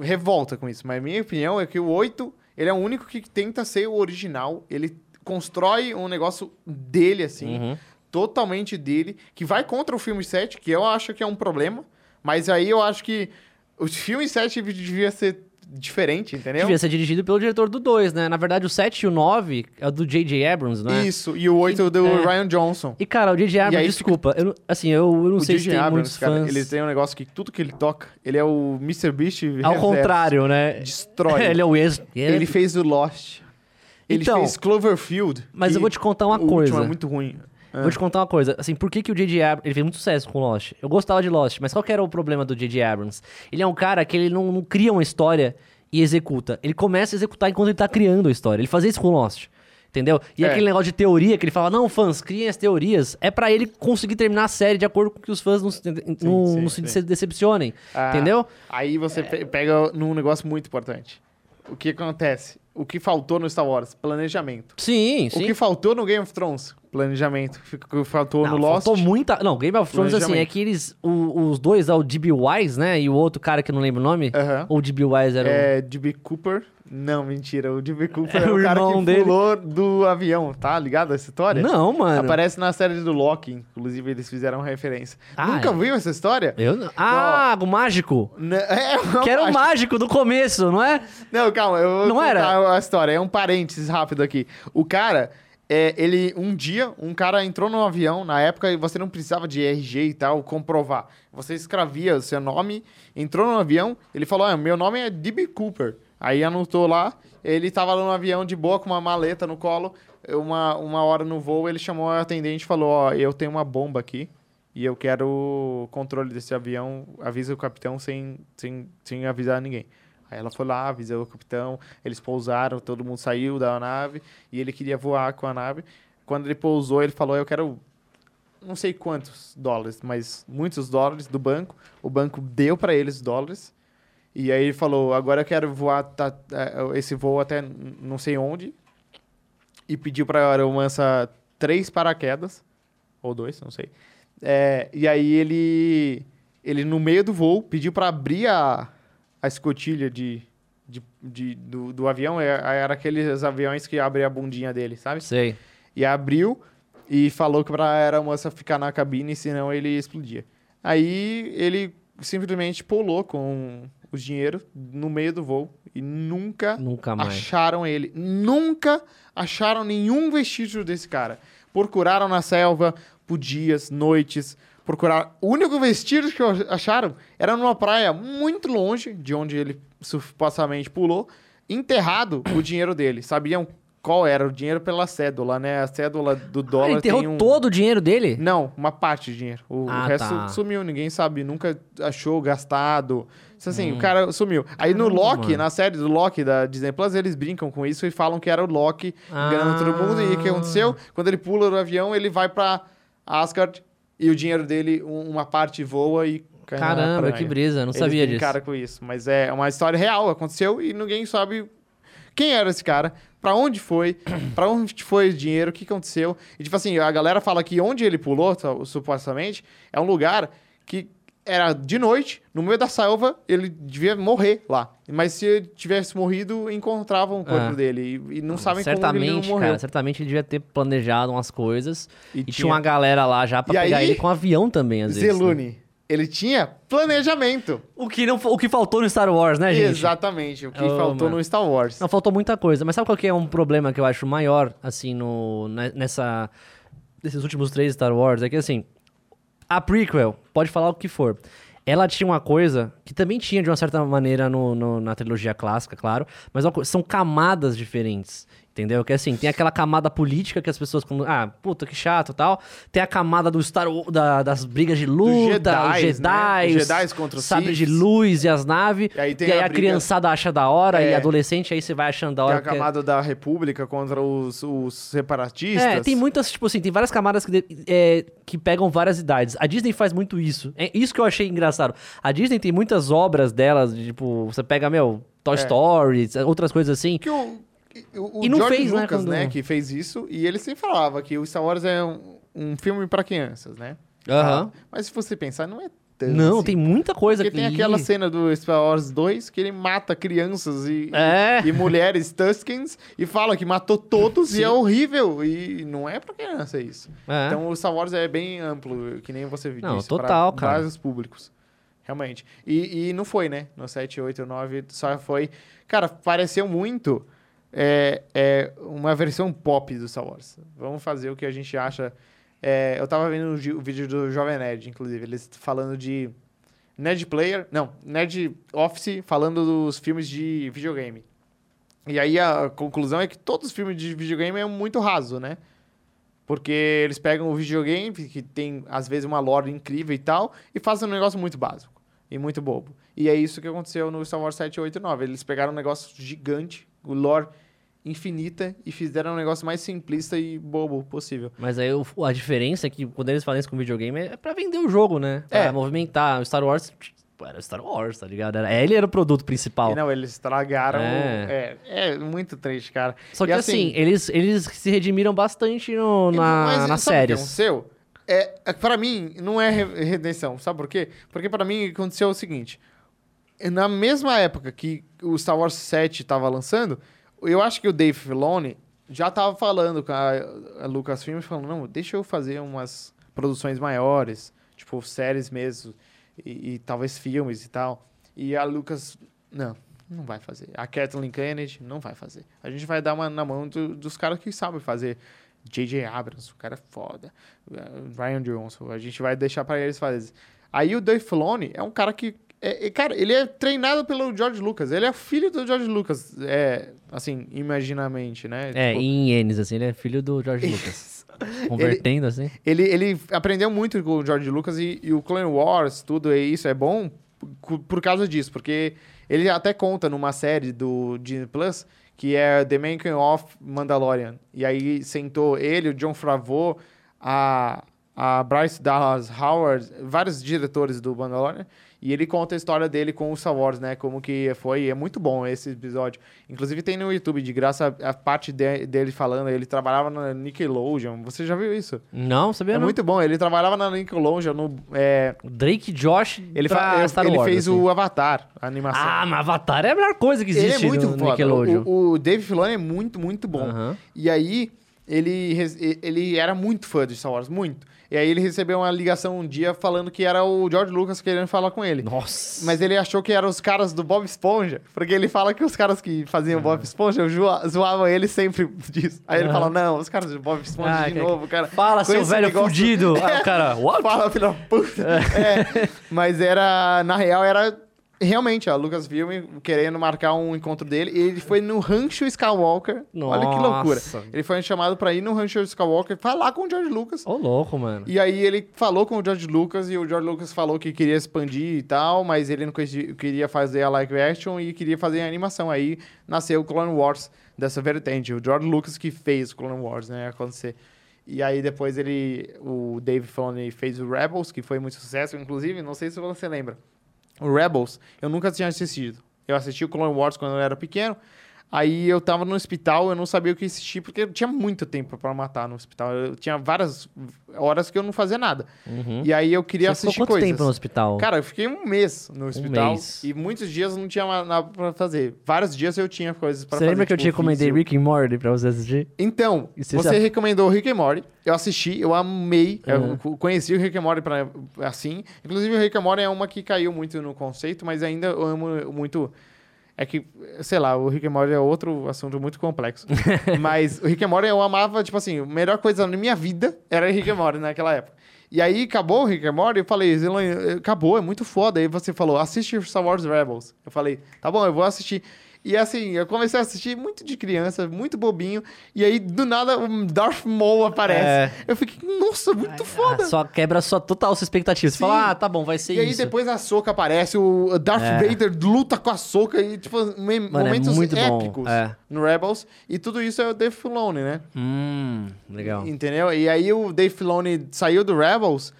Speaker 2: revolta com isso, mas minha opinião é que o 8, ele é o único que tenta ser o original, ele constrói um negócio dele assim,
Speaker 1: Uhum.
Speaker 2: totalmente dele, que vai contra o filme 7, que eu acho que é um problema, mas aí eu acho que o filme 7 devia ser diferente, entendeu?
Speaker 1: Devia ser dirigido pelo diretor do 2, né? Na verdade, o 7 e o 9 é o do J.J. Abrams, não é?
Speaker 2: Isso, e o 8 do
Speaker 1: é.
Speaker 2: Ryan Johnson.
Speaker 1: E, cara, o J.J. Abrams,
Speaker 2: aí fica-
Speaker 1: desculpa. Eu, não- assim, eu, eu não
Speaker 2: O
Speaker 1: sei se
Speaker 2: DJ
Speaker 1: tem
Speaker 2: Abrams,
Speaker 1: muitos
Speaker 2: cara,
Speaker 1: fãs.
Speaker 2: ele tem um negócio que tudo que ele toca, ele é o Mr. Beast.
Speaker 1: Ao
Speaker 2: reverso.
Speaker 1: contrário, né?
Speaker 2: Destrói.
Speaker 1: ele
Speaker 2: ele,
Speaker 1: é o ex. Ele
Speaker 2: fez o Lost. Ele
Speaker 1: Então,
Speaker 2: fez Cloverfield.
Speaker 1: Mas
Speaker 2: que
Speaker 1: eu vou te contar uma
Speaker 2: o último
Speaker 1: coisa.
Speaker 2: é muito ruim. Ah.
Speaker 1: Vou te contar uma coisa. Assim, por que, que o J.J. Abrams... Ele fez muito sucesso com Lost. Eu gostava de Lost, mas qual que era o problema do J.J. Abrams? Ele é um cara que ele não, não cria uma história e executa. Ele começa a executar enquanto ele tá criando a história. Ele fazia isso com Lost. Entendeu? E
Speaker 2: É.
Speaker 1: aquele negócio de teoria que ele fala, não, fãs, criem as teorias, é pra ele conseguir terminar a série de acordo com que os fãs não se, não-
Speaker 2: sim,
Speaker 1: não se
Speaker 2: sim.
Speaker 1: dece- decepcionem.
Speaker 2: Ah,
Speaker 1: Entendeu?
Speaker 2: Aí você pe- pega num negócio muito importante. O que acontece? O que faltou no Star Wars? Planejamento.
Speaker 1: Sim,
Speaker 2: O
Speaker 1: sim.
Speaker 2: que faltou no Game of Thrones? Planejamento. O que faltou
Speaker 1: Não,
Speaker 2: no Lost?
Speaker 1: faltou muita. Não, Game of Thrones, assim, é
Speaker 2: Planejamento.
Speaker 1: que eles. o- os dois, ah, o D.B. Wise, né? E o outro cara que eu não lembro o nome.
Speaker 2: Aham.
Speaker 1: Ou o D.B. Wise era o.
Speaker 2: É, D.B. Cooper. Não, mentira. O D.B. Cooper
Speaker 1: né? É
Speaker 2: é,
Speaker 1: o
Speaker 2: o cara
Speaker 1: irmão
Speaker 2: que
Speaker 1: dele.
Speaker 2: pulou do avião, tá ligado essa história?
Speaker 1: Não, mano.
Speaker 2: Aparece na série do Loki, inclusive eles fizeram referência.
Speaker 1: Ah,
Speaker 2: Nunca
Speaker 1: é?
Speaker 2: viu essa história?
Speaker 1: Eu não. Ah, o mágico.
Speaker 2: N- É, uma
Speaker 1: Que era um o
Speaker 2: parte-
Speaker 1: mágico do começo, não é?
Speaker 2: Não, calma, eu vou
Speaker 1: Não
Speaker 2: contar
Speaker 1: era?
Speaker 2: a história. É um parênteses rápido aqui. O cara, é, ele um dia, um cara entrou no avião na época e você não precisava de RG e tal comprovar. Você escrevia o seu nome, entrou no avião, ele falou: ah, "Meu nome é D.B. Cooper". Aí anotou lá, ele tava lá no avião de boa com uma maleta no colo. Uma, uma hora no voo, ele chamou a atendente e falou: "Ó, eu tenho uma bomba aqui". E eu quero o controle desse avião, avisa o capitão sem, sem, sem avisar ninguém. Aí ela foi lá, avisou o capitão, eles pousaram, todo mundo saiu da nave e ele queria voar com a nave. Quando ele pousou, ele falou: Eu quero não sei quantos dólares, mas muitos dólares do banco. O banco deu para eles os dólares. E aí ele falou: Agora eu quero voar tá, eh, esse voo até n- não sei onde. E pediu para a aeromança três paraquedas, ou dois, não sei. É, e aí ele, ele, no meio do voo, pediu para abrir a, a escotilha de, de, de- do, do avião. É- Era aqueles aviões que abrem a bundinha dele, sabe?
Speaker 1: Sei.
Speaker 2: E abriu e falou que pra aeromoça ficar na cabine, senão ele explodia. Aí ele simplesmente pulou com o dinheiro no meio do voo e nunca
Speaker 1: Nunca mais.
Speaker 2: acharam ele. Nunca acharam nenhum vestígio desse cara. Procuraram na selva por dias, noites. Procuraram. O único vestígio que acharam era numa praia muito longe de onde ele supostamente pulou, enterrado o dinheiro dele. Sabiam Qual era? O dinheiro pela cédula, né? A cédula do dólar
Speaker 1: ele enterrou
Speaker 2: tem um...
Speaker 1: todo o dinheiro dele?
Speaker 2: Não, uma parte de dinheiro. O
Speaker 1: Ah,
Speaker 2: resto
Speaker 1: tá.
Speaker 2: sumiu, ninguém sabe, nunca achou, gastado. Isso assim, o cara sumiu. Aí no Loki,
Speaker 1: Hum. mano.
Speaker 2: na série do Loki da Disney Plus, eles brincam com isso e falam que era o Loki enganando todo mundo. E o que
Speaker 1: Ah.
Speaker 2: aconteceu? Quando ele pula do avião, ele vai pra Asgard e o dinheiro dele, um- uma parte voa e cai na
Speaker 1: Caramba,
Speaker 2: praia.
Speaker 1: que brisa, não
Speaker 2: é Eles
Speaker 1: sabia disso.
Speaker 2: brincaram com isso, mas é uma história real, aconteceu e ninguém sabe quem era esse cara, pra onde foi, pra onde foi o dinheiro, o que aconteceu. E tipo assim, a galera fala que onde ele pulou, tá, supostamente, é um lugar que era de noite, no meio da selva, ele devia morrer lá. Mas se ele tivesse morrido, encontravam o corpo
Speaker 1: Ah.
Speaker 2: dele e, e não sabem como ele não
Speaker 1: certamente,
Speaker 2: morreu.
Speaker 1: cara, certamente ele devia ter planejado umas coisas.
Speaker 2: E
Speaker 1: E,
Speaker 2: tinha-
Speaker 1: tinha uma galera lá já pra
Speaker 2: E
Speaker 1: pegar
Speaker 2: aí-
Speaker 1: ele com avião também, às vezes. né?
Speaker 2: Zelune, ele tinha planejamento.
Speaker 3: O que, não, o que faltou no Star Wars, né, gente?
Speaker 2: Exatamente, o que
Speaker 1: Oh,
Speaker 2: faltou
Speaker 1: É, mano.
Speaker 2: no Star Wars.
Speaker 1: Não, faltou muita coisa. Mas sabe qual que é um problema que eu acho maior, assim, no, ne- nessa... Nesses últimos três Star Wars? É que, assim, a prequel, pode falar o que for. Ela tinha uma coisa que também tinha, de uma certa maneira, no, no- na trilogia clássica, claro. Mas é uma co- são camadas diferentes, entendeu? Que, assim, tem aquela camada política que as pessoas... quando- Ah, puta, que chato e tal. Tem a camada do Star... Wa- Da, das brigas de luta, os
Speaker 2: Jedis, né? Os
Speaker 1: Jedi,
Speaker 2: Jedis contra os
Speaker 1: Sabre de
Speaker 2: Siths.
Speaker 1: luz e as naves.
Speaker 2: E aí tem
Speaker 1: e aí
Speaker 2: a
Speaker 1: a,
Speaker 2: briga-
Speaker 1: criançada acha da hora
Speaker 2: É.
Speaker 1: e adolescente aí você vai achando da
Speaker 2: Tem
Speaker 1: hora.
Speaker 2: é
Speaker 1: é
Speaker 2: a
Speaker 1: porque-
Speaker 2: camada da República contra os, os separatistas.
Speaker 1: É, tem muitas, tipo assim, tem várias camadas que, de- é, que pegam várias idades. A Disney faz muito isso. É isso que eu achei engraçado. A Disney tem muitas obras delas, de, tipo, você pega, meu, Toy
Speaker 2: É.
Speaker 1: Story, outras coisas assim.
Speaker 2: Que o, o, o
Speaker 1: E não
Speaker 2: George
Speaker 1: fez, né,
Speaker 2: Lucas,
Speaker 1: quando-
Speaker 2: né, que fez isso, e ele sempre falava que o Star Wars é um, um filme pra crianças, né?
Speaker 1: Aham.
Speaker 2: Mas se você pensar, não é tanto.
Speaker 1: Ah, Não,
Speaker 2: assim.
Speaker 1: tem muita coisa
Speaker 2: Porque
Speaker 1: que
Speaker 2: tem aquela cena do Star Wars 2 que ele mata crianças e,
Speaker 1: É.
Speaker 2: e mulheres Tuskens e fala que matou todos e é horrível. E não é pra criança isso.
Speaker 1: É.
Speaker 2: Então o Star Wars é bem amplo, que nem você disse.
Speaker 1: Não,
Speaker 2: pra
Speaker 1: total, cara.
Speaker 2: Vários públicos. Realmente. E, e não foi, né? No 7, 8, 9, só foi. Cara, pareceu muito é, é, uma versão pop do Star Wars. Vamos fazer o que a gente acha. É, eu tava vendo o, gi- o vídeo do Jovem Nerd, inclusive, eles falando de Nerd Player, não, Nerd Office falando dos filmes de videogame. E aí a conclusão é que todos os filmes de videogame é muito raso, né? Porque eles pegam o videogame, que tem às vezes uma lore incrível e tal, e fazem um negócio muito básico e muito bobo. E é isso que aconteceu no Star Wars 7, 8 e 9. Eles pegaram um negócio gigante, o lore infinita, e fizeram um negócio mais simplista e bobo possível.
Speaker 1: Mas aí o- a diferença é que quando eles fazem isso com videogame é pra vender o jogo, né? Pra
Speaker 2: É.
Speaker 1: movimentar. O Star Wars. pô, Era o Star Wars, tá ligado? Era, ele era o produto principal.
Speaker 2: E não, eles estragaram. É,
Speaker 1: É.
Speaker 2: é, muito triste, cara.
Speaker 1: Só
Speaker 2: E
Speaker 1: que assim, eles, eles se redimiram bastante no, na, nas
Speaker 2: Mas sabe o que
Speaker 1: séries.
Speaker 2: aconteceu? É, é, pra mim, não é re- redenção. Sabe por quê? Porque pra mim aconteceu o seguinte. Na mesma época que o Star Wars 7 tava lançando, eu acho que o Dave Filoni já tava falando com a, a Lucasfilm, falando, não, deixa eu fazer umas produções maiores, tipo séries mesmo, e, e talvez filmes e tal. E a Lucas, não, não vai fazer. A Kathleen Kennedy não vai fazer. A gente vai dar uma na mão do- dos caras que sabem fazer. J.J. Abrams, o cara é foda. Uh, Ryan Johnson, a gente vai deixar pra eles fazerem. Aí o Dave Filoni é um cara que. é- é- cara, ele é treinado pelo George Lucas. Ele é filho do George Lucas, é, assim, imaginamente, né?
Speaker 1: É,
Speaker 2: Tipo,
Speaker 1: em Ienes, assim, ele é filho do George Lucas. Convertendo, assim.
Speaker 2: ele, ele aprendeu muito com o George Lucas e, e o Clone Wars, tudo e isso é bom cu- por causa disso, porque ele até conta numa série do Disney Plus que é The Making of Mandalorian. E aí sentou ele, o John Favreau, a, a Bryce Dallas Howard, vários diretores do Mandalorian, e ele conta a história dele com o Star Wars, né? Como que foi. E é muito bom esse episódio. Inclusive tem no YouTube, de graça, a, a parte de- dele falando. Ele trabalhava na Nickelodeon. Você já viu isso?
Speaker 1: Não, sabia
Speaker 2: É
Speaker 1: não.
Speaker 2: muito bom. Ele trabalhava na Nickelodeon. No, é,
Speaker 1: Drake Josh
Speaker 2: ele
Speaker 1: pra
Speaker 2: fa-
Speaker 1: Star
Speaker 2: ele
Speaker 1: Wars,
Speaker 2: fez
Speaker 1: assim.
Speaker 2: o Avatar, a animação.
Speaker 1: Ah, mas Avatar é a melhor coisa que
Speaker 2: ele
Speaker 1: existe
Speaker 2: é muito
Speaker 1: no
Speaker 2: foda.
Speaker 1: Nickelodeon.
Speaker 2: O, o Dave Filoni é muito, muito bom.
Speaker 1: Aham.
Speaker 2: E aí, ele, res- e- ele era muito fã de Star Wars, muito. E aí ele recebeu uma ligação um dia falando que era o George Lucas querendo falar com ele.
Speaker 1: Nossa.
Speaker 2: Mas ele achou que eram os caras do Bob Esponja, porque ele fala que os caras que faziam Bob Esponja zoa- zoavam ele sempre disso. Aí ele
Speaker 1: Ah. Aham.
Speaker 2: fala, não, os caras do Bob Esponja
Speaker 1: Ah,
Speaker 2: de
Speaker 1: que-
Speaker 2: novo, cara.
Speaker 1: Fala,
Speaker 2: Com
Speaker 1: seu
Speaker 2: esse
Speaker 1: velho
Speaker 2: negócio-
Speaker 1: fudido. Aí o cara, what?
Speaker 2: Fala, filha da puta. É, mas era, na real, era Realmente, a Lucasfilm querendo marcar um encontro dele. E ele foi no Rancho Skywalker. Olha que loucura.
Speaker 4: Nossa.
Speaker 2: Ele foi chamado pra ir no Rancho Skywalker falar com o George Lucas.
Speaker 4: Ô, louco, mano.
Speaker 2: E aí ele falou com o George Lucas e o George Lucas falou que queria expandir e tal, mas ele não conheci- queria fazer a live action e queria fazer a animação. Aí nasceu o Clone Wars dessa vertente. O George Lucas que fez o Clone Wars, né, acontecer. E aí depois ele, o Dave Filoni fez o Rebels, que foi muito sucesso, inclusive, não sei se você lembra. O Rebels, eu nunca tinha assistido. Eu assisti o Clone Wars quando eu era pequeno. Aí eu tava no hospital, eu não sabia o que assistir, porque eu tinha muito tempo pra matar no hospital. Eu tinha várias horas que eu não fazia nada. E aí eu queria
Speaker 4: Uhum. Você
Speaker 2: assistir
Speaker 4: ficou quanto
Speaker 2: coisas.
Speaker 4: tempo no hospital?
Speaker 2: Cara, eu fiquei um mês no hospital
Speaker 4: mês.
Speaker 2: e muitos dias não tinha mais nada pra fazer. Vários dias eu tinha coisas pra
Speaker 4: Você
Speaker 2: fazer.
Speaker 4: lembra que eu
Speaker 2: tipo,
Speaker 4: te recomendei
Speaker 2: ofício.
Speaker 4: Rick and Morty pra você assistir?
Speaker 2: Então,
Speaker 4: E você
Speaker 2: você,
Speaker 4: já-
Speaker 2: recomendou o Rick and Morty. Eu assisti, eu amei.
Speaker 4: Uhum.
Speaker 2: Eu co- conheci o Rick and Morty pra, assim. Inclusive, o Rick and Morty é uma que caiu muito no conceito, mas ainda eu amo muito... É que, sei lá, o Rick and Morty é outro assunto muito complexo. mas o Rick and Morty eu amava, tipo assim, a melhor coisa na minha vida era Rick and Morty naquela época. E aí acabou o Rick and Morty, eu falei, Zelan, acabou, é muito foda. Aí você falou, assiste Star Wars Rebels. Eu falei, tá bom, eu vou assistir. E assim, eu comecei a assistir muito de criança, muito bobinho. E aí, do nada, o Darth Maul aparece. Eu fiquei, nossa, muito foda.
Speaker 4: Ah, só quebra sua total sua expectativa. Você
Speaker 2: Sim.
Speaker 4: fala, ah, tá bom, vai ser
Speaker 2: E aí
Speaker 4: isso.
Speaker 2: depois a Soca aparece, o Darth
Speaker 4: É.
Speaker 2: Vader luta com a Soca e tipo me-
Speaker 4: Mano, é
Speaker 2: momentos
Speaker 4: muito bom,
Speaker 2: épicos
Speaker 4: é.
Speaker 2: no Rebels e tudo isso é o Dave Filoni, né?
Speaker 4: Hum, legal.
Speaker 2: Entendeu? E aí o Dave Filoni saiu do Rebels.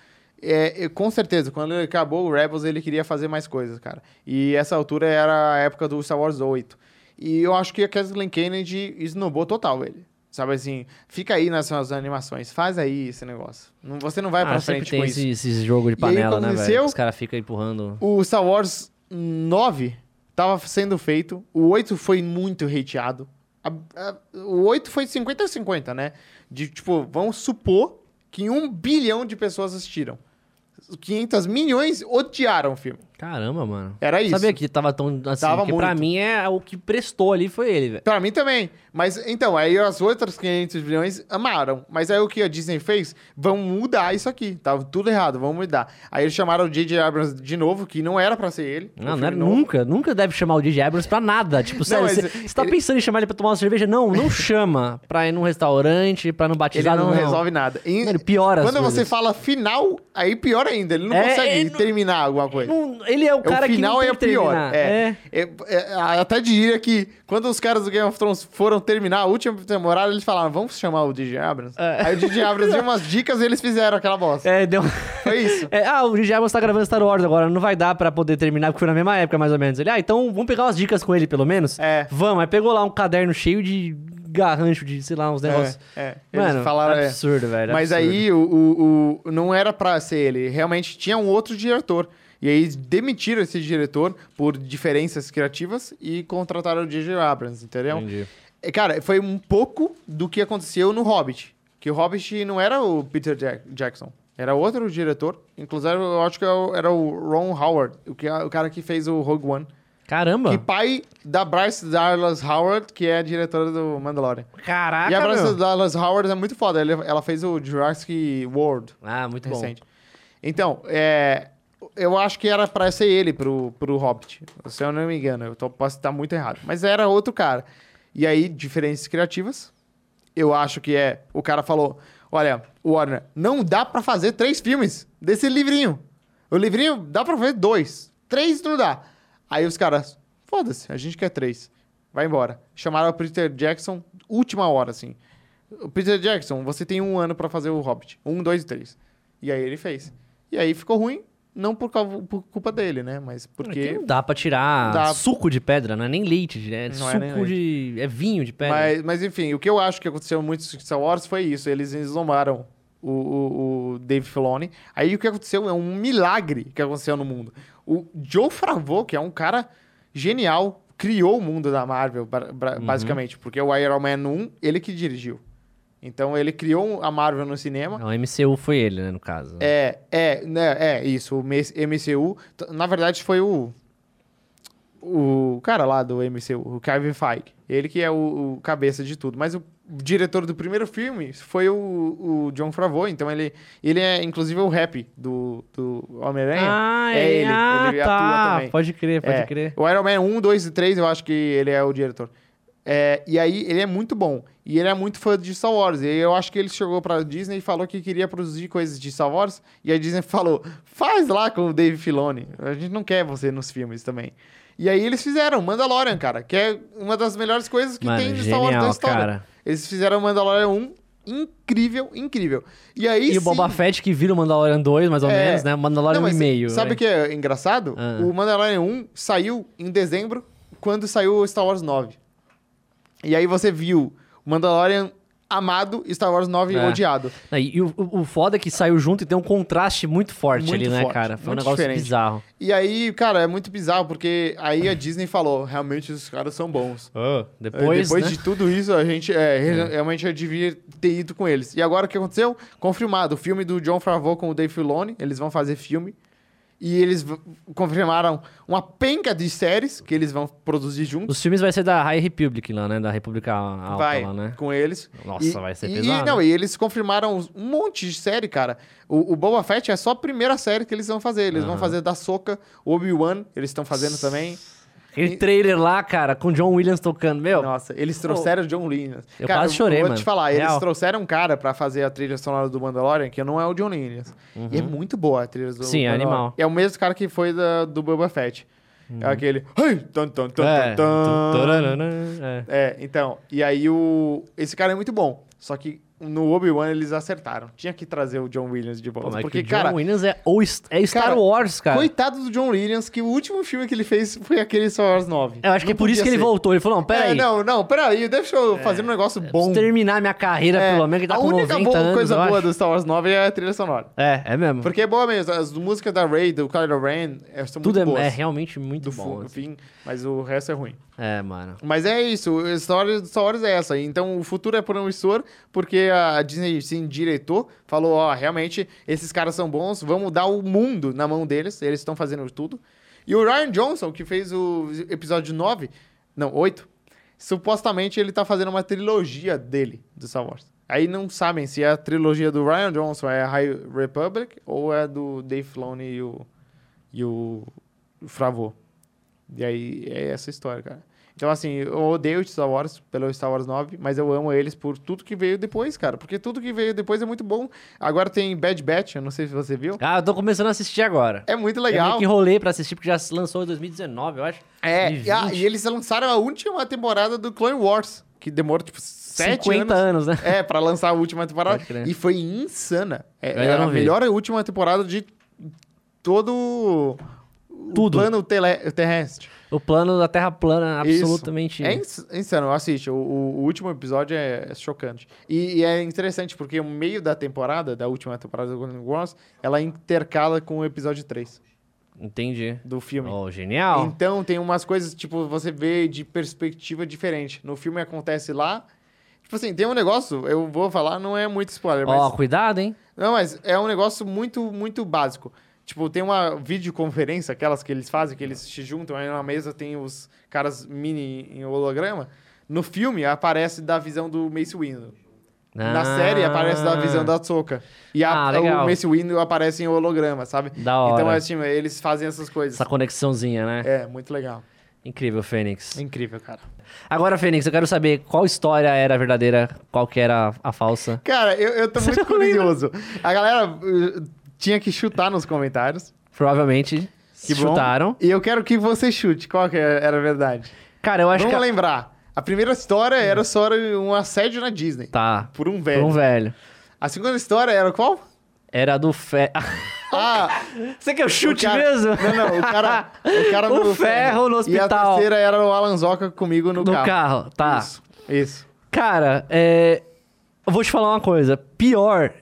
Speaker 2: É, e com certeza, quando ele acabou o Rebels, ele queria fazer mais coisas, cara. E essa altura era a época do Star Wars 8. E eu acho que a Kathleen Kennedy esnobou total ele. Sabe assim, fica aí nas suas animações, faz aí esse negócio. Não- Você não vai pra
Speaker 4: ah, sempre
Speaker 2: frente
Speaker 4: tem
Speaker 2: com isso.
Speaker 4: esse, esse jogo de
Speaker 2: E aí,
Speaker 4: panela, né, velho?
Speaker 2: aconteceu-
Speaker 4: Os caras ficam empurrando.
Speaker 2: O Star Wars 9 tava sendo feito. O 8 foi muito hateado. A- a- o 8 foi 50-50, né? De tipo, vamos supor que um bilhão de pessoas assistiram. 500 milhões odiaram o filme.
Speaker 4: Caramba, mano.
Speaker 2: Era isso.
Speaker 4: Sabia que tava tão assim,
Speaker 2: Tava
Speaker 4: porque pra
Speaker 2: muito.
Speaker 4: mim é o que prestou ali foi ele, velho.
Speaker 2: Pra mim também. Mas então, aí as outras 500 bilhões amaram. Mas aí o que a Disney fez? Vamos mudar isso aqui. Tava tudo errado, vamos mudar. Aí eles chamaram o J.J. Abrams de novo, que não era pra ser ele.
Speaker 4: Não,
Speaker 2: O
Speaker 4: não
Speaker 2: filme
Speaker 4: era,
Speaker 2: novo.
Speaker 4: nunca, nunca deve chamar o DJ Abrams pra nada. Tipo, sério,
Speaker 2: mas
Speaker 4: você, você tá
Speaker 2: ele-
Speaker 4: pensando em chamar ele pra tomar uma cerveja? Não, não chama pra ir num restaurante, pra não
Speaker 2: Ele
Speaker 4: batizar,
Speaker 2: não, resolve nada. E-
Speaker 4: Ele piora as
Speaker 2: Quando você
Speaker 4: coisas.
Speaker 2: fala final, aí pior ainda. Ele não
Speaker 4: É,
Speaker 2: consegue
Speaker 4: ele não-
Speaker 2: terminar alguma coisa.
Speaker 4: Não- ele é o
Speaker 2: É,
Speaker 4: cara
Speaker 2: o final
Speaker 4: que
Speaker 2: é
Speaker 4: não tem
Speaker 2: o
Speaker 4: que
Speaker 2: pior.
Speaker 4: terminar.
Speaker 2: É. É, é, até diria que quando os caras do Game of Thrones foram terminar a última temporada, eles falaram: vamos chamar o DJ Abrams. Aí o DJ Abrams deu umas dicas e eles fizeram aquela bosta.
Speaker 4: É, deu...
Speaker 2: Foi isso.
Speaker 4: É, ah, o DJ Abrams tá gravando Star Wars agora, não vai dar pra poder terminar, porque foi na mesma época, mais ou menos. Ele, ah, então vamos pegar umas dicas com ele, pelo menos?
Speaker 2: É.
Speaker 4: Vamos, aí pegou lá um caderno cheio de garrancho, de, sei lá, uns negócios.
Speaker 2: É, é. Eles
Speaker 4: Mano,
Speaker 2: falaram, é.
Speaker 4: absurdo, velho.
Speaker 2: Mas
Speaker 4: absurdo.
Speaker 2: aí o, o- o- não era pra ser ele. Realmente tinha um outro diretor. E aí demitiram esse diretor por diferenças criativas e contrataram o J.J. Abrams, entendeu?
Speaker 4: Entendi.
Speaker 2: É, Cara, foi um pouco do que aconteceu no Hobbit. Que o Hobbit não era o Peter Jack- Jackson. Era outro diretor. Inclusive, eu acho que era o Ron Howard, o, que, é, o cara que fez o Rogue One.
Speaker 4: Caramba.
Speaker 2: Que pai da Bryce Dallas Howard, que é a diretora do Mandalorian.
Speaker 4: Caraca,
Speaker 2: E a Bryce
Speaker 4: meu.
Speaker 2: Dallas Howard é muito foda. Ela, ela fez o Jurassic World
Speaker 4: Ah, muito
Speaker 2: recente. Então, é, eu acho que era pra ser ele pro, pro Hobbit. Se eu não me engano, eu tô- posso estar muito errado. Mas era outro cara. E aí, diferenças criativas. Eu acho que é. O cara falou: Olha, Warner, não dá pra fazer três filmes desse livrinho. O livrinho dá pra fazer dois. Três não dá. Aí os caras, foda-se, a gente quer três. Vai embora. Chamaram o Peter Jackson, última hora, assim. O Peter Jackson, você tem um ano pra fazer o Hobbit. Um, dois e três. E aí ele fez. E aí ficou ruim, não por, causa- por culpa dele, né? Mas
Speaker 4: bom. Porque
Speaker 2: porque.
Speaker 4: não dá pra tirar
Speaker 2: Dá.
Speaker 4: suco de pedra, não é nem leite, né? É
Speaker 2: Não é
Speaker 4: suco
Speaker 2: nem
Speaker 4: de... É vinho de pedra.
Speaker 2: Mas, mas enfim, o que eu acho que aconteceu muito com Star Wars foi isso. Eles esnomaram o, o, o Dave Filoni. Aí o que aconteceu é um milagre que aconteceu no mundo. O Joe Favreau, que é um cara genial, criou o mundo da Marvel, ba- bra- basicamente. Porque o Iron Man 1, ele que dirigiu. Então ele criou a Marvel no cinema.
Speaker 4: Não, o MCU foi ele, né, no caso.
Speaker 2: É, é, né, é isso, o mes- MCU. t- Na verdade, foi o. o cara lá do MCU, o Kevin Feige, ele que é o, o cabeça de tudo, mas o diretor do primeiro filme foi o, o John Favreau, então ele, ele é inclusive o rap do, do Homem-Aranha.
Speaker 1: Ah,
Speaker 2: é ele,
Speaker 1: ah,
Speaker 2: ele
Speaker 1: tá.
Speaker 2: atua também.
Speaker 1: Pode crer, pode
Speaker 2: É.
Speaker 1: crer.
Speaker 2: O Iron Man 1, 2 e 3, eu acho que ele é o diretor. É, e aí, ele é muito bom. E ele é muito fã de Star Wars. E eu acho que ele chegou pra Disney e falou que queria produzir coisas de Star Wars. E a Disney falou: faz lá com o Dave Filoni. A gente não quer você nos filmes também. E aí eles fizeram Mandalorian, cara, que é uma das melhores coisas que
Speaker 1: Mano,
Speaker 2: tem de Star Wars da
Speaker 1: genial,
Speaker 2: história.
Speaker 1: cara.
Speaker 2: Eles fizeram Mandalorian 1, incrível, incrível. E aí
Speaker 1: E o
Speaker 2: sim-
Speaker 1: Boba Fett que vira o Mandalorian 2, mais ou
Speaker 2: É.
Speaker 1: menos, né? Mandalorian
Speaker 2: não, mas
Speaker 1: 1,5.
Speaker 2: Sabe o que é engraçado?
Speaker 1: né? Ah.
Speaker 2: O Mandalorian 1 saiu em dezembro, quando saiu o Star Wars 9. E aí você viu o Mandalorian amado e Star Wars 9
Speaker 1: É.
Speaker 2: odiado.
Speaker 1: E o, o- o foda é que saiu junto e tem um contraste muito forte
Speaker 2: Muito
Speaker 1: ali, né,
Speaker 2: forte,
Speaker 1: cara? Foi um
Speaker 2: muito
Speaker 1: negócio
Speaker 2: diferente.
Speaker 1: bizarro.
Speaker 2: E aí, cara, é muito bizarro, porque aí a Disney falou, realmente os caras são bons.
Speaker 1: depois,
Speaker 2: Depois
Speaker 1: né?
Speaker 2: de tudo isso, a gente é, re- realmente eu devia ter ido com eles. E agora o que aconteceu? Confirmado, o filme do John Favreau com o Dave Filoni, eles vão fazer filme. E eles v- confirmaram uma penca de séries que eles vão produzir juntos.
Speaker 1: Os filmes vai ser da High Republic lá, né? Da República Alta
Speaker 2: vai
Speaker 1: lá, né?
Speaker 2: com eles.
Speaker 1: Nossa,
Speaker 2: E-
Speaker 1: vai ser
Speaker 2: e,
Speaker 1: pesado.
Speaker 2: E, não, e eles confirmaram uns- um monte de série, cara. O, o Boba Fett é só a primeira série que eles vão fazer. Eles vão
Speaker 1: Aham.
Speaker 2: fazer da Soca, Obi-Wan, eles estão fazendo também.
Speaker 1: Aquele trailer lá, cara, com o John Williams tocando, meu.
Speaker 2: Nossa, eles trouxeram o John Williams.
Speaker 1: Eu quase chorei,
Speaker 2: eu vou
Speaker 1: mano.
Speaker 2: te falar, eles
Speaker 1: Real.
Speaker 2: trouxeram um cara pra fazer a trilha sonora do Mandalorian, que não é o John Williams. E é muito boa a trilha do
Speaker 1: Uhum. Sim, é
Speaker 2: Mandalorian.
Speaker 1: animal. Uhum.
Speaker 2: É o mesmo cara que foi da- do Boba Fett. É aquele... "Hey, tan, tan, tan,
Speaker 1: É.
Speaker 2: tan, tan."
Speaker 1: Tararana, é.
Speaker 2: É, então, e aí o. Esse cara é muito bom. Só que no Obi-Wan eles acertaram. Tinha que trazer o John Williams de
Speaker 1: Pô,
Speaker 2: volta.
Speaker 1: mas
Speaker 2: porque,
Speaker 1: que o John
Speaker 2: cara,
Speaker 1: Williams é, o, S- é Star
Speaker 2: Cara,
Speaker 1: Wars, cara.
Speaker 2: coitado do John Williams, que o último filme que ele fez foi aquele Star Wars 9.
Speaker 1: Eu acho que é
Speaker 2: Não
Speaker 1: por isso que
Speaker 2: podia
Speaker 1: ele
Speaker 2: ser.
Speaker 1: voltou. Ele falou, não, pera
Speaker 2: É,
Speaker 1: aí. É,
Speaker 2: não, não, peraí, deixa eu fazer um negócio bom.
Speaker 1: Preciso terminar minha carreira,
Speaker 2: É,
Speaker 1: pelo menos, que tá
Speaker 2: a
Speaker 1: com
Speaker 2: única
Speaker 1: 90
Speaker 2: boa,
Speaker 1: anos,
Speaker 2: coisa
Speaker 1: eu
Speaker 2: boa
Speaker 1: acho.
Speaker 2: do Star Wars 9 é a trilha sonora.
Speaker 1: É, é mesmo.
Speaker 2: Porque é boa mesmo, as músicas da Ray, do Kylo Ren, é, são
Speaker 1: Tudo
Speaker 2: muito
Speaker 1: é,
Speaker 2: boas.
Speaker 1: é realmente muito
Speaker 2: do
Speaker 1: bom.
Speaker 2: fu-
Speaker 1: assim.
Speaker 2: fim, mas o resto é ruim.
Speaker 1: É, mano.
Speaker 2: Mas é isso, a história do Star Wars é essa. Então o futuro é promissor, porque a Disney se endireitou, falou: ó, realmente esses caras são bons, vamos dar o mundo na mão deles, eles estão fazendo tudo. E o Ryan Johnson, que fez o episódio 9, não, 8, supostamente ele tá fazendo uma trilogia dele, do Star Wars. Aí não sabem se é a trilogia do Ryan Johnson é a High Republic ou é do Dave Filoni e o, e o Fravô. E aí é essa história, cara. Então, assim, eu odeio Star Wars pelo Star Wars 9, mas eu amo eles por tudo que veio depois, cara. Porque tudo que veio depois é muito bom. Agora tem Bad Batch, eu não sei se você viu.
Speaker 1: Ah, eu tô começando a assistir agora.
Speaker 2: É muito
Speaker 1: Eu meio que
Speaker 2: legal.
Speaker 1: um enrolei pra assistir, porque já se lançou em 2019, eu acho.
Speaker 2: É, e, ah,
Speaker 1: 2020.
Speaker 2: e eles lançaram a última temporada do Clone Wars, que demorou, tipo, sete
Speaker 1: 50
Speaker 2: anos.
Speaker 1: anos, né?
Speaker 2: É, pra lançar a última temporada.
Speaker 1: Pode crer.
Speaker 2: E foi insana. É,
Speaker 1: Eu ainda
Speaker 2: é a
Speaker 1: não vi.
Speaker 2: melhor última temporada de todo o
Speaker 1: Tudo.
Speaker 2: plano tele- terrestre.
Speaker 1: O plano da Terra plana,
Speaker 2: Isso.
Speaker 1: absolutamente.
Speaker 2: É ins- insano, assiste. O, o- o último episódio é, é chocante. E, e é interessante, porque o meio da temporada, da última temporada do Golden Wars, ela intercala com o episódio 3
Speaker 1: Entendi.
Speaker 2: do filme.
Speaker 1: Oh, genial.
Speaker 2: Então tem umas coisas, tipo, você vê de perspectiva diferente. No filme acontece lá. Tipo assim, tem um negócio, eu vou falar, não é muito spoiler, mas.
Speaker 1: Ó, cuidado, hein?
Speaker 2: Não, mas é um negócio muito, muito básico. Tipo, tem uma videoconferência, aquelas que eles fazem, que eles se juntam, aí na mesa tem os caras mini em holograma. No filme aparece da visão do Mace Windu. Na
Speaker 1: Ah.
Speaker 2: série aparece da visão da Soca. E a-
Speaker 1: Ah, legal.
Speaker 2: o Mace Windu aparece em holograma, sabe?
Speaker 1: Ah, Da hora.
Speaker 2: Então, é, assim, eles fazem essas coisas.
Speaker 1: Essa conexãozinha, né?
Speaker 2: É, muito legal.
Speaker 1: Incrível, Fênix.
Speaker 2: É incrível, cara.
Speaker 1: Agora, Fênix, eu quero saber qual história era a verdadeira, qual que era a falsa.
Speaker 2: Cara, eu, eu tô muito
Speaker 1: não lembra?
Speaker 2: curioso. A galera uh, tinha que chutar nos comentários.
Speaker 1: Provavelmente
Speaker 2: Que bom.
Speaker 1: chutaram.
Speaker 2: E eu quero que você chute qual que é, era a verdade.
Speaker 1: Cara, eu acho
Speaker 2: Vamos
Speaker 1: que. a-
Speaker 2: lembrar. A primeira história era sobre um assédio na Disney.
Speaker 1: Tá.
Speaker 2: Por um
Speaker 1: Por
Speaker 2: velho.
Speaker 1: um velho.
Speaker 2: A segunda história era qual?
Speaker 1: Era do Fe.
Speaker 2: Ah,
Speaker 1: Você quer o chute
Speaker 2: o cara-
Speaker 1: mesmo?
Speaker 2: Não, não. O cara, o cara
Speaker 1: O
Speaker 2: no
Speaker 1: ferro no
Speaker 2: E a
Speaker 1: hospital.
Speaker 2: terceira era o Alan Zoca comigo no,
Speaker 1: No
Speaker 2: carro.
Speaker 1: carro, tá.
Speaker 2: Isso. Isso.
Speaker 1: Cara, é... eu vou te falar uma coisa. Pior,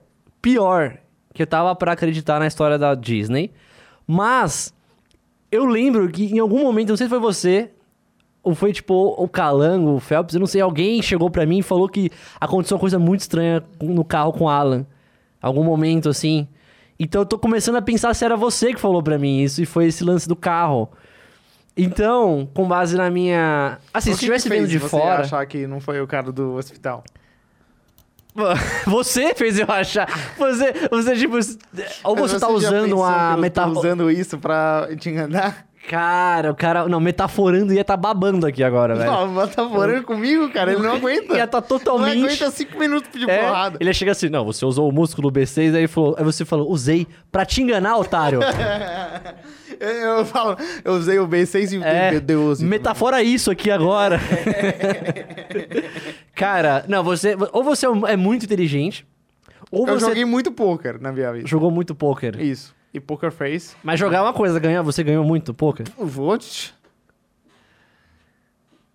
Speaker 1: pior que eu tava pra acreditar na história da Disney. Mas eu lembro que em algum momento, eu não sei se foi você, ou foi tipo o Calango, o Phelps, eu não sei, alguém chegou pra mim e falou que aconteceu uma coisa muito estranha com- no carro com o Alan. Algum momento assim. Então eu tô começando a pensar se era você que falou pra mim isso e foi esse lance do carro. Então, com base na minha. Assim,
Speaker 2: O
Speaker 1: se
Speaker 2: que
Speaker 1: estivesse
Speaker 2: que fez
Speaker 1: vendo de
Speaker 2: você
Speaker 1: fora.
Speaker 2: achar que não foi o cara do hospital?
Speaker 1: Você fez eu achar. Você, você tipo. Ou
Speaker 2: Mas
Speaker 1: você tá
Speaker 2: já
Speaker 1: usando
Speaker 2: pensou que eu
Speaker 1: a
Speaker 2: tô
Speaker 1: metáfora.
Speaker 2: usando isso pra te enganar?
Speaker 1: Cara, o cara. Não, metaforando ia tá babando aqui agora, velho.
Speaker 2: Não, mas tá morando comigo, cara. Ele não aguenta.
Speaker 1: Ia tá totalmente.
Speaker 2: Não aguenta cinco minutos de
Speaker 1: É,
Speaker 2: porrada.
Speaker 1: ele chega assim, não, você usou o músculo B6, aí, ele falou, aí você falou, usei pra te enganar, otário.
Speaker 2: Eu, eu falo, eu usei o B6 e
Speaker 1: É,
Speaker 2: meu Deus.
Speaker 1: metafora isso aqui agora. Cara, não, você. Ou você é muito inteligente, ou
Speaker 2: Eu
Speaker 1: você
Speaker 2: joguei muito poker na minha vida.
Speaker 1: jogou muito poker.
Speaker 2: Isso. E Poker Face.
Speaker 1: Mas jogar é uma coisa, ganhar, você ganhou muito poker.
Speaker 2: Vou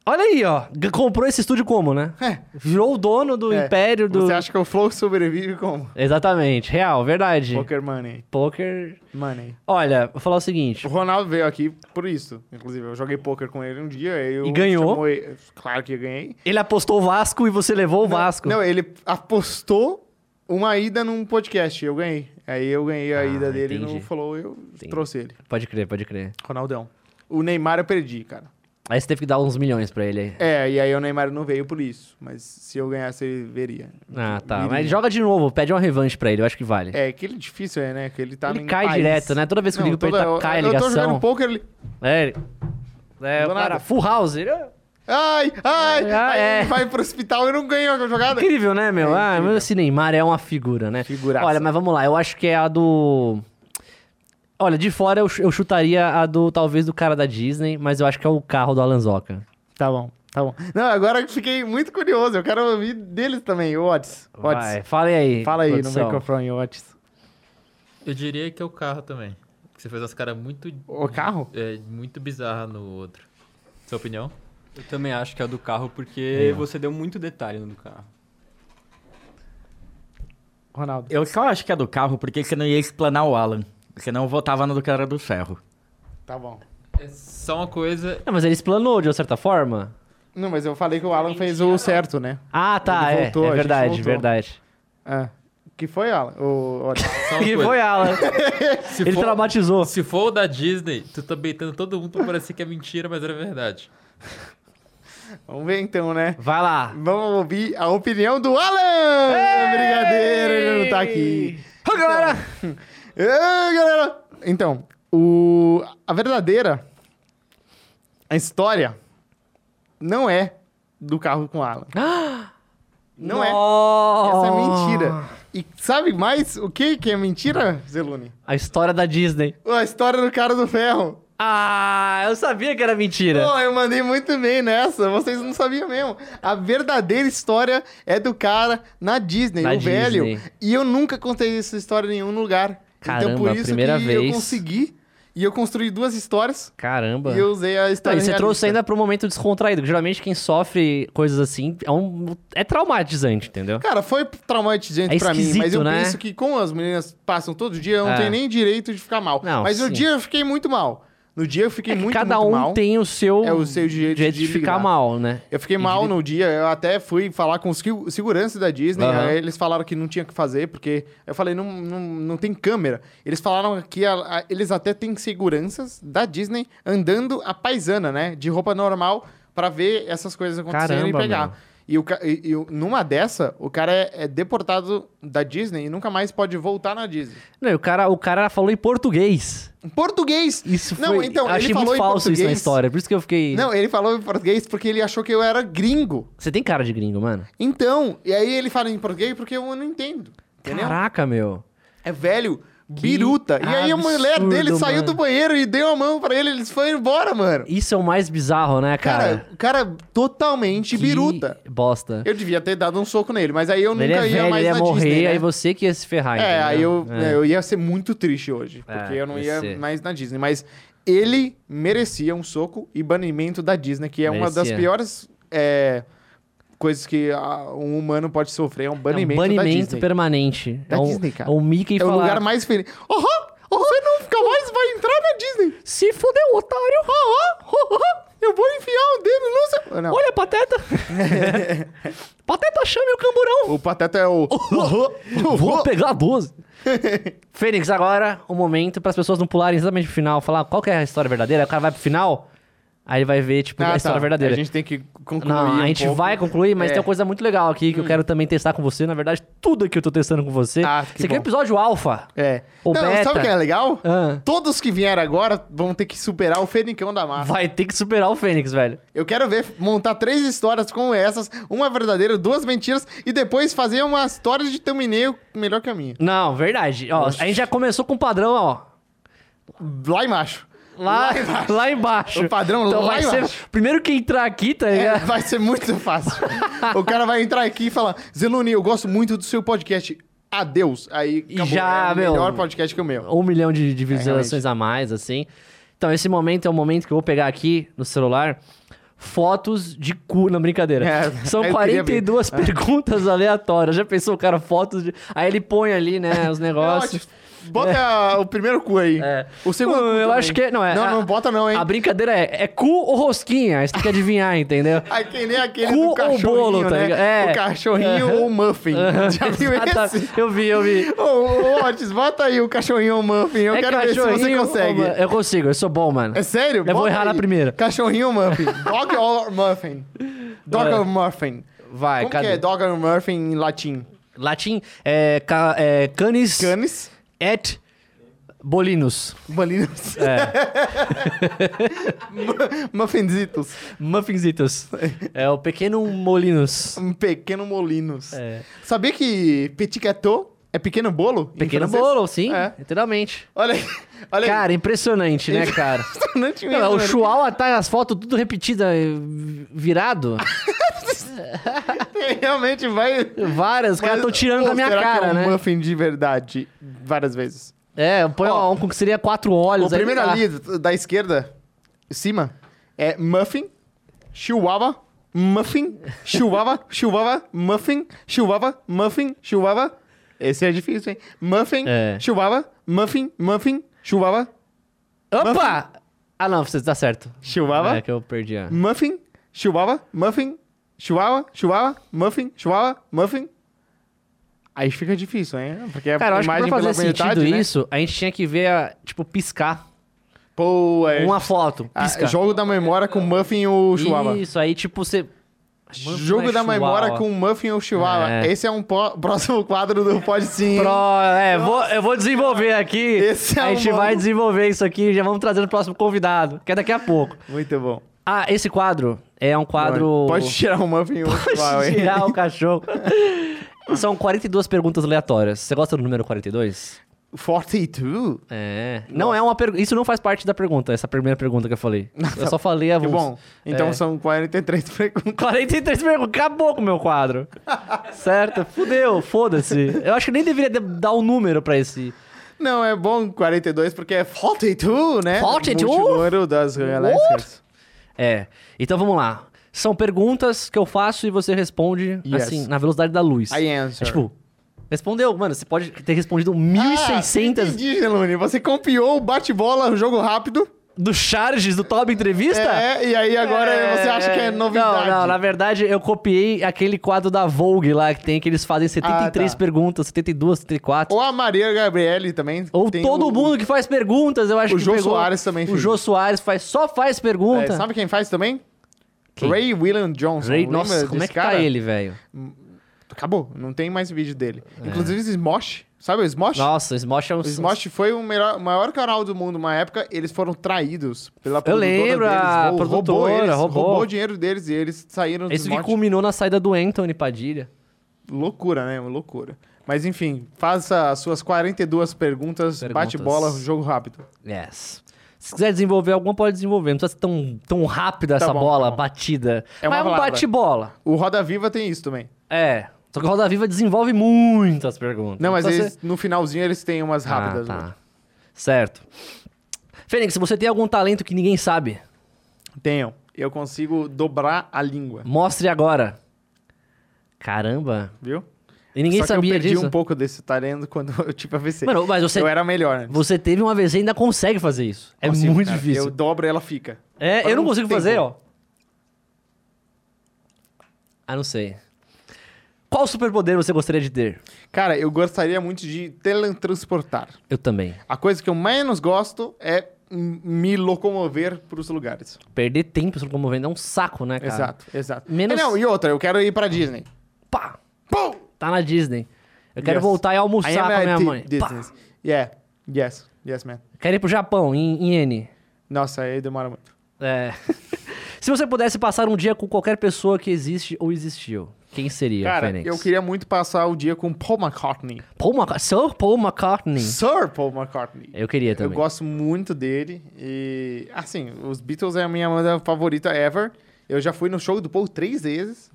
Speaker 1: Olha aí, ó. g- Comprou esse estúdio como, né?
Speaker 2: É.
Speaker 1: Virou o dono do
Speaker 2: É,
Speaker 1: império do.
Speaker 2: Você acha que o Flow sobrevive como?
Speaker 1: Exatamente, real, verdade. Poker.
Speaker 2: Poker Money. Money.
Speaker 1: Olha, vou falar o seguinte.
Speaker 2: O Ronaldo veio aqui por isso. Inclusive, eu joguei poker com ele um dia. Eu
Speaker 1: E ganhou?
Speaker 2: chamou ele- Claro que eu ganhei.
Speaker 1: Ele apostou o Vasco e você levou o Vasco.
Speaker 2: Não, ele apostou uma ida num podcast. Eu ganhei. Aí eu ganhei a
Speaker 1: Ah,
Speaker 2: ida dele
Speaker 1: entendi.
Speaker 2: no Flow. Eu trouxe ele.
Speaker 1: Pode crer, pode crer.
Speaker 2: Ronaldão. O Neymar eu perdi, cara.
Speaker 1: Aí você teve que dar uns milhões pra ele aí.
Speaker 2: É, e aí o Neymar não veio por isso. Mas se eu ganhasse, ele veria.
Speaker 1: Ah, tá.
Speaker 2: Viria.
Speaker 1: Mas joga de novo, pede uma revanche pra ele, eu acho que vale.
Speaker 2: É, aquele difícil é, né? Que ele tá
Speaker 1: ele
Speaker 2: num
Speaker 1: cai
Speaker 2: país.
Speaker 1: direto, né? Toda vez que eu
Speaker 2: Não,
Speaker 1: ligo pra ele,
Speaker 2: toda-
Speaker 1: tá-
Speaker 2: eu-
Speaker 1: cai a
Speaker 2: Eu tô jogando
Speaker 1: ligação.
Speaker 2: poker, ele...
Speaker 1: É, ele... É,
Speaker 2: Do
Speaker 1: o cara,
Speaker 2: nada.
Speaker 1: full house. ele- é
Speaker 2: Ai, ai,
Speaker 1: Ah,
Speaker 2: aí
Speaker 1: é.
Speaker 2: ele vai pro hospital e não ganhou a jogada.
Speaker 1: Incrível, né, meu?
Speaker 2: É
Speaker 1: ah,
Speaker 2: incrível.
Speaker 1: mas esse Neymar é uma figura, né?
Speaker 2: Figuraça.
Speaker 1: Olha, mas vamos lá. Eu acho que é a do... Olha, de fora eu, ch- eu chutaria a do, talvez, do cara da Disney, mas eu acho que é o carro do Alanzoca.
Speaker 2: Tá bom, tá bom. Não, agora eu fiquei muito curioso. Eu quero ouvir deles também, o Otis. Otis.
Speaker 1: Vai, fala aí,
Speaker 2: Fala aí
Speaker 1: produção.
Speaker 2: no microfone, Otis.
Speaker 5: Eu diria que é o carro também. Você fez umas caras muito,
Speaker 2: O carro?
Speaker 5: é, muito bizarras no outro. Sua opinião?
Speaker 6: Eu também acho que é o do carro, porque você deu muito detalhe no do carro.
Speaker 2: Ronaldo.
Speaker 7: Eu só acho que é do carro porque você não ia explanar o Alan. Você não votava no do cara do ferro.
Speaker 2: Tá bom.
Speaker 5: É só uma coisa.
Speaker 1: Não, mas ele explanou de uma certa forma.
Speaker 2: Não, mas eu falei que o Alan fez o certo, né?
Speaker 1: Ah, tá,
Speaker 2: Ele
Speaker 1: é.
Speaker 2: voltou, a
Speaker 1: é
Speaker 2: gente
Speaker 1: verdade,
Speaker 2: voltou.
Speaker 1: verdade.
Speaker 2: Ah, que foi, Alan? O Otis.
Speaker 5: Só uma
Speaker 1: E
Speaker 5: coisa.
Speaker 1: foi Alan.
Speaker 5: Se,
Speaker 1: Ele
Speaker 5: for,
Speaker 1: traumatizou.
Speaker 5: se for o da Disney, tu tá beitando todo mundo pra parecer que é mentira, mas era verdade.
Speaker 2: Vamos ver então, né?
Speaker 1: Vai lá.
Speaker 2: Vamos ouvir a opinião do Alan! Brincadeira, ele não tá aqui.
Speaker 1: Ô, galera!
Speaker 2: Ei, galera! Então, o... a verdadeira a história não é do carro com Alan.
Speaker 1: Então,
Speaker 2: Não é. Essa é mentira. E sabe mais o que que é mentira, Zelune?
Speaker 1: A história da Disney.
Speaker 2: A história do cara do ferro.
Speaker 1: Ah, eu sabia que era mentira.
Speaker 2: Pô, eu mandei muito bem nessa. Vocês não sabiam mesmo. A verdadeira história é do cara na Disney,
Speaker 1: Na
Speaker 2: o
Speaker 1: Disney.
Speaker 2: velho. E eu nunca contei essa história em nenhum lugar.
Speaker 1: Caramba,
Speaker 2: então por isso
Speaker 1: primeira
Speaker 2: que eu
Speaker 1: vez.
Speaker 2: consegui. E eu construí duas histórias.
Speaker 1: Caramba.
Speaker 2: E eu tá usei a
Speaker 1: Não,
Speaker 2: história
Speaker 1: e você
Speaker 2: realista.
Speaker 1: trouxe ainda pra um momento descontraído. que Geralmente quem sofre coisas assim é, um, é traumatizante, entendeu?
Speaker 2: Cara, foi traumatizante
Speaker 1: É
Speaker 2: pra mim, mas
Speaker 1: esquisito,
Speaker 2: eu
Speaker 1: né?
Speaker 2: penso que como as meninas passam todo dia, eu não
Speaker 1: É.
Speaker 2: tenho nem direito de ficar mal.
Speaker 1: Não,
Speaker 2: mas no
Speaker 1: sim.
Speaker 2: dia eu fiquei muito mal. No dia eu fiquei
Speaker 1: É que
Speaker 2: muito,
Speaker 1: cada
Speaker 2: muito
Speaker 1: um
Speaker 2: mal.
Speaker 1: tem o seu,
Speaker 2: É o seu direito de
Speaker 1: ficar
Speaker 2: lidar.
Speaker 1: mal, né?
Speaker 2: Eu fiquei mal no dia, eu até fui falar com os que- segurança da Disney,
Speaker 1: Aham.
Speaker 2: aí eles falaram que não tinha o que fazer, porque eu falei, não, não, não tem câmera. Eles falaram que a- a- eles até têm seguranças da Disney andando a paisana, né? De roupa normal, pra ver essas coisas acontecendo
Speaker 1: Caramba,
Speaker 2: e pegar.
Speaker 1: meu.
Speaker 2: E, o ca- e- e o- numa dessa, o cara é, é deportado da Disney e nunca mais pode voltar na Disney.
Speaker 1: Não, e o cara, o cara falou em português.
Speaker 2: Em português!
Speaker 1: Isso foi.
Speaker 2: Não, então, ele
Speaker 1: achei
Speaker 2: falou
Speaker 1: muito
Speaker 2: em
Speaker 1: falso isso na
Speaker 2: português.
Speaker 1: história. Por isso que eu fiquei.
Speaker 2: Não, ele falou em português porque ele achou que eu era gringo.
Speaker 1: Você tem cara de gringo, mano.
Speaker 2: Então, e aí ele fala em português porque eu não entendo. Entendeu?
Speaker 1: Caraca, meu.
Speaker 2: É velho, biruta. E aí a mulher
Speaker 1: absurdo,
Speaker 2: dele saiu
Speaker 1: mano.
Speaker 2: do banheiro e deu a mão pra ele, eles foram embora, mano.
Speaker 1: Isso é o mais bizarro, né, cara?
Speaker 2: Cara, o cara totalmente
Speaker 1: Que
Speaker 2: biruta.
Speaker 1: Bosta.
Speaker 2: Eu devia ter dado um soco nele, mas aí eu
Speaker 1: ele é
Speaker 2: nunca ia
Speaker 1: velho,
Speaker 2: mais
Speaker 1: ele ia
Speaker 2: na
Speaker 1: morrer,
Speaker 2: Disney, né?
Speaker 1: aí você que ia se ferrar,
Speaker 2: É,
Speaker 1: entendeu?
Speaker 2: aí eu,
Speaker 1: É.
Speaker 2: eu ia ser muito triste hoje, porque
Speaker 1: É,
Speaker 2: eu não
Speaker 1: ia
Speaker 2: ia
Speaker 1: ser.
Speaker 2: mais na Disney, mas ele merecia um soco e banimento da Disney, que é uma das
Speaker 1: Merecia.
Speaker 2: piores é, coisas que ah, um humano pode sofrer, é um
Speaker 1: É um
Speaker 2: banimento, da
Speaker 1: banimento
Speaker 2: Disney.
Speaker 1: permanente.
Speaker 2: Da
Speaker 1: é um,
Speaker 2: Disney, cara.
Speaker 1: É um Mickey
Speaker 2: É o
Speaker 1: falar,
Speaker 2: lugar mais feliz. Oh, você nunca mais vai entrar na Disney.
Speaker 1: se fudeu, otário.
Speaker 2: Eu vou enfiar o dedo no seu... Não.
Speaker 1: Olha, Pateta. pateta, chame o camburão.
Speaker 2: O Pateta é o...
Speaker 1: Vou pegar 12. é Fênix, agora o momento para as pessoas não pularem exatamente pro final, falar qual que é a história verdadeira. O cara vai pro final. Aí ele vai ver, tipo, a história verdadeira.
Speaker 2: Ah, é tá. A gente tem que concluir.
Speaker 1: Não,
Speaker 2: um
Speaker 1: a gente
Speaker 2: pouco.
Speaker 1: vai concluir, mas
Speaker 2: É. Hum.
Speaker 1: tem uma coisa muito legal aqui que eu quero também testar com você. Na verdade, tudo que eu tô testando com você.
Speaker 2: Ah, que
Speaker 1: Esse aqui é um
Speaker 2: bom.
Speaker 1: episódio alfa.
Speaker 2: É.
Speaker 1: Ou
Speaker 2: não,
Speaker 1: beta.
Speaker 2: sabe o que é legal?
Speaker 1: Ah.
Speaker 2: Todos que vieram agora vão ter que superar o Fenicão da Massa.
Speaker 1: Vai ter que superar o Fênix, velho.
Speaker 2: Eu quero ver montar três histórias como essas, uma verdadeira, duas mentiras, e depois fazer uma história de thumbnail melhor que a minha.
Speaker 1: Não, verdade. Ó, a gente já começou com o padrão, ó.
Speaker 2: Lá embaixo.
Speaker 1: Lá, lá embaixo.
Speaker 2: O padrão
Speaker 1: então
Speaker 2: lá
Speaker 1: vai ser-
Speaker 2: embaixo.
Speaker 1: Primeiro que entrar aqui, tá
Speaker 2: É,
Speaker 1: ligado?
Speaker 2: vai ser muito fácil. o cara vai entrar aqui e falar: Zeluni, eu gosto muito do seu podcast. Adeus. Aí
Speaker 1: E já,
Speaker 2: é o
Speaker 1: meu,
Speaker 2: melhor podcast que o meu.
Speaker 1: Um milhão de, de visualizações
Speaker 2: É, realmente.
Speaker 1: a mais, assim. Então, esse momento é o momento que eu vou pegar aqui no celular. Fotos de cu, na brincadeira.
Speaker 2: É,
Speaker 1: São
Speaker 2: eu queria ver. É.
Speaker 1: 42 perguntas aleatórias. Já pensou, cara, fotos de. Aí ele põe ali, né, os negócios.
Speaker 2: É Bota o primeiro cu aí.
Speaker 1: É.
Speaker 2: O segundo
Speaker 1: Não,
Speaker 2: cu
Speaker 1: eu
Speaker 2: também.
Speaker 1: acho que- não, é-
Speaker 2: Não,
Speaker 1: a-
Speaker 2: não bota não, hein?
Speaker 1: A brincadeira é, é cu ou rosquinha? Aí você tem que adivinhar, entendeu?
Speaker 2: Aí que nem aquele
Speaker 1: Cu
Speaker 2: do
Speaker 1: ou
Speaker 2: cachorrinho,
Speaker 1: bolo, tá
Speaker 2: né?
Speaker 1: ligado? É. Ah,
Speaker 2: O cachorrinho ou o muffin. Já viu
Speaker 1: Exatamente.
Speaker 2: esse?
Speaker 1: Eu vi, eu vi.
Speaker 2: Ô, ô, Otis, bota aí o cachorrinho ou o muffin. Eu
Speaker 1: É
Speaker 2: quero ver se você
Speaker 1: cachorrinho ou-
Speaker 2: consegue.
Speaker 1: Eu consigo, eu sou bom, mano.
Speaker 2: É sério?
Speaker 1: Eu vou
Speaker 2: Bota
Speaker 1: errar
Speaker 2: aí.
Speaker 1: na primeira.
Speaker 2: Cachorrinho ou muffin? Dog or muffin? Dog
Speaker 1: É.
Speaker 2: or muffin?
Speaker 1: Vai,
Speaker 2: Como
Speaker 1: cadê?
Speaker 2: que é dog or muffin em latim?
Speaker 1: Latim é, ca- é canis
Speaker 2: Canis?
Speaker 1: et bolinus.
Speaker 2: Bolinos?
Speaker 1: É,
Speaker 2: Muffinzitos?
Speaker 1: muffinsitos. É o pequeno molinus.
Speaker 2: Um pequeno molinos.
Speaker 1: É.
Speaker 2: Sabia que petit gâteau é pequeno bolo? em
Speaker 1: Pequeno
Speaker 2: francês?
Speaker 1: bolo, sim,
Speaker 2: É.
Speaker 1: literalmente.
Speaker 2: Olha aí. Olha aí.
Speaker 1: Cara, impressionante, né, cara?
Speaker 2: Impressionante
Speaker 1: Não, é o
Speaker 2: mesmo, velho.
Speaker 1: Chual tá as fotos tudo repetida, eh, virado.
Speaker 2: Realmente vai...
Speaker 1: Várias, os caras
Speaker 2: Mas,
Speaker 1: estão tirando
Speaker 2: pô,
Speaker 1: da minha
Speaker 2: será que
Speaker 1: cara,
Speaker 2: é um
Speaker 1: né?
Speaker 2: muffin de verdade várias vezes.
Speaker 1: É, põe
Speaker 2: Ó,
Speaker 1: ó, um que seria quatro olhos.
Speaker 2: O
Speaker 1: aí
Speaker 2: primeiro
Speaker 1: tá.
Speaker 2: ali, d- da esquerda, em cima, é muffin, chihuahua, muffin, chihuahua, chihuahua, muffin, chihuahua, muffin, chihuahua. Esse é difícil, hein? Muffin,
Speaker 1: É.
Speaker 2: chihuahua, muffin, muffin, chihuahua,
Speaker 1: Opa! Ah, não, você tá certo.
Speaker 2: chihuahua,
Speaker 1: É que eu perdi a...
Speaker 2: muffin, chihuahua, muffin, chihuahua, chihuahua, muffin, chihuahua, muffin. Aí fica difícil, hein? Porque a
Speaker 1: Cara, eu acho que
Speaker 2: imagem
Speaker 1: pra fazer
Speaker 2: pela
Speaker 1: sentido
Speaker 2: metade, né?
Speaker 1: isso, a gente tinha que ver, a, tipo, piscar
Speaker 2: Pô, é...
Speaker 1: uma foto.
Speaker 2: Ah,
Speaker 1: Piscar.
Speaker 2: jogo da memória com Muffin ou Chihuahua.
Speaker 1: Isso, aí, tipo, você...
Speaker 2: Jogo da memória com Muffin ou Chihuahua.
Speaker 1: É.
Speaker 2: Esse é um po- próximo quadro do Pode Sim.
Speaker 1: Pro, é, vou, eu vou desenvolver aqui.
Speaker 2: Esse é
Speaker 1: a
Speaker 2: um
Speaker 1: gente
Speaker 2: bom.
Speaker 1: vai desenvolver isso aqui. Já vamos trazer o próximo convidado, que é daqui a pouco.
Speaker 2: Muito bom.
Speaker 1: Ah, esse quadro é um quadro.
Speaker 2: Pode tirar o Muffin ou Chihuahua, hein?
Speaker 1: tirar o cachorro. São 42 perguntas aleatórias. Você gosta do número 42?
Speaker 2: 42?
Speaker 1: É. Não é uma pergunta. Isso não faz parte da pergunta, essa primeira pergunta que eu falei. Eu só falei a
Speaker 2: Que bom. Então
Speaker 1: É.
Speaker 2: são 43 perguntas.
Speaker 1: 43 perguntas, acabou com o meu quadro. certo? Fudeu, foda-se. Eu acho que nem deveria de- dar um número pra esse.
Speaker 2: Não, é bom 42 porque é 42, né?
Speaker 1: 42?
Speaker 2: O número das galáxias.
Speaker 1: É. Então vamos lá. São perguntas que eu faço e você responde
Speaker 2: Yes.
Speaker 1: assim, na velocidade da luz.
Speaker 2: I answer.
Speaker 1: É tipo, respondeu, mano, você pode ter respondido
Speaker 2: Ah,
Speaker 1: 1600
Speaker 2: entendi, Gelune. Você copiou o bate-bola, o jogo rápido.
Speaker 1: do Charges do Top Entrevista?
Speaker 2: É, e aí agora você acha que é novidade.
Speaker 1: Não, não, na verdade eu copiei aquele quadro da Vogue lá que tem, que eles fazem 73
Speaker 2: tá.
Speaker 1: perguntas, 72, 74.
Speaker 2: Ou a Maria Gabriele também.
Speaker 1: Ou
Speaker 2: tem um
Speaker 1: todo
Speaker 2: o-
Speaker 1: mundo que faz perguntas, eu acho
Speaker 2: o
Speaker 1: que
Speaker 2: Jô
Speaker 1: pegou.
Speaker 2: Soares também
Speaker 1: O
Speaker 2: fez.
Speaker 1: Jô Soares faz, só faz
Speaker 2: É,
Speaker 1: pergunta.
Speaker 2: sabe quem faz também?
Speaker 1: Quem?
Speaker 2: Ray William Johnson.
Speaker 1: Ray-
Speaker 2: Lembra
Speaker 1: nossa, como é
Speaker 2: desse
Speaker 1: que tá
Speaker 2: cara?
Speaker 1: ele, velho?
Speaker 2: Acabou, não tem mais vídeo dele. Inclusive, Smosh. Sabe o
Speaker 1: É.
Speaker 2: Smosh?
Speaker 1: Nossa, o Smosh é um...
Speaker 2: O Smosh foi o melhor- maior canal do mundo uma época. Eles foram traídos pela produtora
Speaker 1: lembro,
Speaker 2: deles.
Speaker 1: a
Speaker 2: rou- roubou,
Speaker 1: produtora,
Speaker 2: eles,
Speaker 1: roubou. um
Speaker 2: o dinheiro deles e eles saíram do
Speaker 1: Isso que
Speaker 2: Smosh.
Speaker 1: culminou na saída do Anthony Padilha.
Speaker 2: Loucura, né? Uma loucura. Mas enfim, faça as suas 42 perguntas,
Speaker 1: Perguntas.
Speaker 2: bate bola, jogo rápido.
Speaker 1: Yes. Se quiser desenvolver alguma, pode desenvolver. Não precisa ser tão, tão rápida
Speaker 2: Tá
Speaker 1: essa
Speaker 2: bom,
Speaker 1: bola
Speaker 2: tá bom.
Speaker 1: batida.
Speaker 2: É uma
Speaker 1: Mas é um
Speaker 2: palavra.
Speaker 1: bate-bola.
Speaker 2: O Roda Viva tem isso também.
Speaker 1: É. Só que o Roda Viva desenvolve muitas perguntas.
Speaker 2: Não, mas
Speaker 1: Então
Speaker 2: eles-
Speaker 1: você-
Speaker 2: no finalzinho eles têm umas
Speaker 1: Ah,
Speaker 2: rápidas.
Speaker 1: tá.
Speaker 2: né?
Speaker 1: Certo. Fênix, você tem algum talento que ninguém sabe?
Speaker 2: Tenho. Eu consigo dobrar a língua,
Speaker 1: Mostre agora. Caramba.
Speaker 2: viu?
Speaker 1: E ninguém
Speaker 2: Só
Speaker 1: sabia
Speaker 2: que eu perdi
Speaker 1: disso?
Speaker 2: um pouco desse talento quando eu tive AVC.
Speaker 1: Mano, mas você,
Speaker 2: eu era melhor. antes.
Speaker 1: você teve uma vez e ainda consegue fazer isso. É
Speaker 2: Consigo,
Speaker 1: muito
Speaker 2: cara.
Speaker 1: difícil.
Speaker 2: Eu dobro e ela fica.
Speaker 1: É, eu não
Speaker 2: um
Speaker 1: consigo
Speaker 2: tempo.
Speaker 1: fazer, ó. Ah, não sei. Qual superpoder você gostaria de ter?
Speaker 2: Cara, eu gostaria muito de teletransportar.
Speaker 1: Eu também.
Speaker 2: A coisa que eu menos gosto é m- me locomover pros lugares.
Speaker 1: Perder tempo se locomovendo é um saco, né, cara?
Speaker 2: Exato, exato.
Speaker 1: Menos-
Speaker 2: E não, e outra, eu quero ir pra Disney.
Speaker 1: Pá!
Speaker 2: Pum!
Speaker 1: Tá na Disney. Eu quero
Speaker 2: Yes. é
Speaker 1: voltar e
Speaker 2: I
Speaker 1: almoçar
Speaker 2: am
Speaker 1: com a
Speaker 2: at
Speaker 1: minha
Speaker 2: Di-
Speaker 1: mãe. Pá!
Speaker 2: Disney. Yeah, yes, yes, man.
Speaker 1: Quero ir pro Japão, em Iene.
Speaker 2: Nossa, aí demora muito.
Speaker 1: É. Se você pudesse passar um dia com qualquer pessoa que existe ou existiu, quem seria,
Speaker 2: Cara,
Speaker 1: Fênix?
Speaker 2: eu queria muito passar o dia com Paul McCartney.
Speaker 1: Paul Maca- Sir Paul McCartney.
Speaker 2: Sir Paul McCartney.
Speaker 1: Eu queria
Speaker 2: Eu
Speaker 1: também.
Speaker 2: gosto muito dele e assim, os Beatles é a minha banda favorita ever. Eu já fui no show do Paul três vezes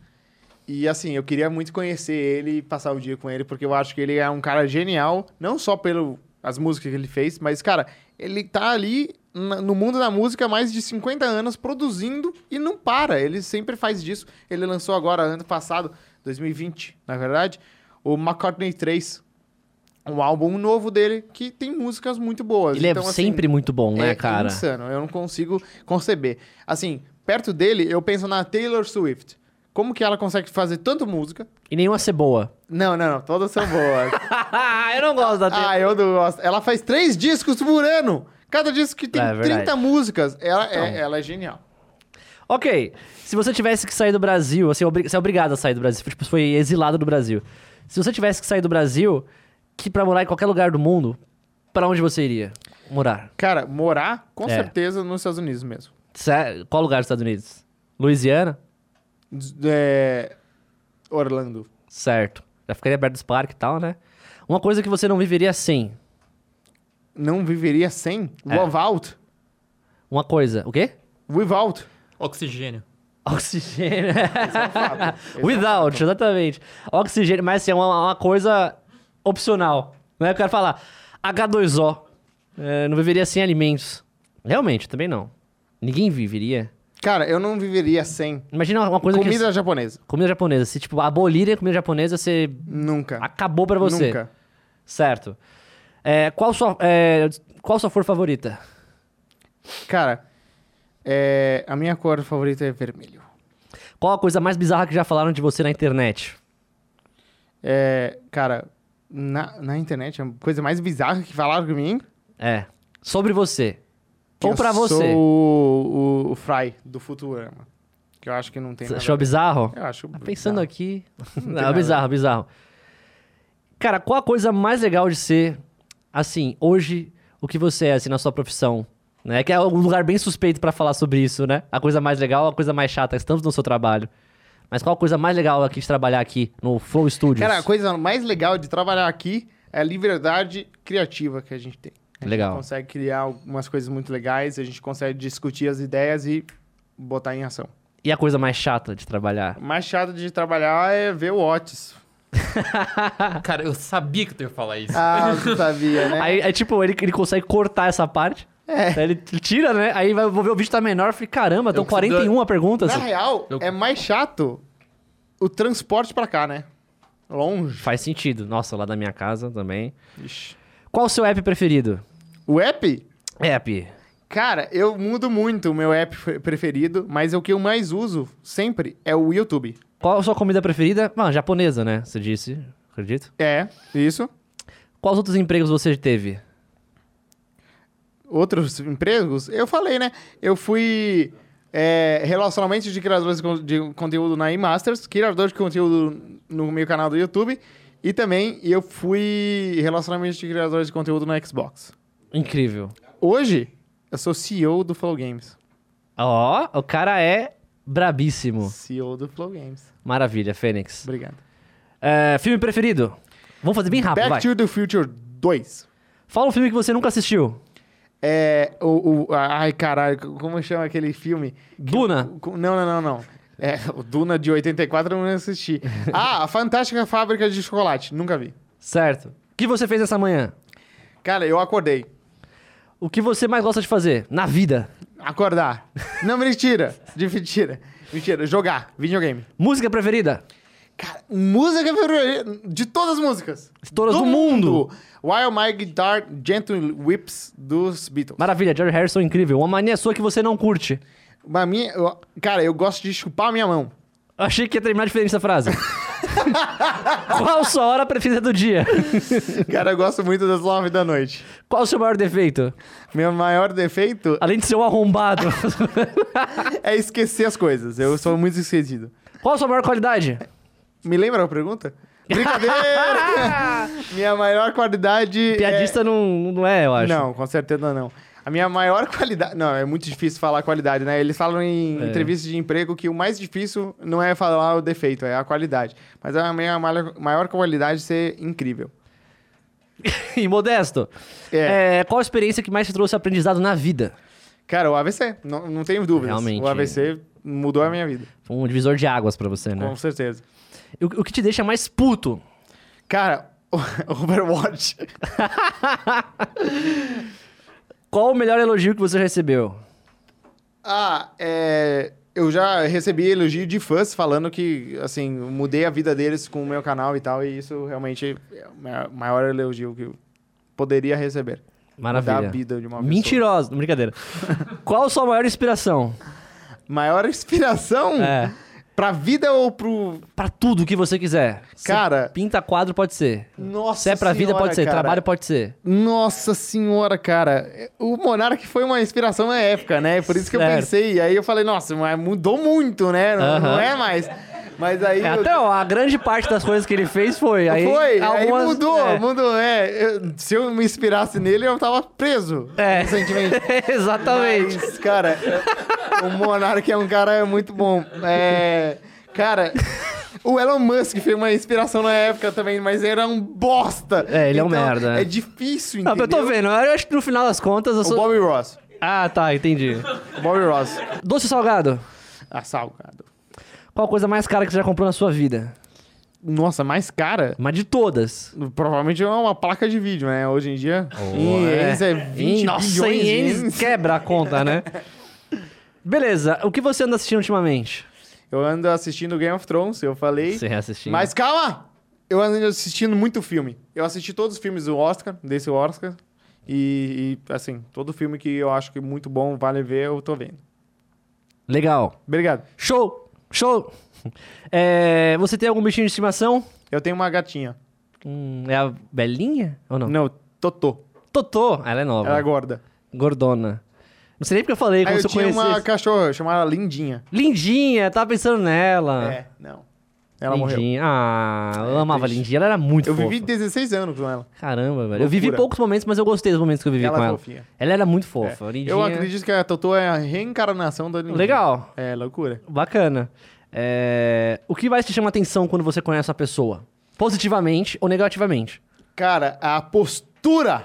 Speaker 2: e assim, eu queria muito conhecer ele e passar o dia com ele porque eu acho que ele é um cara genial, não só pelo as músicas que ele fez, mas cara, ele tá ali na- no mundo da música há mais de 50 anos produzindo e não para. Ele sempre faz disso. Ele lançou agora ano passado, 2020, na verdade, o McCartney 3 um álbum novo dele que tem músicas muito boas.
Speaker 1: Ele
Speaker 2: Então,
Speaker 1: é
Speaker 2: assim,
Speaker 1: sempre muito bom, né,
Speaker 2: é
Speaker 1: cara?
Speaker 2: insano, eu não consigo conceber. Assim, perto dele, eu penso na Taylor Swift. Como que ela consegue fazer tanta música?
Speaker 1: E nenhuma ser boa.
Speaker 2: Não, não, não, todas são boas.
Speaker 1: eu não gosto da
Speaker 2: ah, eu não gosto. Ela faz três discos por ano. Cada disco que tem
Speaker 1: É, verdade. Então.
Speaker 2: 30 músicas. Ela, é, ela é genial.
Speaker 1: Ok. Se você tivesse que sair do Brasil, assim, obri- você é obrigado a sair do Brasil, tipo, você foi exilado do Brasil. Se você tivesse que sair do Brasil, que pra morar em qualquer lugar do mundo, pra onde você iria morar?
Speaker 2: Cara, morar, com
Speaker 1: É.
Speaker 2: certeza, nos Estados Unidos mesmo.
Speaker 1: Sé- é, Qual lugar dos Estados Unidos? Louisiana?
Speaker 2: D- é, Orlando.
Speaker 1: Certo. Já ficaria perto dos parques e tal, né? Uma coisa que você não viveria sem.
Speaker 2: Não viveria sem?
Speaker 1: É.
Speaker 2: Without.
Speaker 1: Uma coisa. O quê?
Speaker 2: Without.
Speaker 5: Oxigênio.
Speaker 1: Oxigênio.
Speaker 2: é um
Speaker 1: Without, exatamente. Oxigênio, mas assim, é uma, uma coisa opcional. Né? O cara fala H2O. É, não viveria sem alimentos. Realmente, também não. Ninguém viveria.
Speaker 2: Cara, eu não viveria sem
Speaker 1: Imagina uma coisa
Speaker 2: comida
Speaker 1: que...
Speaker 2: japonesa.
Speaker 1: Comida japonesa. Se, tipo, abolirem a comida japonesa, você...
Speaker 2: Nunca.
Speaker 1: Acabou pra você.
Speaker 2: Nunca.
Speaker 1: Certo. É, qual sua... É, qual sua flor favorita?
Speaker 2: Cara, é, a minha cor favorita é vermelho.
Speaker 1: Qual a coisa mais bizarra que já falaram de você na internet?
Speaker 2: É, cara, na, na internet, é a coisa mais bizarra que falaram de mim...
Speaker 1: É. Sobre você.
Speaker 2: que
Speaker 1: Ou
Speaker 2: eu
Speaker 1: pra você.
Speaker 2: sou o, o, o Fry do Futurama. Que eu acho que não tem
Speaker 1: Você
Speaker 2: nada
Speaker 1: achou
Speaker 2: a ver.
Speaker 1: bizarro?
Speaker 2: Eu acho
Speaker 1: Tá Pensando
Speaker 2: bizarro.
Speaker 1: aqui.
Speaker 2: tem
Speaker 1: Não,
Speaker 2: nada.
Speaker 1: bizarro, bizarro. Cara, qual a coisa mais legal de ser, assim, hoje, o que você é, assim, na sua profissão? Né? Que é um lugar bem suspeito pra falar sobre isso, né? A coisa mais legal, a coisa mais chata, estamos no seu trabalho. Mas qual a coisa mais legal aqui de trabalhar aqui no Flow Studios?
Speaker 2: Cara, a coisa mais legal de trabalhar aqui é a liberdade criativa que a gente tem. A gente
Speaker 1: Legal.
Speaker 2: consegue criar algumas coisas muito legais, a gente consegue discutir as ideias e botar em ação.
Speaker 1: E a coisa mais chata de trabalhar?
Speaker 2: O mais chato de trabalhar é ver o Otis.
Speaker 5: Cara, eu sabia que tu ia falar isso.
Speaker 2: Ah, você sabia, né?
Speaker 1: Aí, é tipo, ele, ele consegue cortar essa parte. É. Ele tira, né? Aí vai, vou ver o vídeo tá menor. Eu falei, caramba, estão
Speaker 5: Eu preciso da-
Speaker 1: 41 perguntas.
Speaker 2: Na real,
Speaker 5: Eu-
Speaker 2: é mais chato o transporte pra cá, né? Longe.
Speaker 1: Faz sentido. Nossa, lá da minha casa também. Qual o seu app preferido?
Speaker 2: O app,
Speaker 1: App.
Speaker 2: cara, eu mudo muito o meu app f- preferido, mas é o que eu mais uso sempre é o YouTube.
Speaker 1: Qual a sua comida preferida? Mano, japonesa, né? Você disse, acredito.
Speaker 2: É, isso.
Speaker 1: Quais outros empregos você teve?
Speaker 2: Outros empregos, eu falei, né? Eu fui é, relacionamento de criadores de con- de conteúdo na eMasters, criador de conteúdo no meu canal do YouTube, e também eu fui relacionamento de criadores de conteúdo na Xbox.
Speaker 1: Incrível.
Speaker 2: Hoje, eu sou CEO do Flow Games.
Speaker 1: Ó, o cara é brabíssimo.
Speaker 2: CEO do Flow Games.
Speaker 1: Maravilha, Fênix.
Speaker 2: Obrigado.
Speaker 1: É, filme preferido? Vamos fazer bem rápido,
Speaker 2: Back
Speaker 1: Ah, vai.
Speaker 2: to the Future 2.
Speaker 1: Fala um filme que você nunca assistiu.
Speaker 2: É. O, o- ai, caralho, como chama aquele filme?
Speaker 1: Duna.
Speaker 2: Co- Não, não, não, não. É, o Duna de 84 eu não assisti. Ah, a Fantástica Fábrica de Chocolate. Nunca vi.
Speaker 1: Certo. O que você fez essa manhã?
Speaker 2: Cara, eu acordei.
Speaker 1: O que você mais gosta de fazer? Na vida.
Speaker 2: Acordar. Não, mentira. De mentira. Mentira. Jogar. Videogame.
Speaker 1: Música preferida?
Speaker 2: Cara, música preferida de todas as músicas.
Speaker 1: Todas do mundo.
Speaker 2: While My Guitar Gentle Whips dos Beatles.
Speaker 1: Maravilha, George Harrison, incrível. Uma mania sua que você não curte.
Speaker 2: Pra mim, eu- cara, eu gosto de chupar a minha mão.
Speaker 1: Eu achei que ia terminar diferente essa frase. Qual sua hora preferida do dia?
Speaker 2: Cara, eu gosto muito das nove da noite.
Speaker 1: Qual o seu maior defeito?
Speaker 2: Meu maior defeito
Speaker 1: Além de ser um arrombado.
Speaker 2: é esquecer as coisas. Eu sou muito esquecido.
Speaker 1: Qual a sua maior qualidade?
Speaker 2: Me lembra a pergunta? Brincadeira! Minha maior qualidade.
Speaker 1: Piadista não, não é, eu
Speaker 2: é...
Speaker 1: acho.
Speaker 2: Não, com certeza não. A minha maior qualidade. Não, é muito difícil falar qualidade, né? Eles falam em
Speaker 1: É.
Speaker 2: entrevistas de emprego que o mais difícil não é falar o defeito, é a qualidade. Mas a minha malha- maior qualidade é ser incrível.
Speaker 1: E modesto.
Speaker 2: É.
Speaker 1: É, qual a experiência que mais te trouxe aprendizado na vida?
Speaker 2: Cara, o AVC, não, não tenho dúvidas.
Speaker 1: Realmente.
Speaker 2: O AVC mudou a minha vida,
Speaker 1: Foi Um divisor de águas pra você, né?
Speaker 2: com certeza.
Speaker 1: O, o que te deixa mais puto?
Speaker 2: Cara, Overwatch.
Speaker 1: Qual o melhor elogio que você já recebeu?
Speaker 2: Ah, é. Eu já recebi elogio de fãs falando que, assim, eu mudei a vida deles com o meu canal e tal, e isso realmente é o ma- maior elogio que eu poderia receber. Mudar a
Speaker 1: Maravilha.
Speaker 2: vida de uma pessoa.
Speaker 1: Mentirosa, brincadeira. Qual a sua maior inspiração?
Speaker 2: Maior inspiração
Speaker 1: É.
Speaker 2: pra vida ou pro.
Speaker 1: Pra tudo que você quiser. Se
Speaker 2: Cara.
Speaker 1: pinta quadro, pode ser.
Speaker 2: Nossa
Speaker 1: Se é pra vida,
Speaker 2: senhora,
Speaker 1: pode ser.
Speaker 2: cara.
Speaker 1: Trabalho, pode ser.
Speaker 2: Nossa senhora, cara. O Monark foi uma inspiração na época, né? Por isso que eu
Speaker 1: Certo.
Speaker 2: pensei. E aí eu falei, nossa, mas mudou muito, né? Não, não
Speaker 1: Aham.
Speaker 2: é mais. Mas aí.
Speaker 1: É,
Speaker 2: eu-
Speaker 1: até, ó, a grande parte das coisas que ele fez foi. Aí,
Speaker 2: foi, aí
Speaker 1: algumas-
Speaker 2: mudou,
Speaker 1: é.
Speaker 2: mudou, é. Eu- se eu me inspirasse nele, eu tava preso.
Speaker 1: É.
Speaker 2: Recentemente.
Speaker 1: Exatamente.
Speaker 2: Mas, cara, é- o Monark é um cara muito bom. É, cara, o Elon Musk foi uma inspiração na época também, mas era um bosta.
Speaker 1: É, ele é um merda, né?
Speaker 2: É difícil,
Speaker 1: Não,
Speaker 2: entendeu?
Speaker 1: eu tô vendo. Eu acho que no final das contas eu
Speaker 2: O
Speaker 1: sou.
Speaker 2: Bobby Ross.
Speaker 1: Ah, tá, entendi.
Speaker 2: O Bobby Ross.
Speaker 1: Doce ou salgado?
Speaker 2: Ah, salgado.
Speaker 1: Qual a coisa mais cara que você já comprou na sua vida?
Speaker 2: Nossa, mais cara?
Speaker 1: Mas de todas.
Speaker 2: Provavelmente é uma placa de vídeo, né? Hoje em dia, em ienes é 20
Speaker 1: Nossa,
Speaker 2: bilhões
Speaker 1: em
Speaker 2: de
Speaker 1: ienes
Speaker 2: ienes.
Speaker 1: quebra a conta, né? Beleza, o que você anda assistindo ultimamente?
Speaker 2: Eu ando assistindo Game of Thrones, eu falei.
Speaker 1: reassistindo.
Speaker 2: Mas calma! Eu ando assistindo muito filme. Eu assisti todos os filmes do Oscar, desse Oscar. E, e, assim, todo filme que eu acho que é muito bom, vale ver, eu tô vendo.
Speaker 1: Legal.
Speaker 2: Obrigado.
Speaker 1: Show! Show! É, você tem algum bichinho de estimação?
Speaker 2: Eu tenho uma gatinha.
Speaker 1: Hum, é a Belinha ou não?
Speaker 2: Não,
Speaker 1: Tá
Speaker 2: Totô.
Speaker 1: Totô. Ela é nova.
Speaker 2: Ela é gorda.
Speaker 1: Gordona. Não sei nem porque eu falei, como
Speaker 2: Aí eu
Speaker 1: se eu
Speaker 2: tinha uma
Speaker 1: conhecesse.
Speaker 2: cachorra chamada Lindinha.
Speaker 1: Lindinha, tava pensando nela.
Speaker 2: É, não. Ela
Speaker 1: Ah.
Speaker 2: morreu. É,
Speaker 1: Lindinha. Ah, eu amava a
Speaker 2: triste.
Speaker 1: Lindinha, ela era muito
Speaker 2: Eu
Speaker 1: fofa.
Speaker 2: vivi 16 anos com ela.
Speaker 1: Caramba, velho. Eu vivi
Speaker 2: Loucura.
Speaker 1: poucos momentos, mas eu gostei dos momentos que eu vivi
Speaker 2: Ela
Speaker 1: com
Speaker 2: é
Speaker 1: ela.
Speaker 2: fofinha.
Speaker 1: Ela era muito
Speaker 2: É.
Speaker 1: fofa. Lindinha.
Speaker 2: Eu acredito que a Totô é a reencarnação da Lindinha.
Speaker 1: Legal,
Speaker 2: É, loucura.
Speaker 1: bacana. É, O que mais te chama atenção quando você conhece uma pessoa? Positivamente ou negativamente?
Speaker 2: Cara, a postura.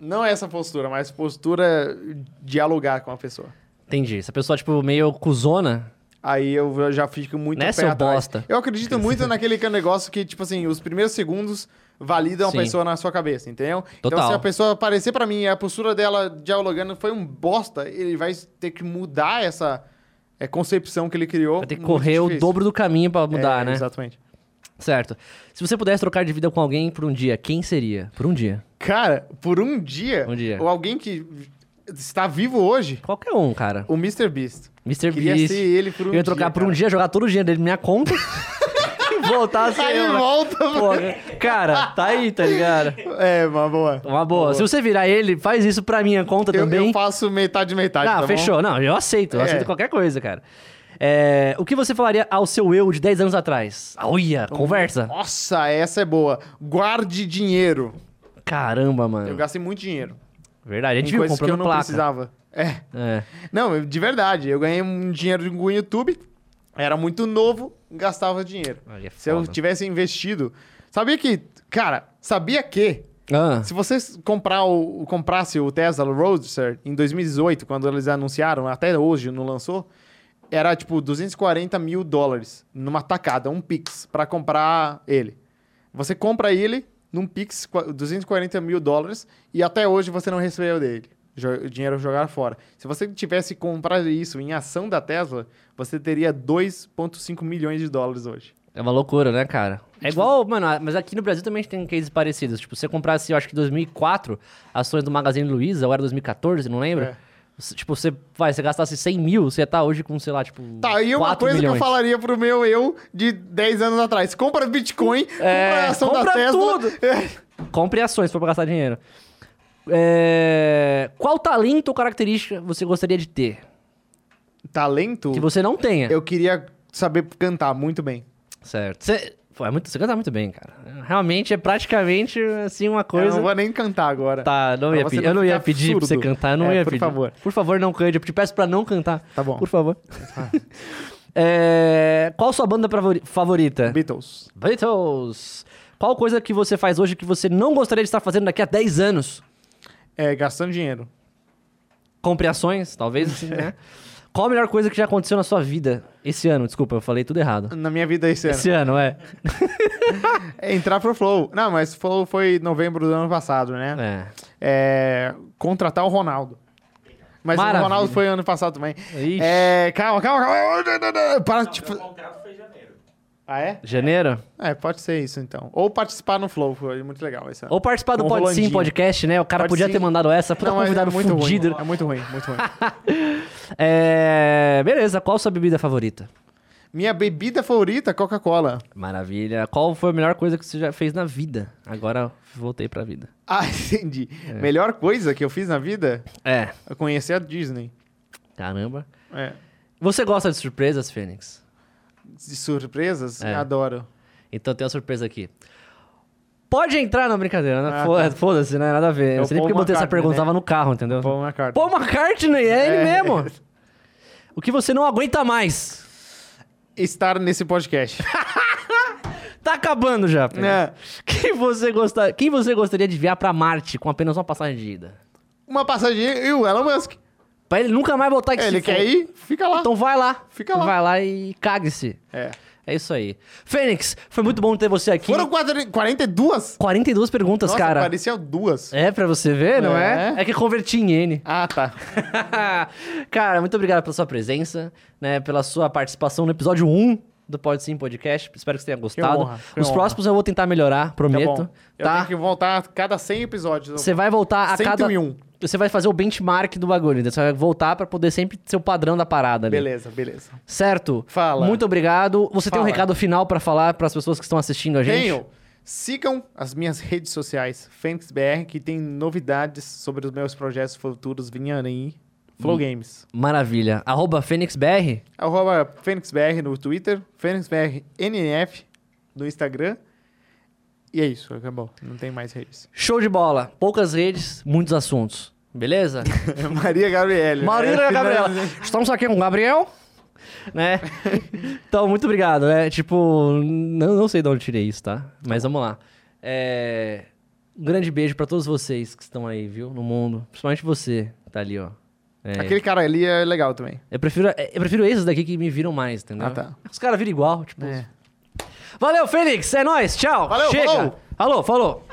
Speaker 2: Não essa postura, mas postura dialogar com a pessoa.
Speaker 1: Entendi. Se a pessoa, tipo, meio cuzona,
Speaker 2: Aí eu já fico muito
Speaker 1: Né,
Speaker 2: pé
Speaker 1: seu
Speaker 2: atrás.
Speaker 1: bosta?
Speaker 2: Eu acredito muito naquele que é um negócio que, tipo assim, os primeiros segundos validam
Speaker 1: Sim.
Speaker 2: a pessoa na sua cabeça, entendeu? Então,
Speaker 1: Total.
Speaker 2: se a pessoa aparecer pra mim e a postura dela dialogando foi um bosta, ele vai ter que mudar essa é, concepção que ele criou.
Speaker 1: vai ter que
Speaker 2: Muito
Speaker 1: correr o
Speaker 2: difícil.
Speaker 1: dobro do caminho pra
Speaker 2: É,
Speaker 1: mudar, né?
Speaker 2: Exatamente.
Speaker 1: Certo. Se você pudesse trocar de vida com alguém por um dia, quem seria? Por um dia.
Speaker 2: Cara, por um dia,
Speaker 1: Um dia.
Speaker 2: ou alguém que está vivo hoje,
Speaker 1: Qualquer um, cara.
Speaker 2: o Mr. Beast.
Speaker 1: Mr.
Speaker 2: Queria
Speaker 1: Beast.
Speaker 2: ser ele por um
Speaker 1: eu ia trocar
Speaker 2: dia,
Speaker 1: por um
Speaker 2: cara.
Speaker 1: dia, jogar todo o dinheiro dele na minha conta e voltar a ser
Speaker 2: Aí
Speaker 1: eu, né?
Speaker 2: Tá volta.
Speaker 1: Pô, cara, tá aí, tá ligado?
Speaker 2: É, uma boa.
Speaker 1: Uma boa. Se você virar ele, faz isso pra minha conta
Speaker 2: Eu,
Speaker 1: também.
Speaker 2: eu faço metade metade,
Speaker 1: ah,
Speaker 2: tá bom?
Speaker 1: fechou. Não, eu aceito. Eu
Speaker 2: É.
Speaker 1: aceito qualquer coisa, cara. É, o que você falaria ao seu eu de 10 anos atrás? Olha, conversa.
Speaker 2: Nossa, essa é boa. Guarde dinheiro.
Speaker 1: Caramba,
Speaker 2: Eu
Speaker 1: mano.
Speaker 2: gastei muito dinheiro.
Speaker 1: Verdade, É. a gente
Speaker 2: em
Speaker 1: viu
Speaker 2: coisas que eu
Speaker 1: comprando
Speaker 2: não
Speaker 1: placa.
Speaker 2: precisava. É.
Speaker 1: É.
Speaker 2: Não, de verdade. Eu ganhei um dinheiro com o YouTube. Era muito novo, gastava dinheiro.
Speaker 1: Aí é
Speaker 2: Se eu
Speaker 1: foda.
Speaker 2: tivesse investido. Sabia que. Cara, sabia que.
Speaker 1: Ah,
Speaker 2: Se você comprar o, o- comprasse o Tesla Roadster em 2018, quando eles anunciaram, até hoje não lançou, era tipo 240 mil dólares numa tacada, um Pix, pra comprar ele. Você compra ele num Pix, qua- 240 mil dólares, e até hoje você não recebeu dele. Jo- O dinheiro jogar fora. Se você tivesse comprado isso em ação da Tesla, você teria 2,5 milhões de dólares hoje.
Speaker 1: é uma loucura, né, cara? É igual, mano, a- mas aqui no Brasil também a gente tem cases parecidos. Tipo, se você comprasse, eu acho que em 2004, ações do Magazine Luiza, ou era 2014, não lembro.
Speaker 2: É.
Speaker 1: Se- Tipo, você vai, você gastasse 100 mil, você ia estar hoje com, sei lá, tipo.
Speaker 2: Tá, e uma
Speaker 1: 4
Speaker 2: coisa
Speaker 1: milhões.
Speaker 2: que eu falaria pro meu eu de 10 anos atrás: compra Bitcoin, compra a ação da
Speaker 1: É, compra
Speaker 2: Tesla.
Speaker 1: tudo. Compre ações pra gastar dinheiro. É, Qual talento ou característica você gostaria de ter?
Speaker 2: Talento?
Speaker 1: Que você é. não tenha.
Speaker 2: Eu queria saber cantar muito bem.
Speaker 1: Certo. Você... Pô, é muito... você canta muito bem, cara. Realmente é praticamente assim uma
Speaker 2: Eu
Speaker 1: coisa.
Speaker 2: não vou nem cantar agora.
Speaker 1: Tá, não
Speaker 2: Pra
Speaker 1: ia
Speaker 2: você
Speaker 1: pedir.
Speaker 2: não
Speaker 1: Eu não ia
Speaker 2: ficar
Speaker 1: pedir pra você
Speaker 2: surdo.
Speaker 1: cantar, eu não
Speaker 2: É,
Speaker 1: ia
Speaker 2: por
Speaker 1: pedir.
Speaker 2: favor.
Speaker 1: Por favor, não cante. Eu te peço pra não cantar.
Speaker 2: Tá bom.
Speaker 1: Por favor. É, Qual sua banda favori- favorita?
Speaker 2: Beatles.
Speaker 1: Beatles. Qual coisa que você faz hoje que você não gostaria de estar fazendo daqui a 10 anos?
Speaker 2: É, gastando dinheiro.
Speaker 1: Compre ações, talvez, assim, né? Qual a melhor coisa que já aconteceu na sua vida esse ano? Desculpa, eu falei tudo errado.
Speaker 2: Na minha vida esse ano.
Speaker 1: Esse ano, é.
Speaker 2: É entrar pro Flow. Não, mas Flow foi novembro do ano passado, né?
Speaker 1: é.
Speaker 2: É, contratar o Ronaldo. Mas
Speaker 1: Maravilha.
Speaker 2: o Ronaldo foi ano passado também.
Speaker 1: Ixi.
Speaker 2: É, calma, calma, calma. Para, tipo... O contrato foi janeiro. Ah, é?
Speaker 1: Janeiro?
Speaker 2: É, pode ser isso então. Ou participar no Flow, foi muito legal esse ano.
Speaker 1: Ou participar do
Speaker 2: Um
Speaker 1: Pode Sim
Speaker 2: Rolandinho.
Speaker 1: Podcast, né? O cara
Speaker 2: Pode
Speaker 1: podia
Speaker 2: Sim.
Speaker 1: ter mandado essa. Puta
Speaker 2: mas
Speaker 1: convidado
Speaker 2: é muito
Speaker 1: fudido.
Speaker 2: ruim. É muito ruim, muito ruim.
Speaker 1: É... Beleza, qual a sua bebida favorita?
Speaker 2: Minha bebida favorita, Coca-Cola.
Speaker 1: Maravilha. Qual foi a melhor coisa que você já fez na vida? Agora voltei pra vida.
Speaker 2: Ah, entendi. Melhor coisa que eu fiz na vida
Speaker 1: É.
Speaker 2: é conhecer a Disney.
Speaker 1: Caramba.
Speaker 2: É.
Speaker 1: Você gosta de surpresas, Fênix?
Speaker 2: De surpresas,
Speaker 1: É.
Speaker 2: adoro.
Speaker 1: Então tem uma surpresa aqui. Pode entrar na brincadeira, né?
Speaker 2: Ah,
Speaker 1: Fo-
Speaker 2: tá.
Speaker 1: Foda-se, né? Nada a ver.
Speaker 2: É
Speaker 1: Eu
Speaker 2: o
Speaker 1: não sei nem
Speaker 2: Paul
Speaker 1: porque eu botei essa
Speaker 2: McCartney,
Speaker 1: pergunta,
Speaker 2: né?
Speaker 1: tava no carro, entendeu?
Speaker 2: Paul McCartney.
Speaker 1: Paul McCartney, é ele
Speaker 2: É.
Speaker 1: mesmo. O que você não aguenta mais.
Speaker 2: Estar nesse podcast.
Speaker 1: Tá acabando já, Fênix.
Speaker 2: É.
Speaker 1: Quem você, gostar... Quem você gostaria de enviar pra Marte com apenas uma passagem de ida?
Speaker 2: Uma passadinha e o Elon Musk.
Speaker 1: Pra ele nunca mais voltar que
Speaker 2: É,
Speaker 1: se
Speaker 2: ele
Speaker 1: for.
Speaker 2: quer ir, fica lá.
Speaker 1: Então vai lá.
Speaker 2: Fica lá.
Speaker 1: Vai lá e cague-se.
Speaker 2: É.
Speaker 1: É isso aí. Fênix, foi muito bom ter você aqui.
Speaker 2: Foram quatro- 42?
Speaker 1: 42 perguntas,
Speaker 2: Nossa,
Speaker 1: cara.
Speaker 2: parecia duas.
Speaker 1: É pra você ver, não é?
Speaker 2: É.
Speaker 1: É que converti em N.
Speaker 2: Ah, tá.
Speaker 1: cara, muito obrigado pela sua presença, né? Pela sua participação no episódio 1 do Pode Sim Podcast. Espero que você tenha gostado.
Speaker 2: honra, que
Speaker 1: Os
Speaker 2: honra.
Speaker 1: próximos eu vou tentar melhorar,
Speaker 2: Tá
Speaker 1: prometo.
Speaker 2: bom. Eu
Speaker 1: tá?
Speaker 2: tenho que um voltar a cada 100 episódios.
Speaker 1: Você vai voltar a cada
Speaker 2: 101.
Speaker 1: Você vai fazer o benchmark do bagulho, então você vai voltar pra poder sempre ser o padrão da parada ali.
Speaker 2: Beleza, beleza.
Speaker 1: Certo?
Speaker 2: Fala.
Speaker 1: Muito obrigado. Você tem um
Speaker 2: Fala.
Speaker 1: recado final pra falar pras pessoas que estão assistindo a gente?
Speaker 2: Tenho. Sigam as minhas redes sociais, FênixBR, que tem novidades sobre os meus projetos futuros vinhando aí. Flow Games.
Speaker 1: Maravilha. Arroba FênixBR.
Speaker 2: Arroba FênixBR no Twitter, FênixBRNF no Instagram. E é isso, acabou. Não tem mais redes.
Speaker 1: Show de bola. Poucas redes, muitos assuntos. Beleza?
Speaker 2: Maria Gabriele.
Speaker 1: Marília
Speaker 2: É,
Speaker 1: e Gabriela. Estamos aqui com o Gabriel. Né? então, muito obrigado, né? Tipo, não, não sei de onde eu tirei isso, tá? Mas vamos lá. É, Um grande beijo pra todos vocês que estão aí, viu? No mundo. Principalmente você, que tá ali, ó. É,
Speaker 2: Aquele cara ali é legal também.
Speaker 1: Eu prefiro, é, eu prefiro esses daqui que me viram mais, entendeu?
Speaker 2: Ah, tá. É.
Speaker 1: Os caras viram igual, tipo. Valeu, Fênix. É nóis. Tchau.
Speaker 2: Valeu,
Speaker 1: Chega.
Speaker 2: falou.
Speaker 1: Alô, falou.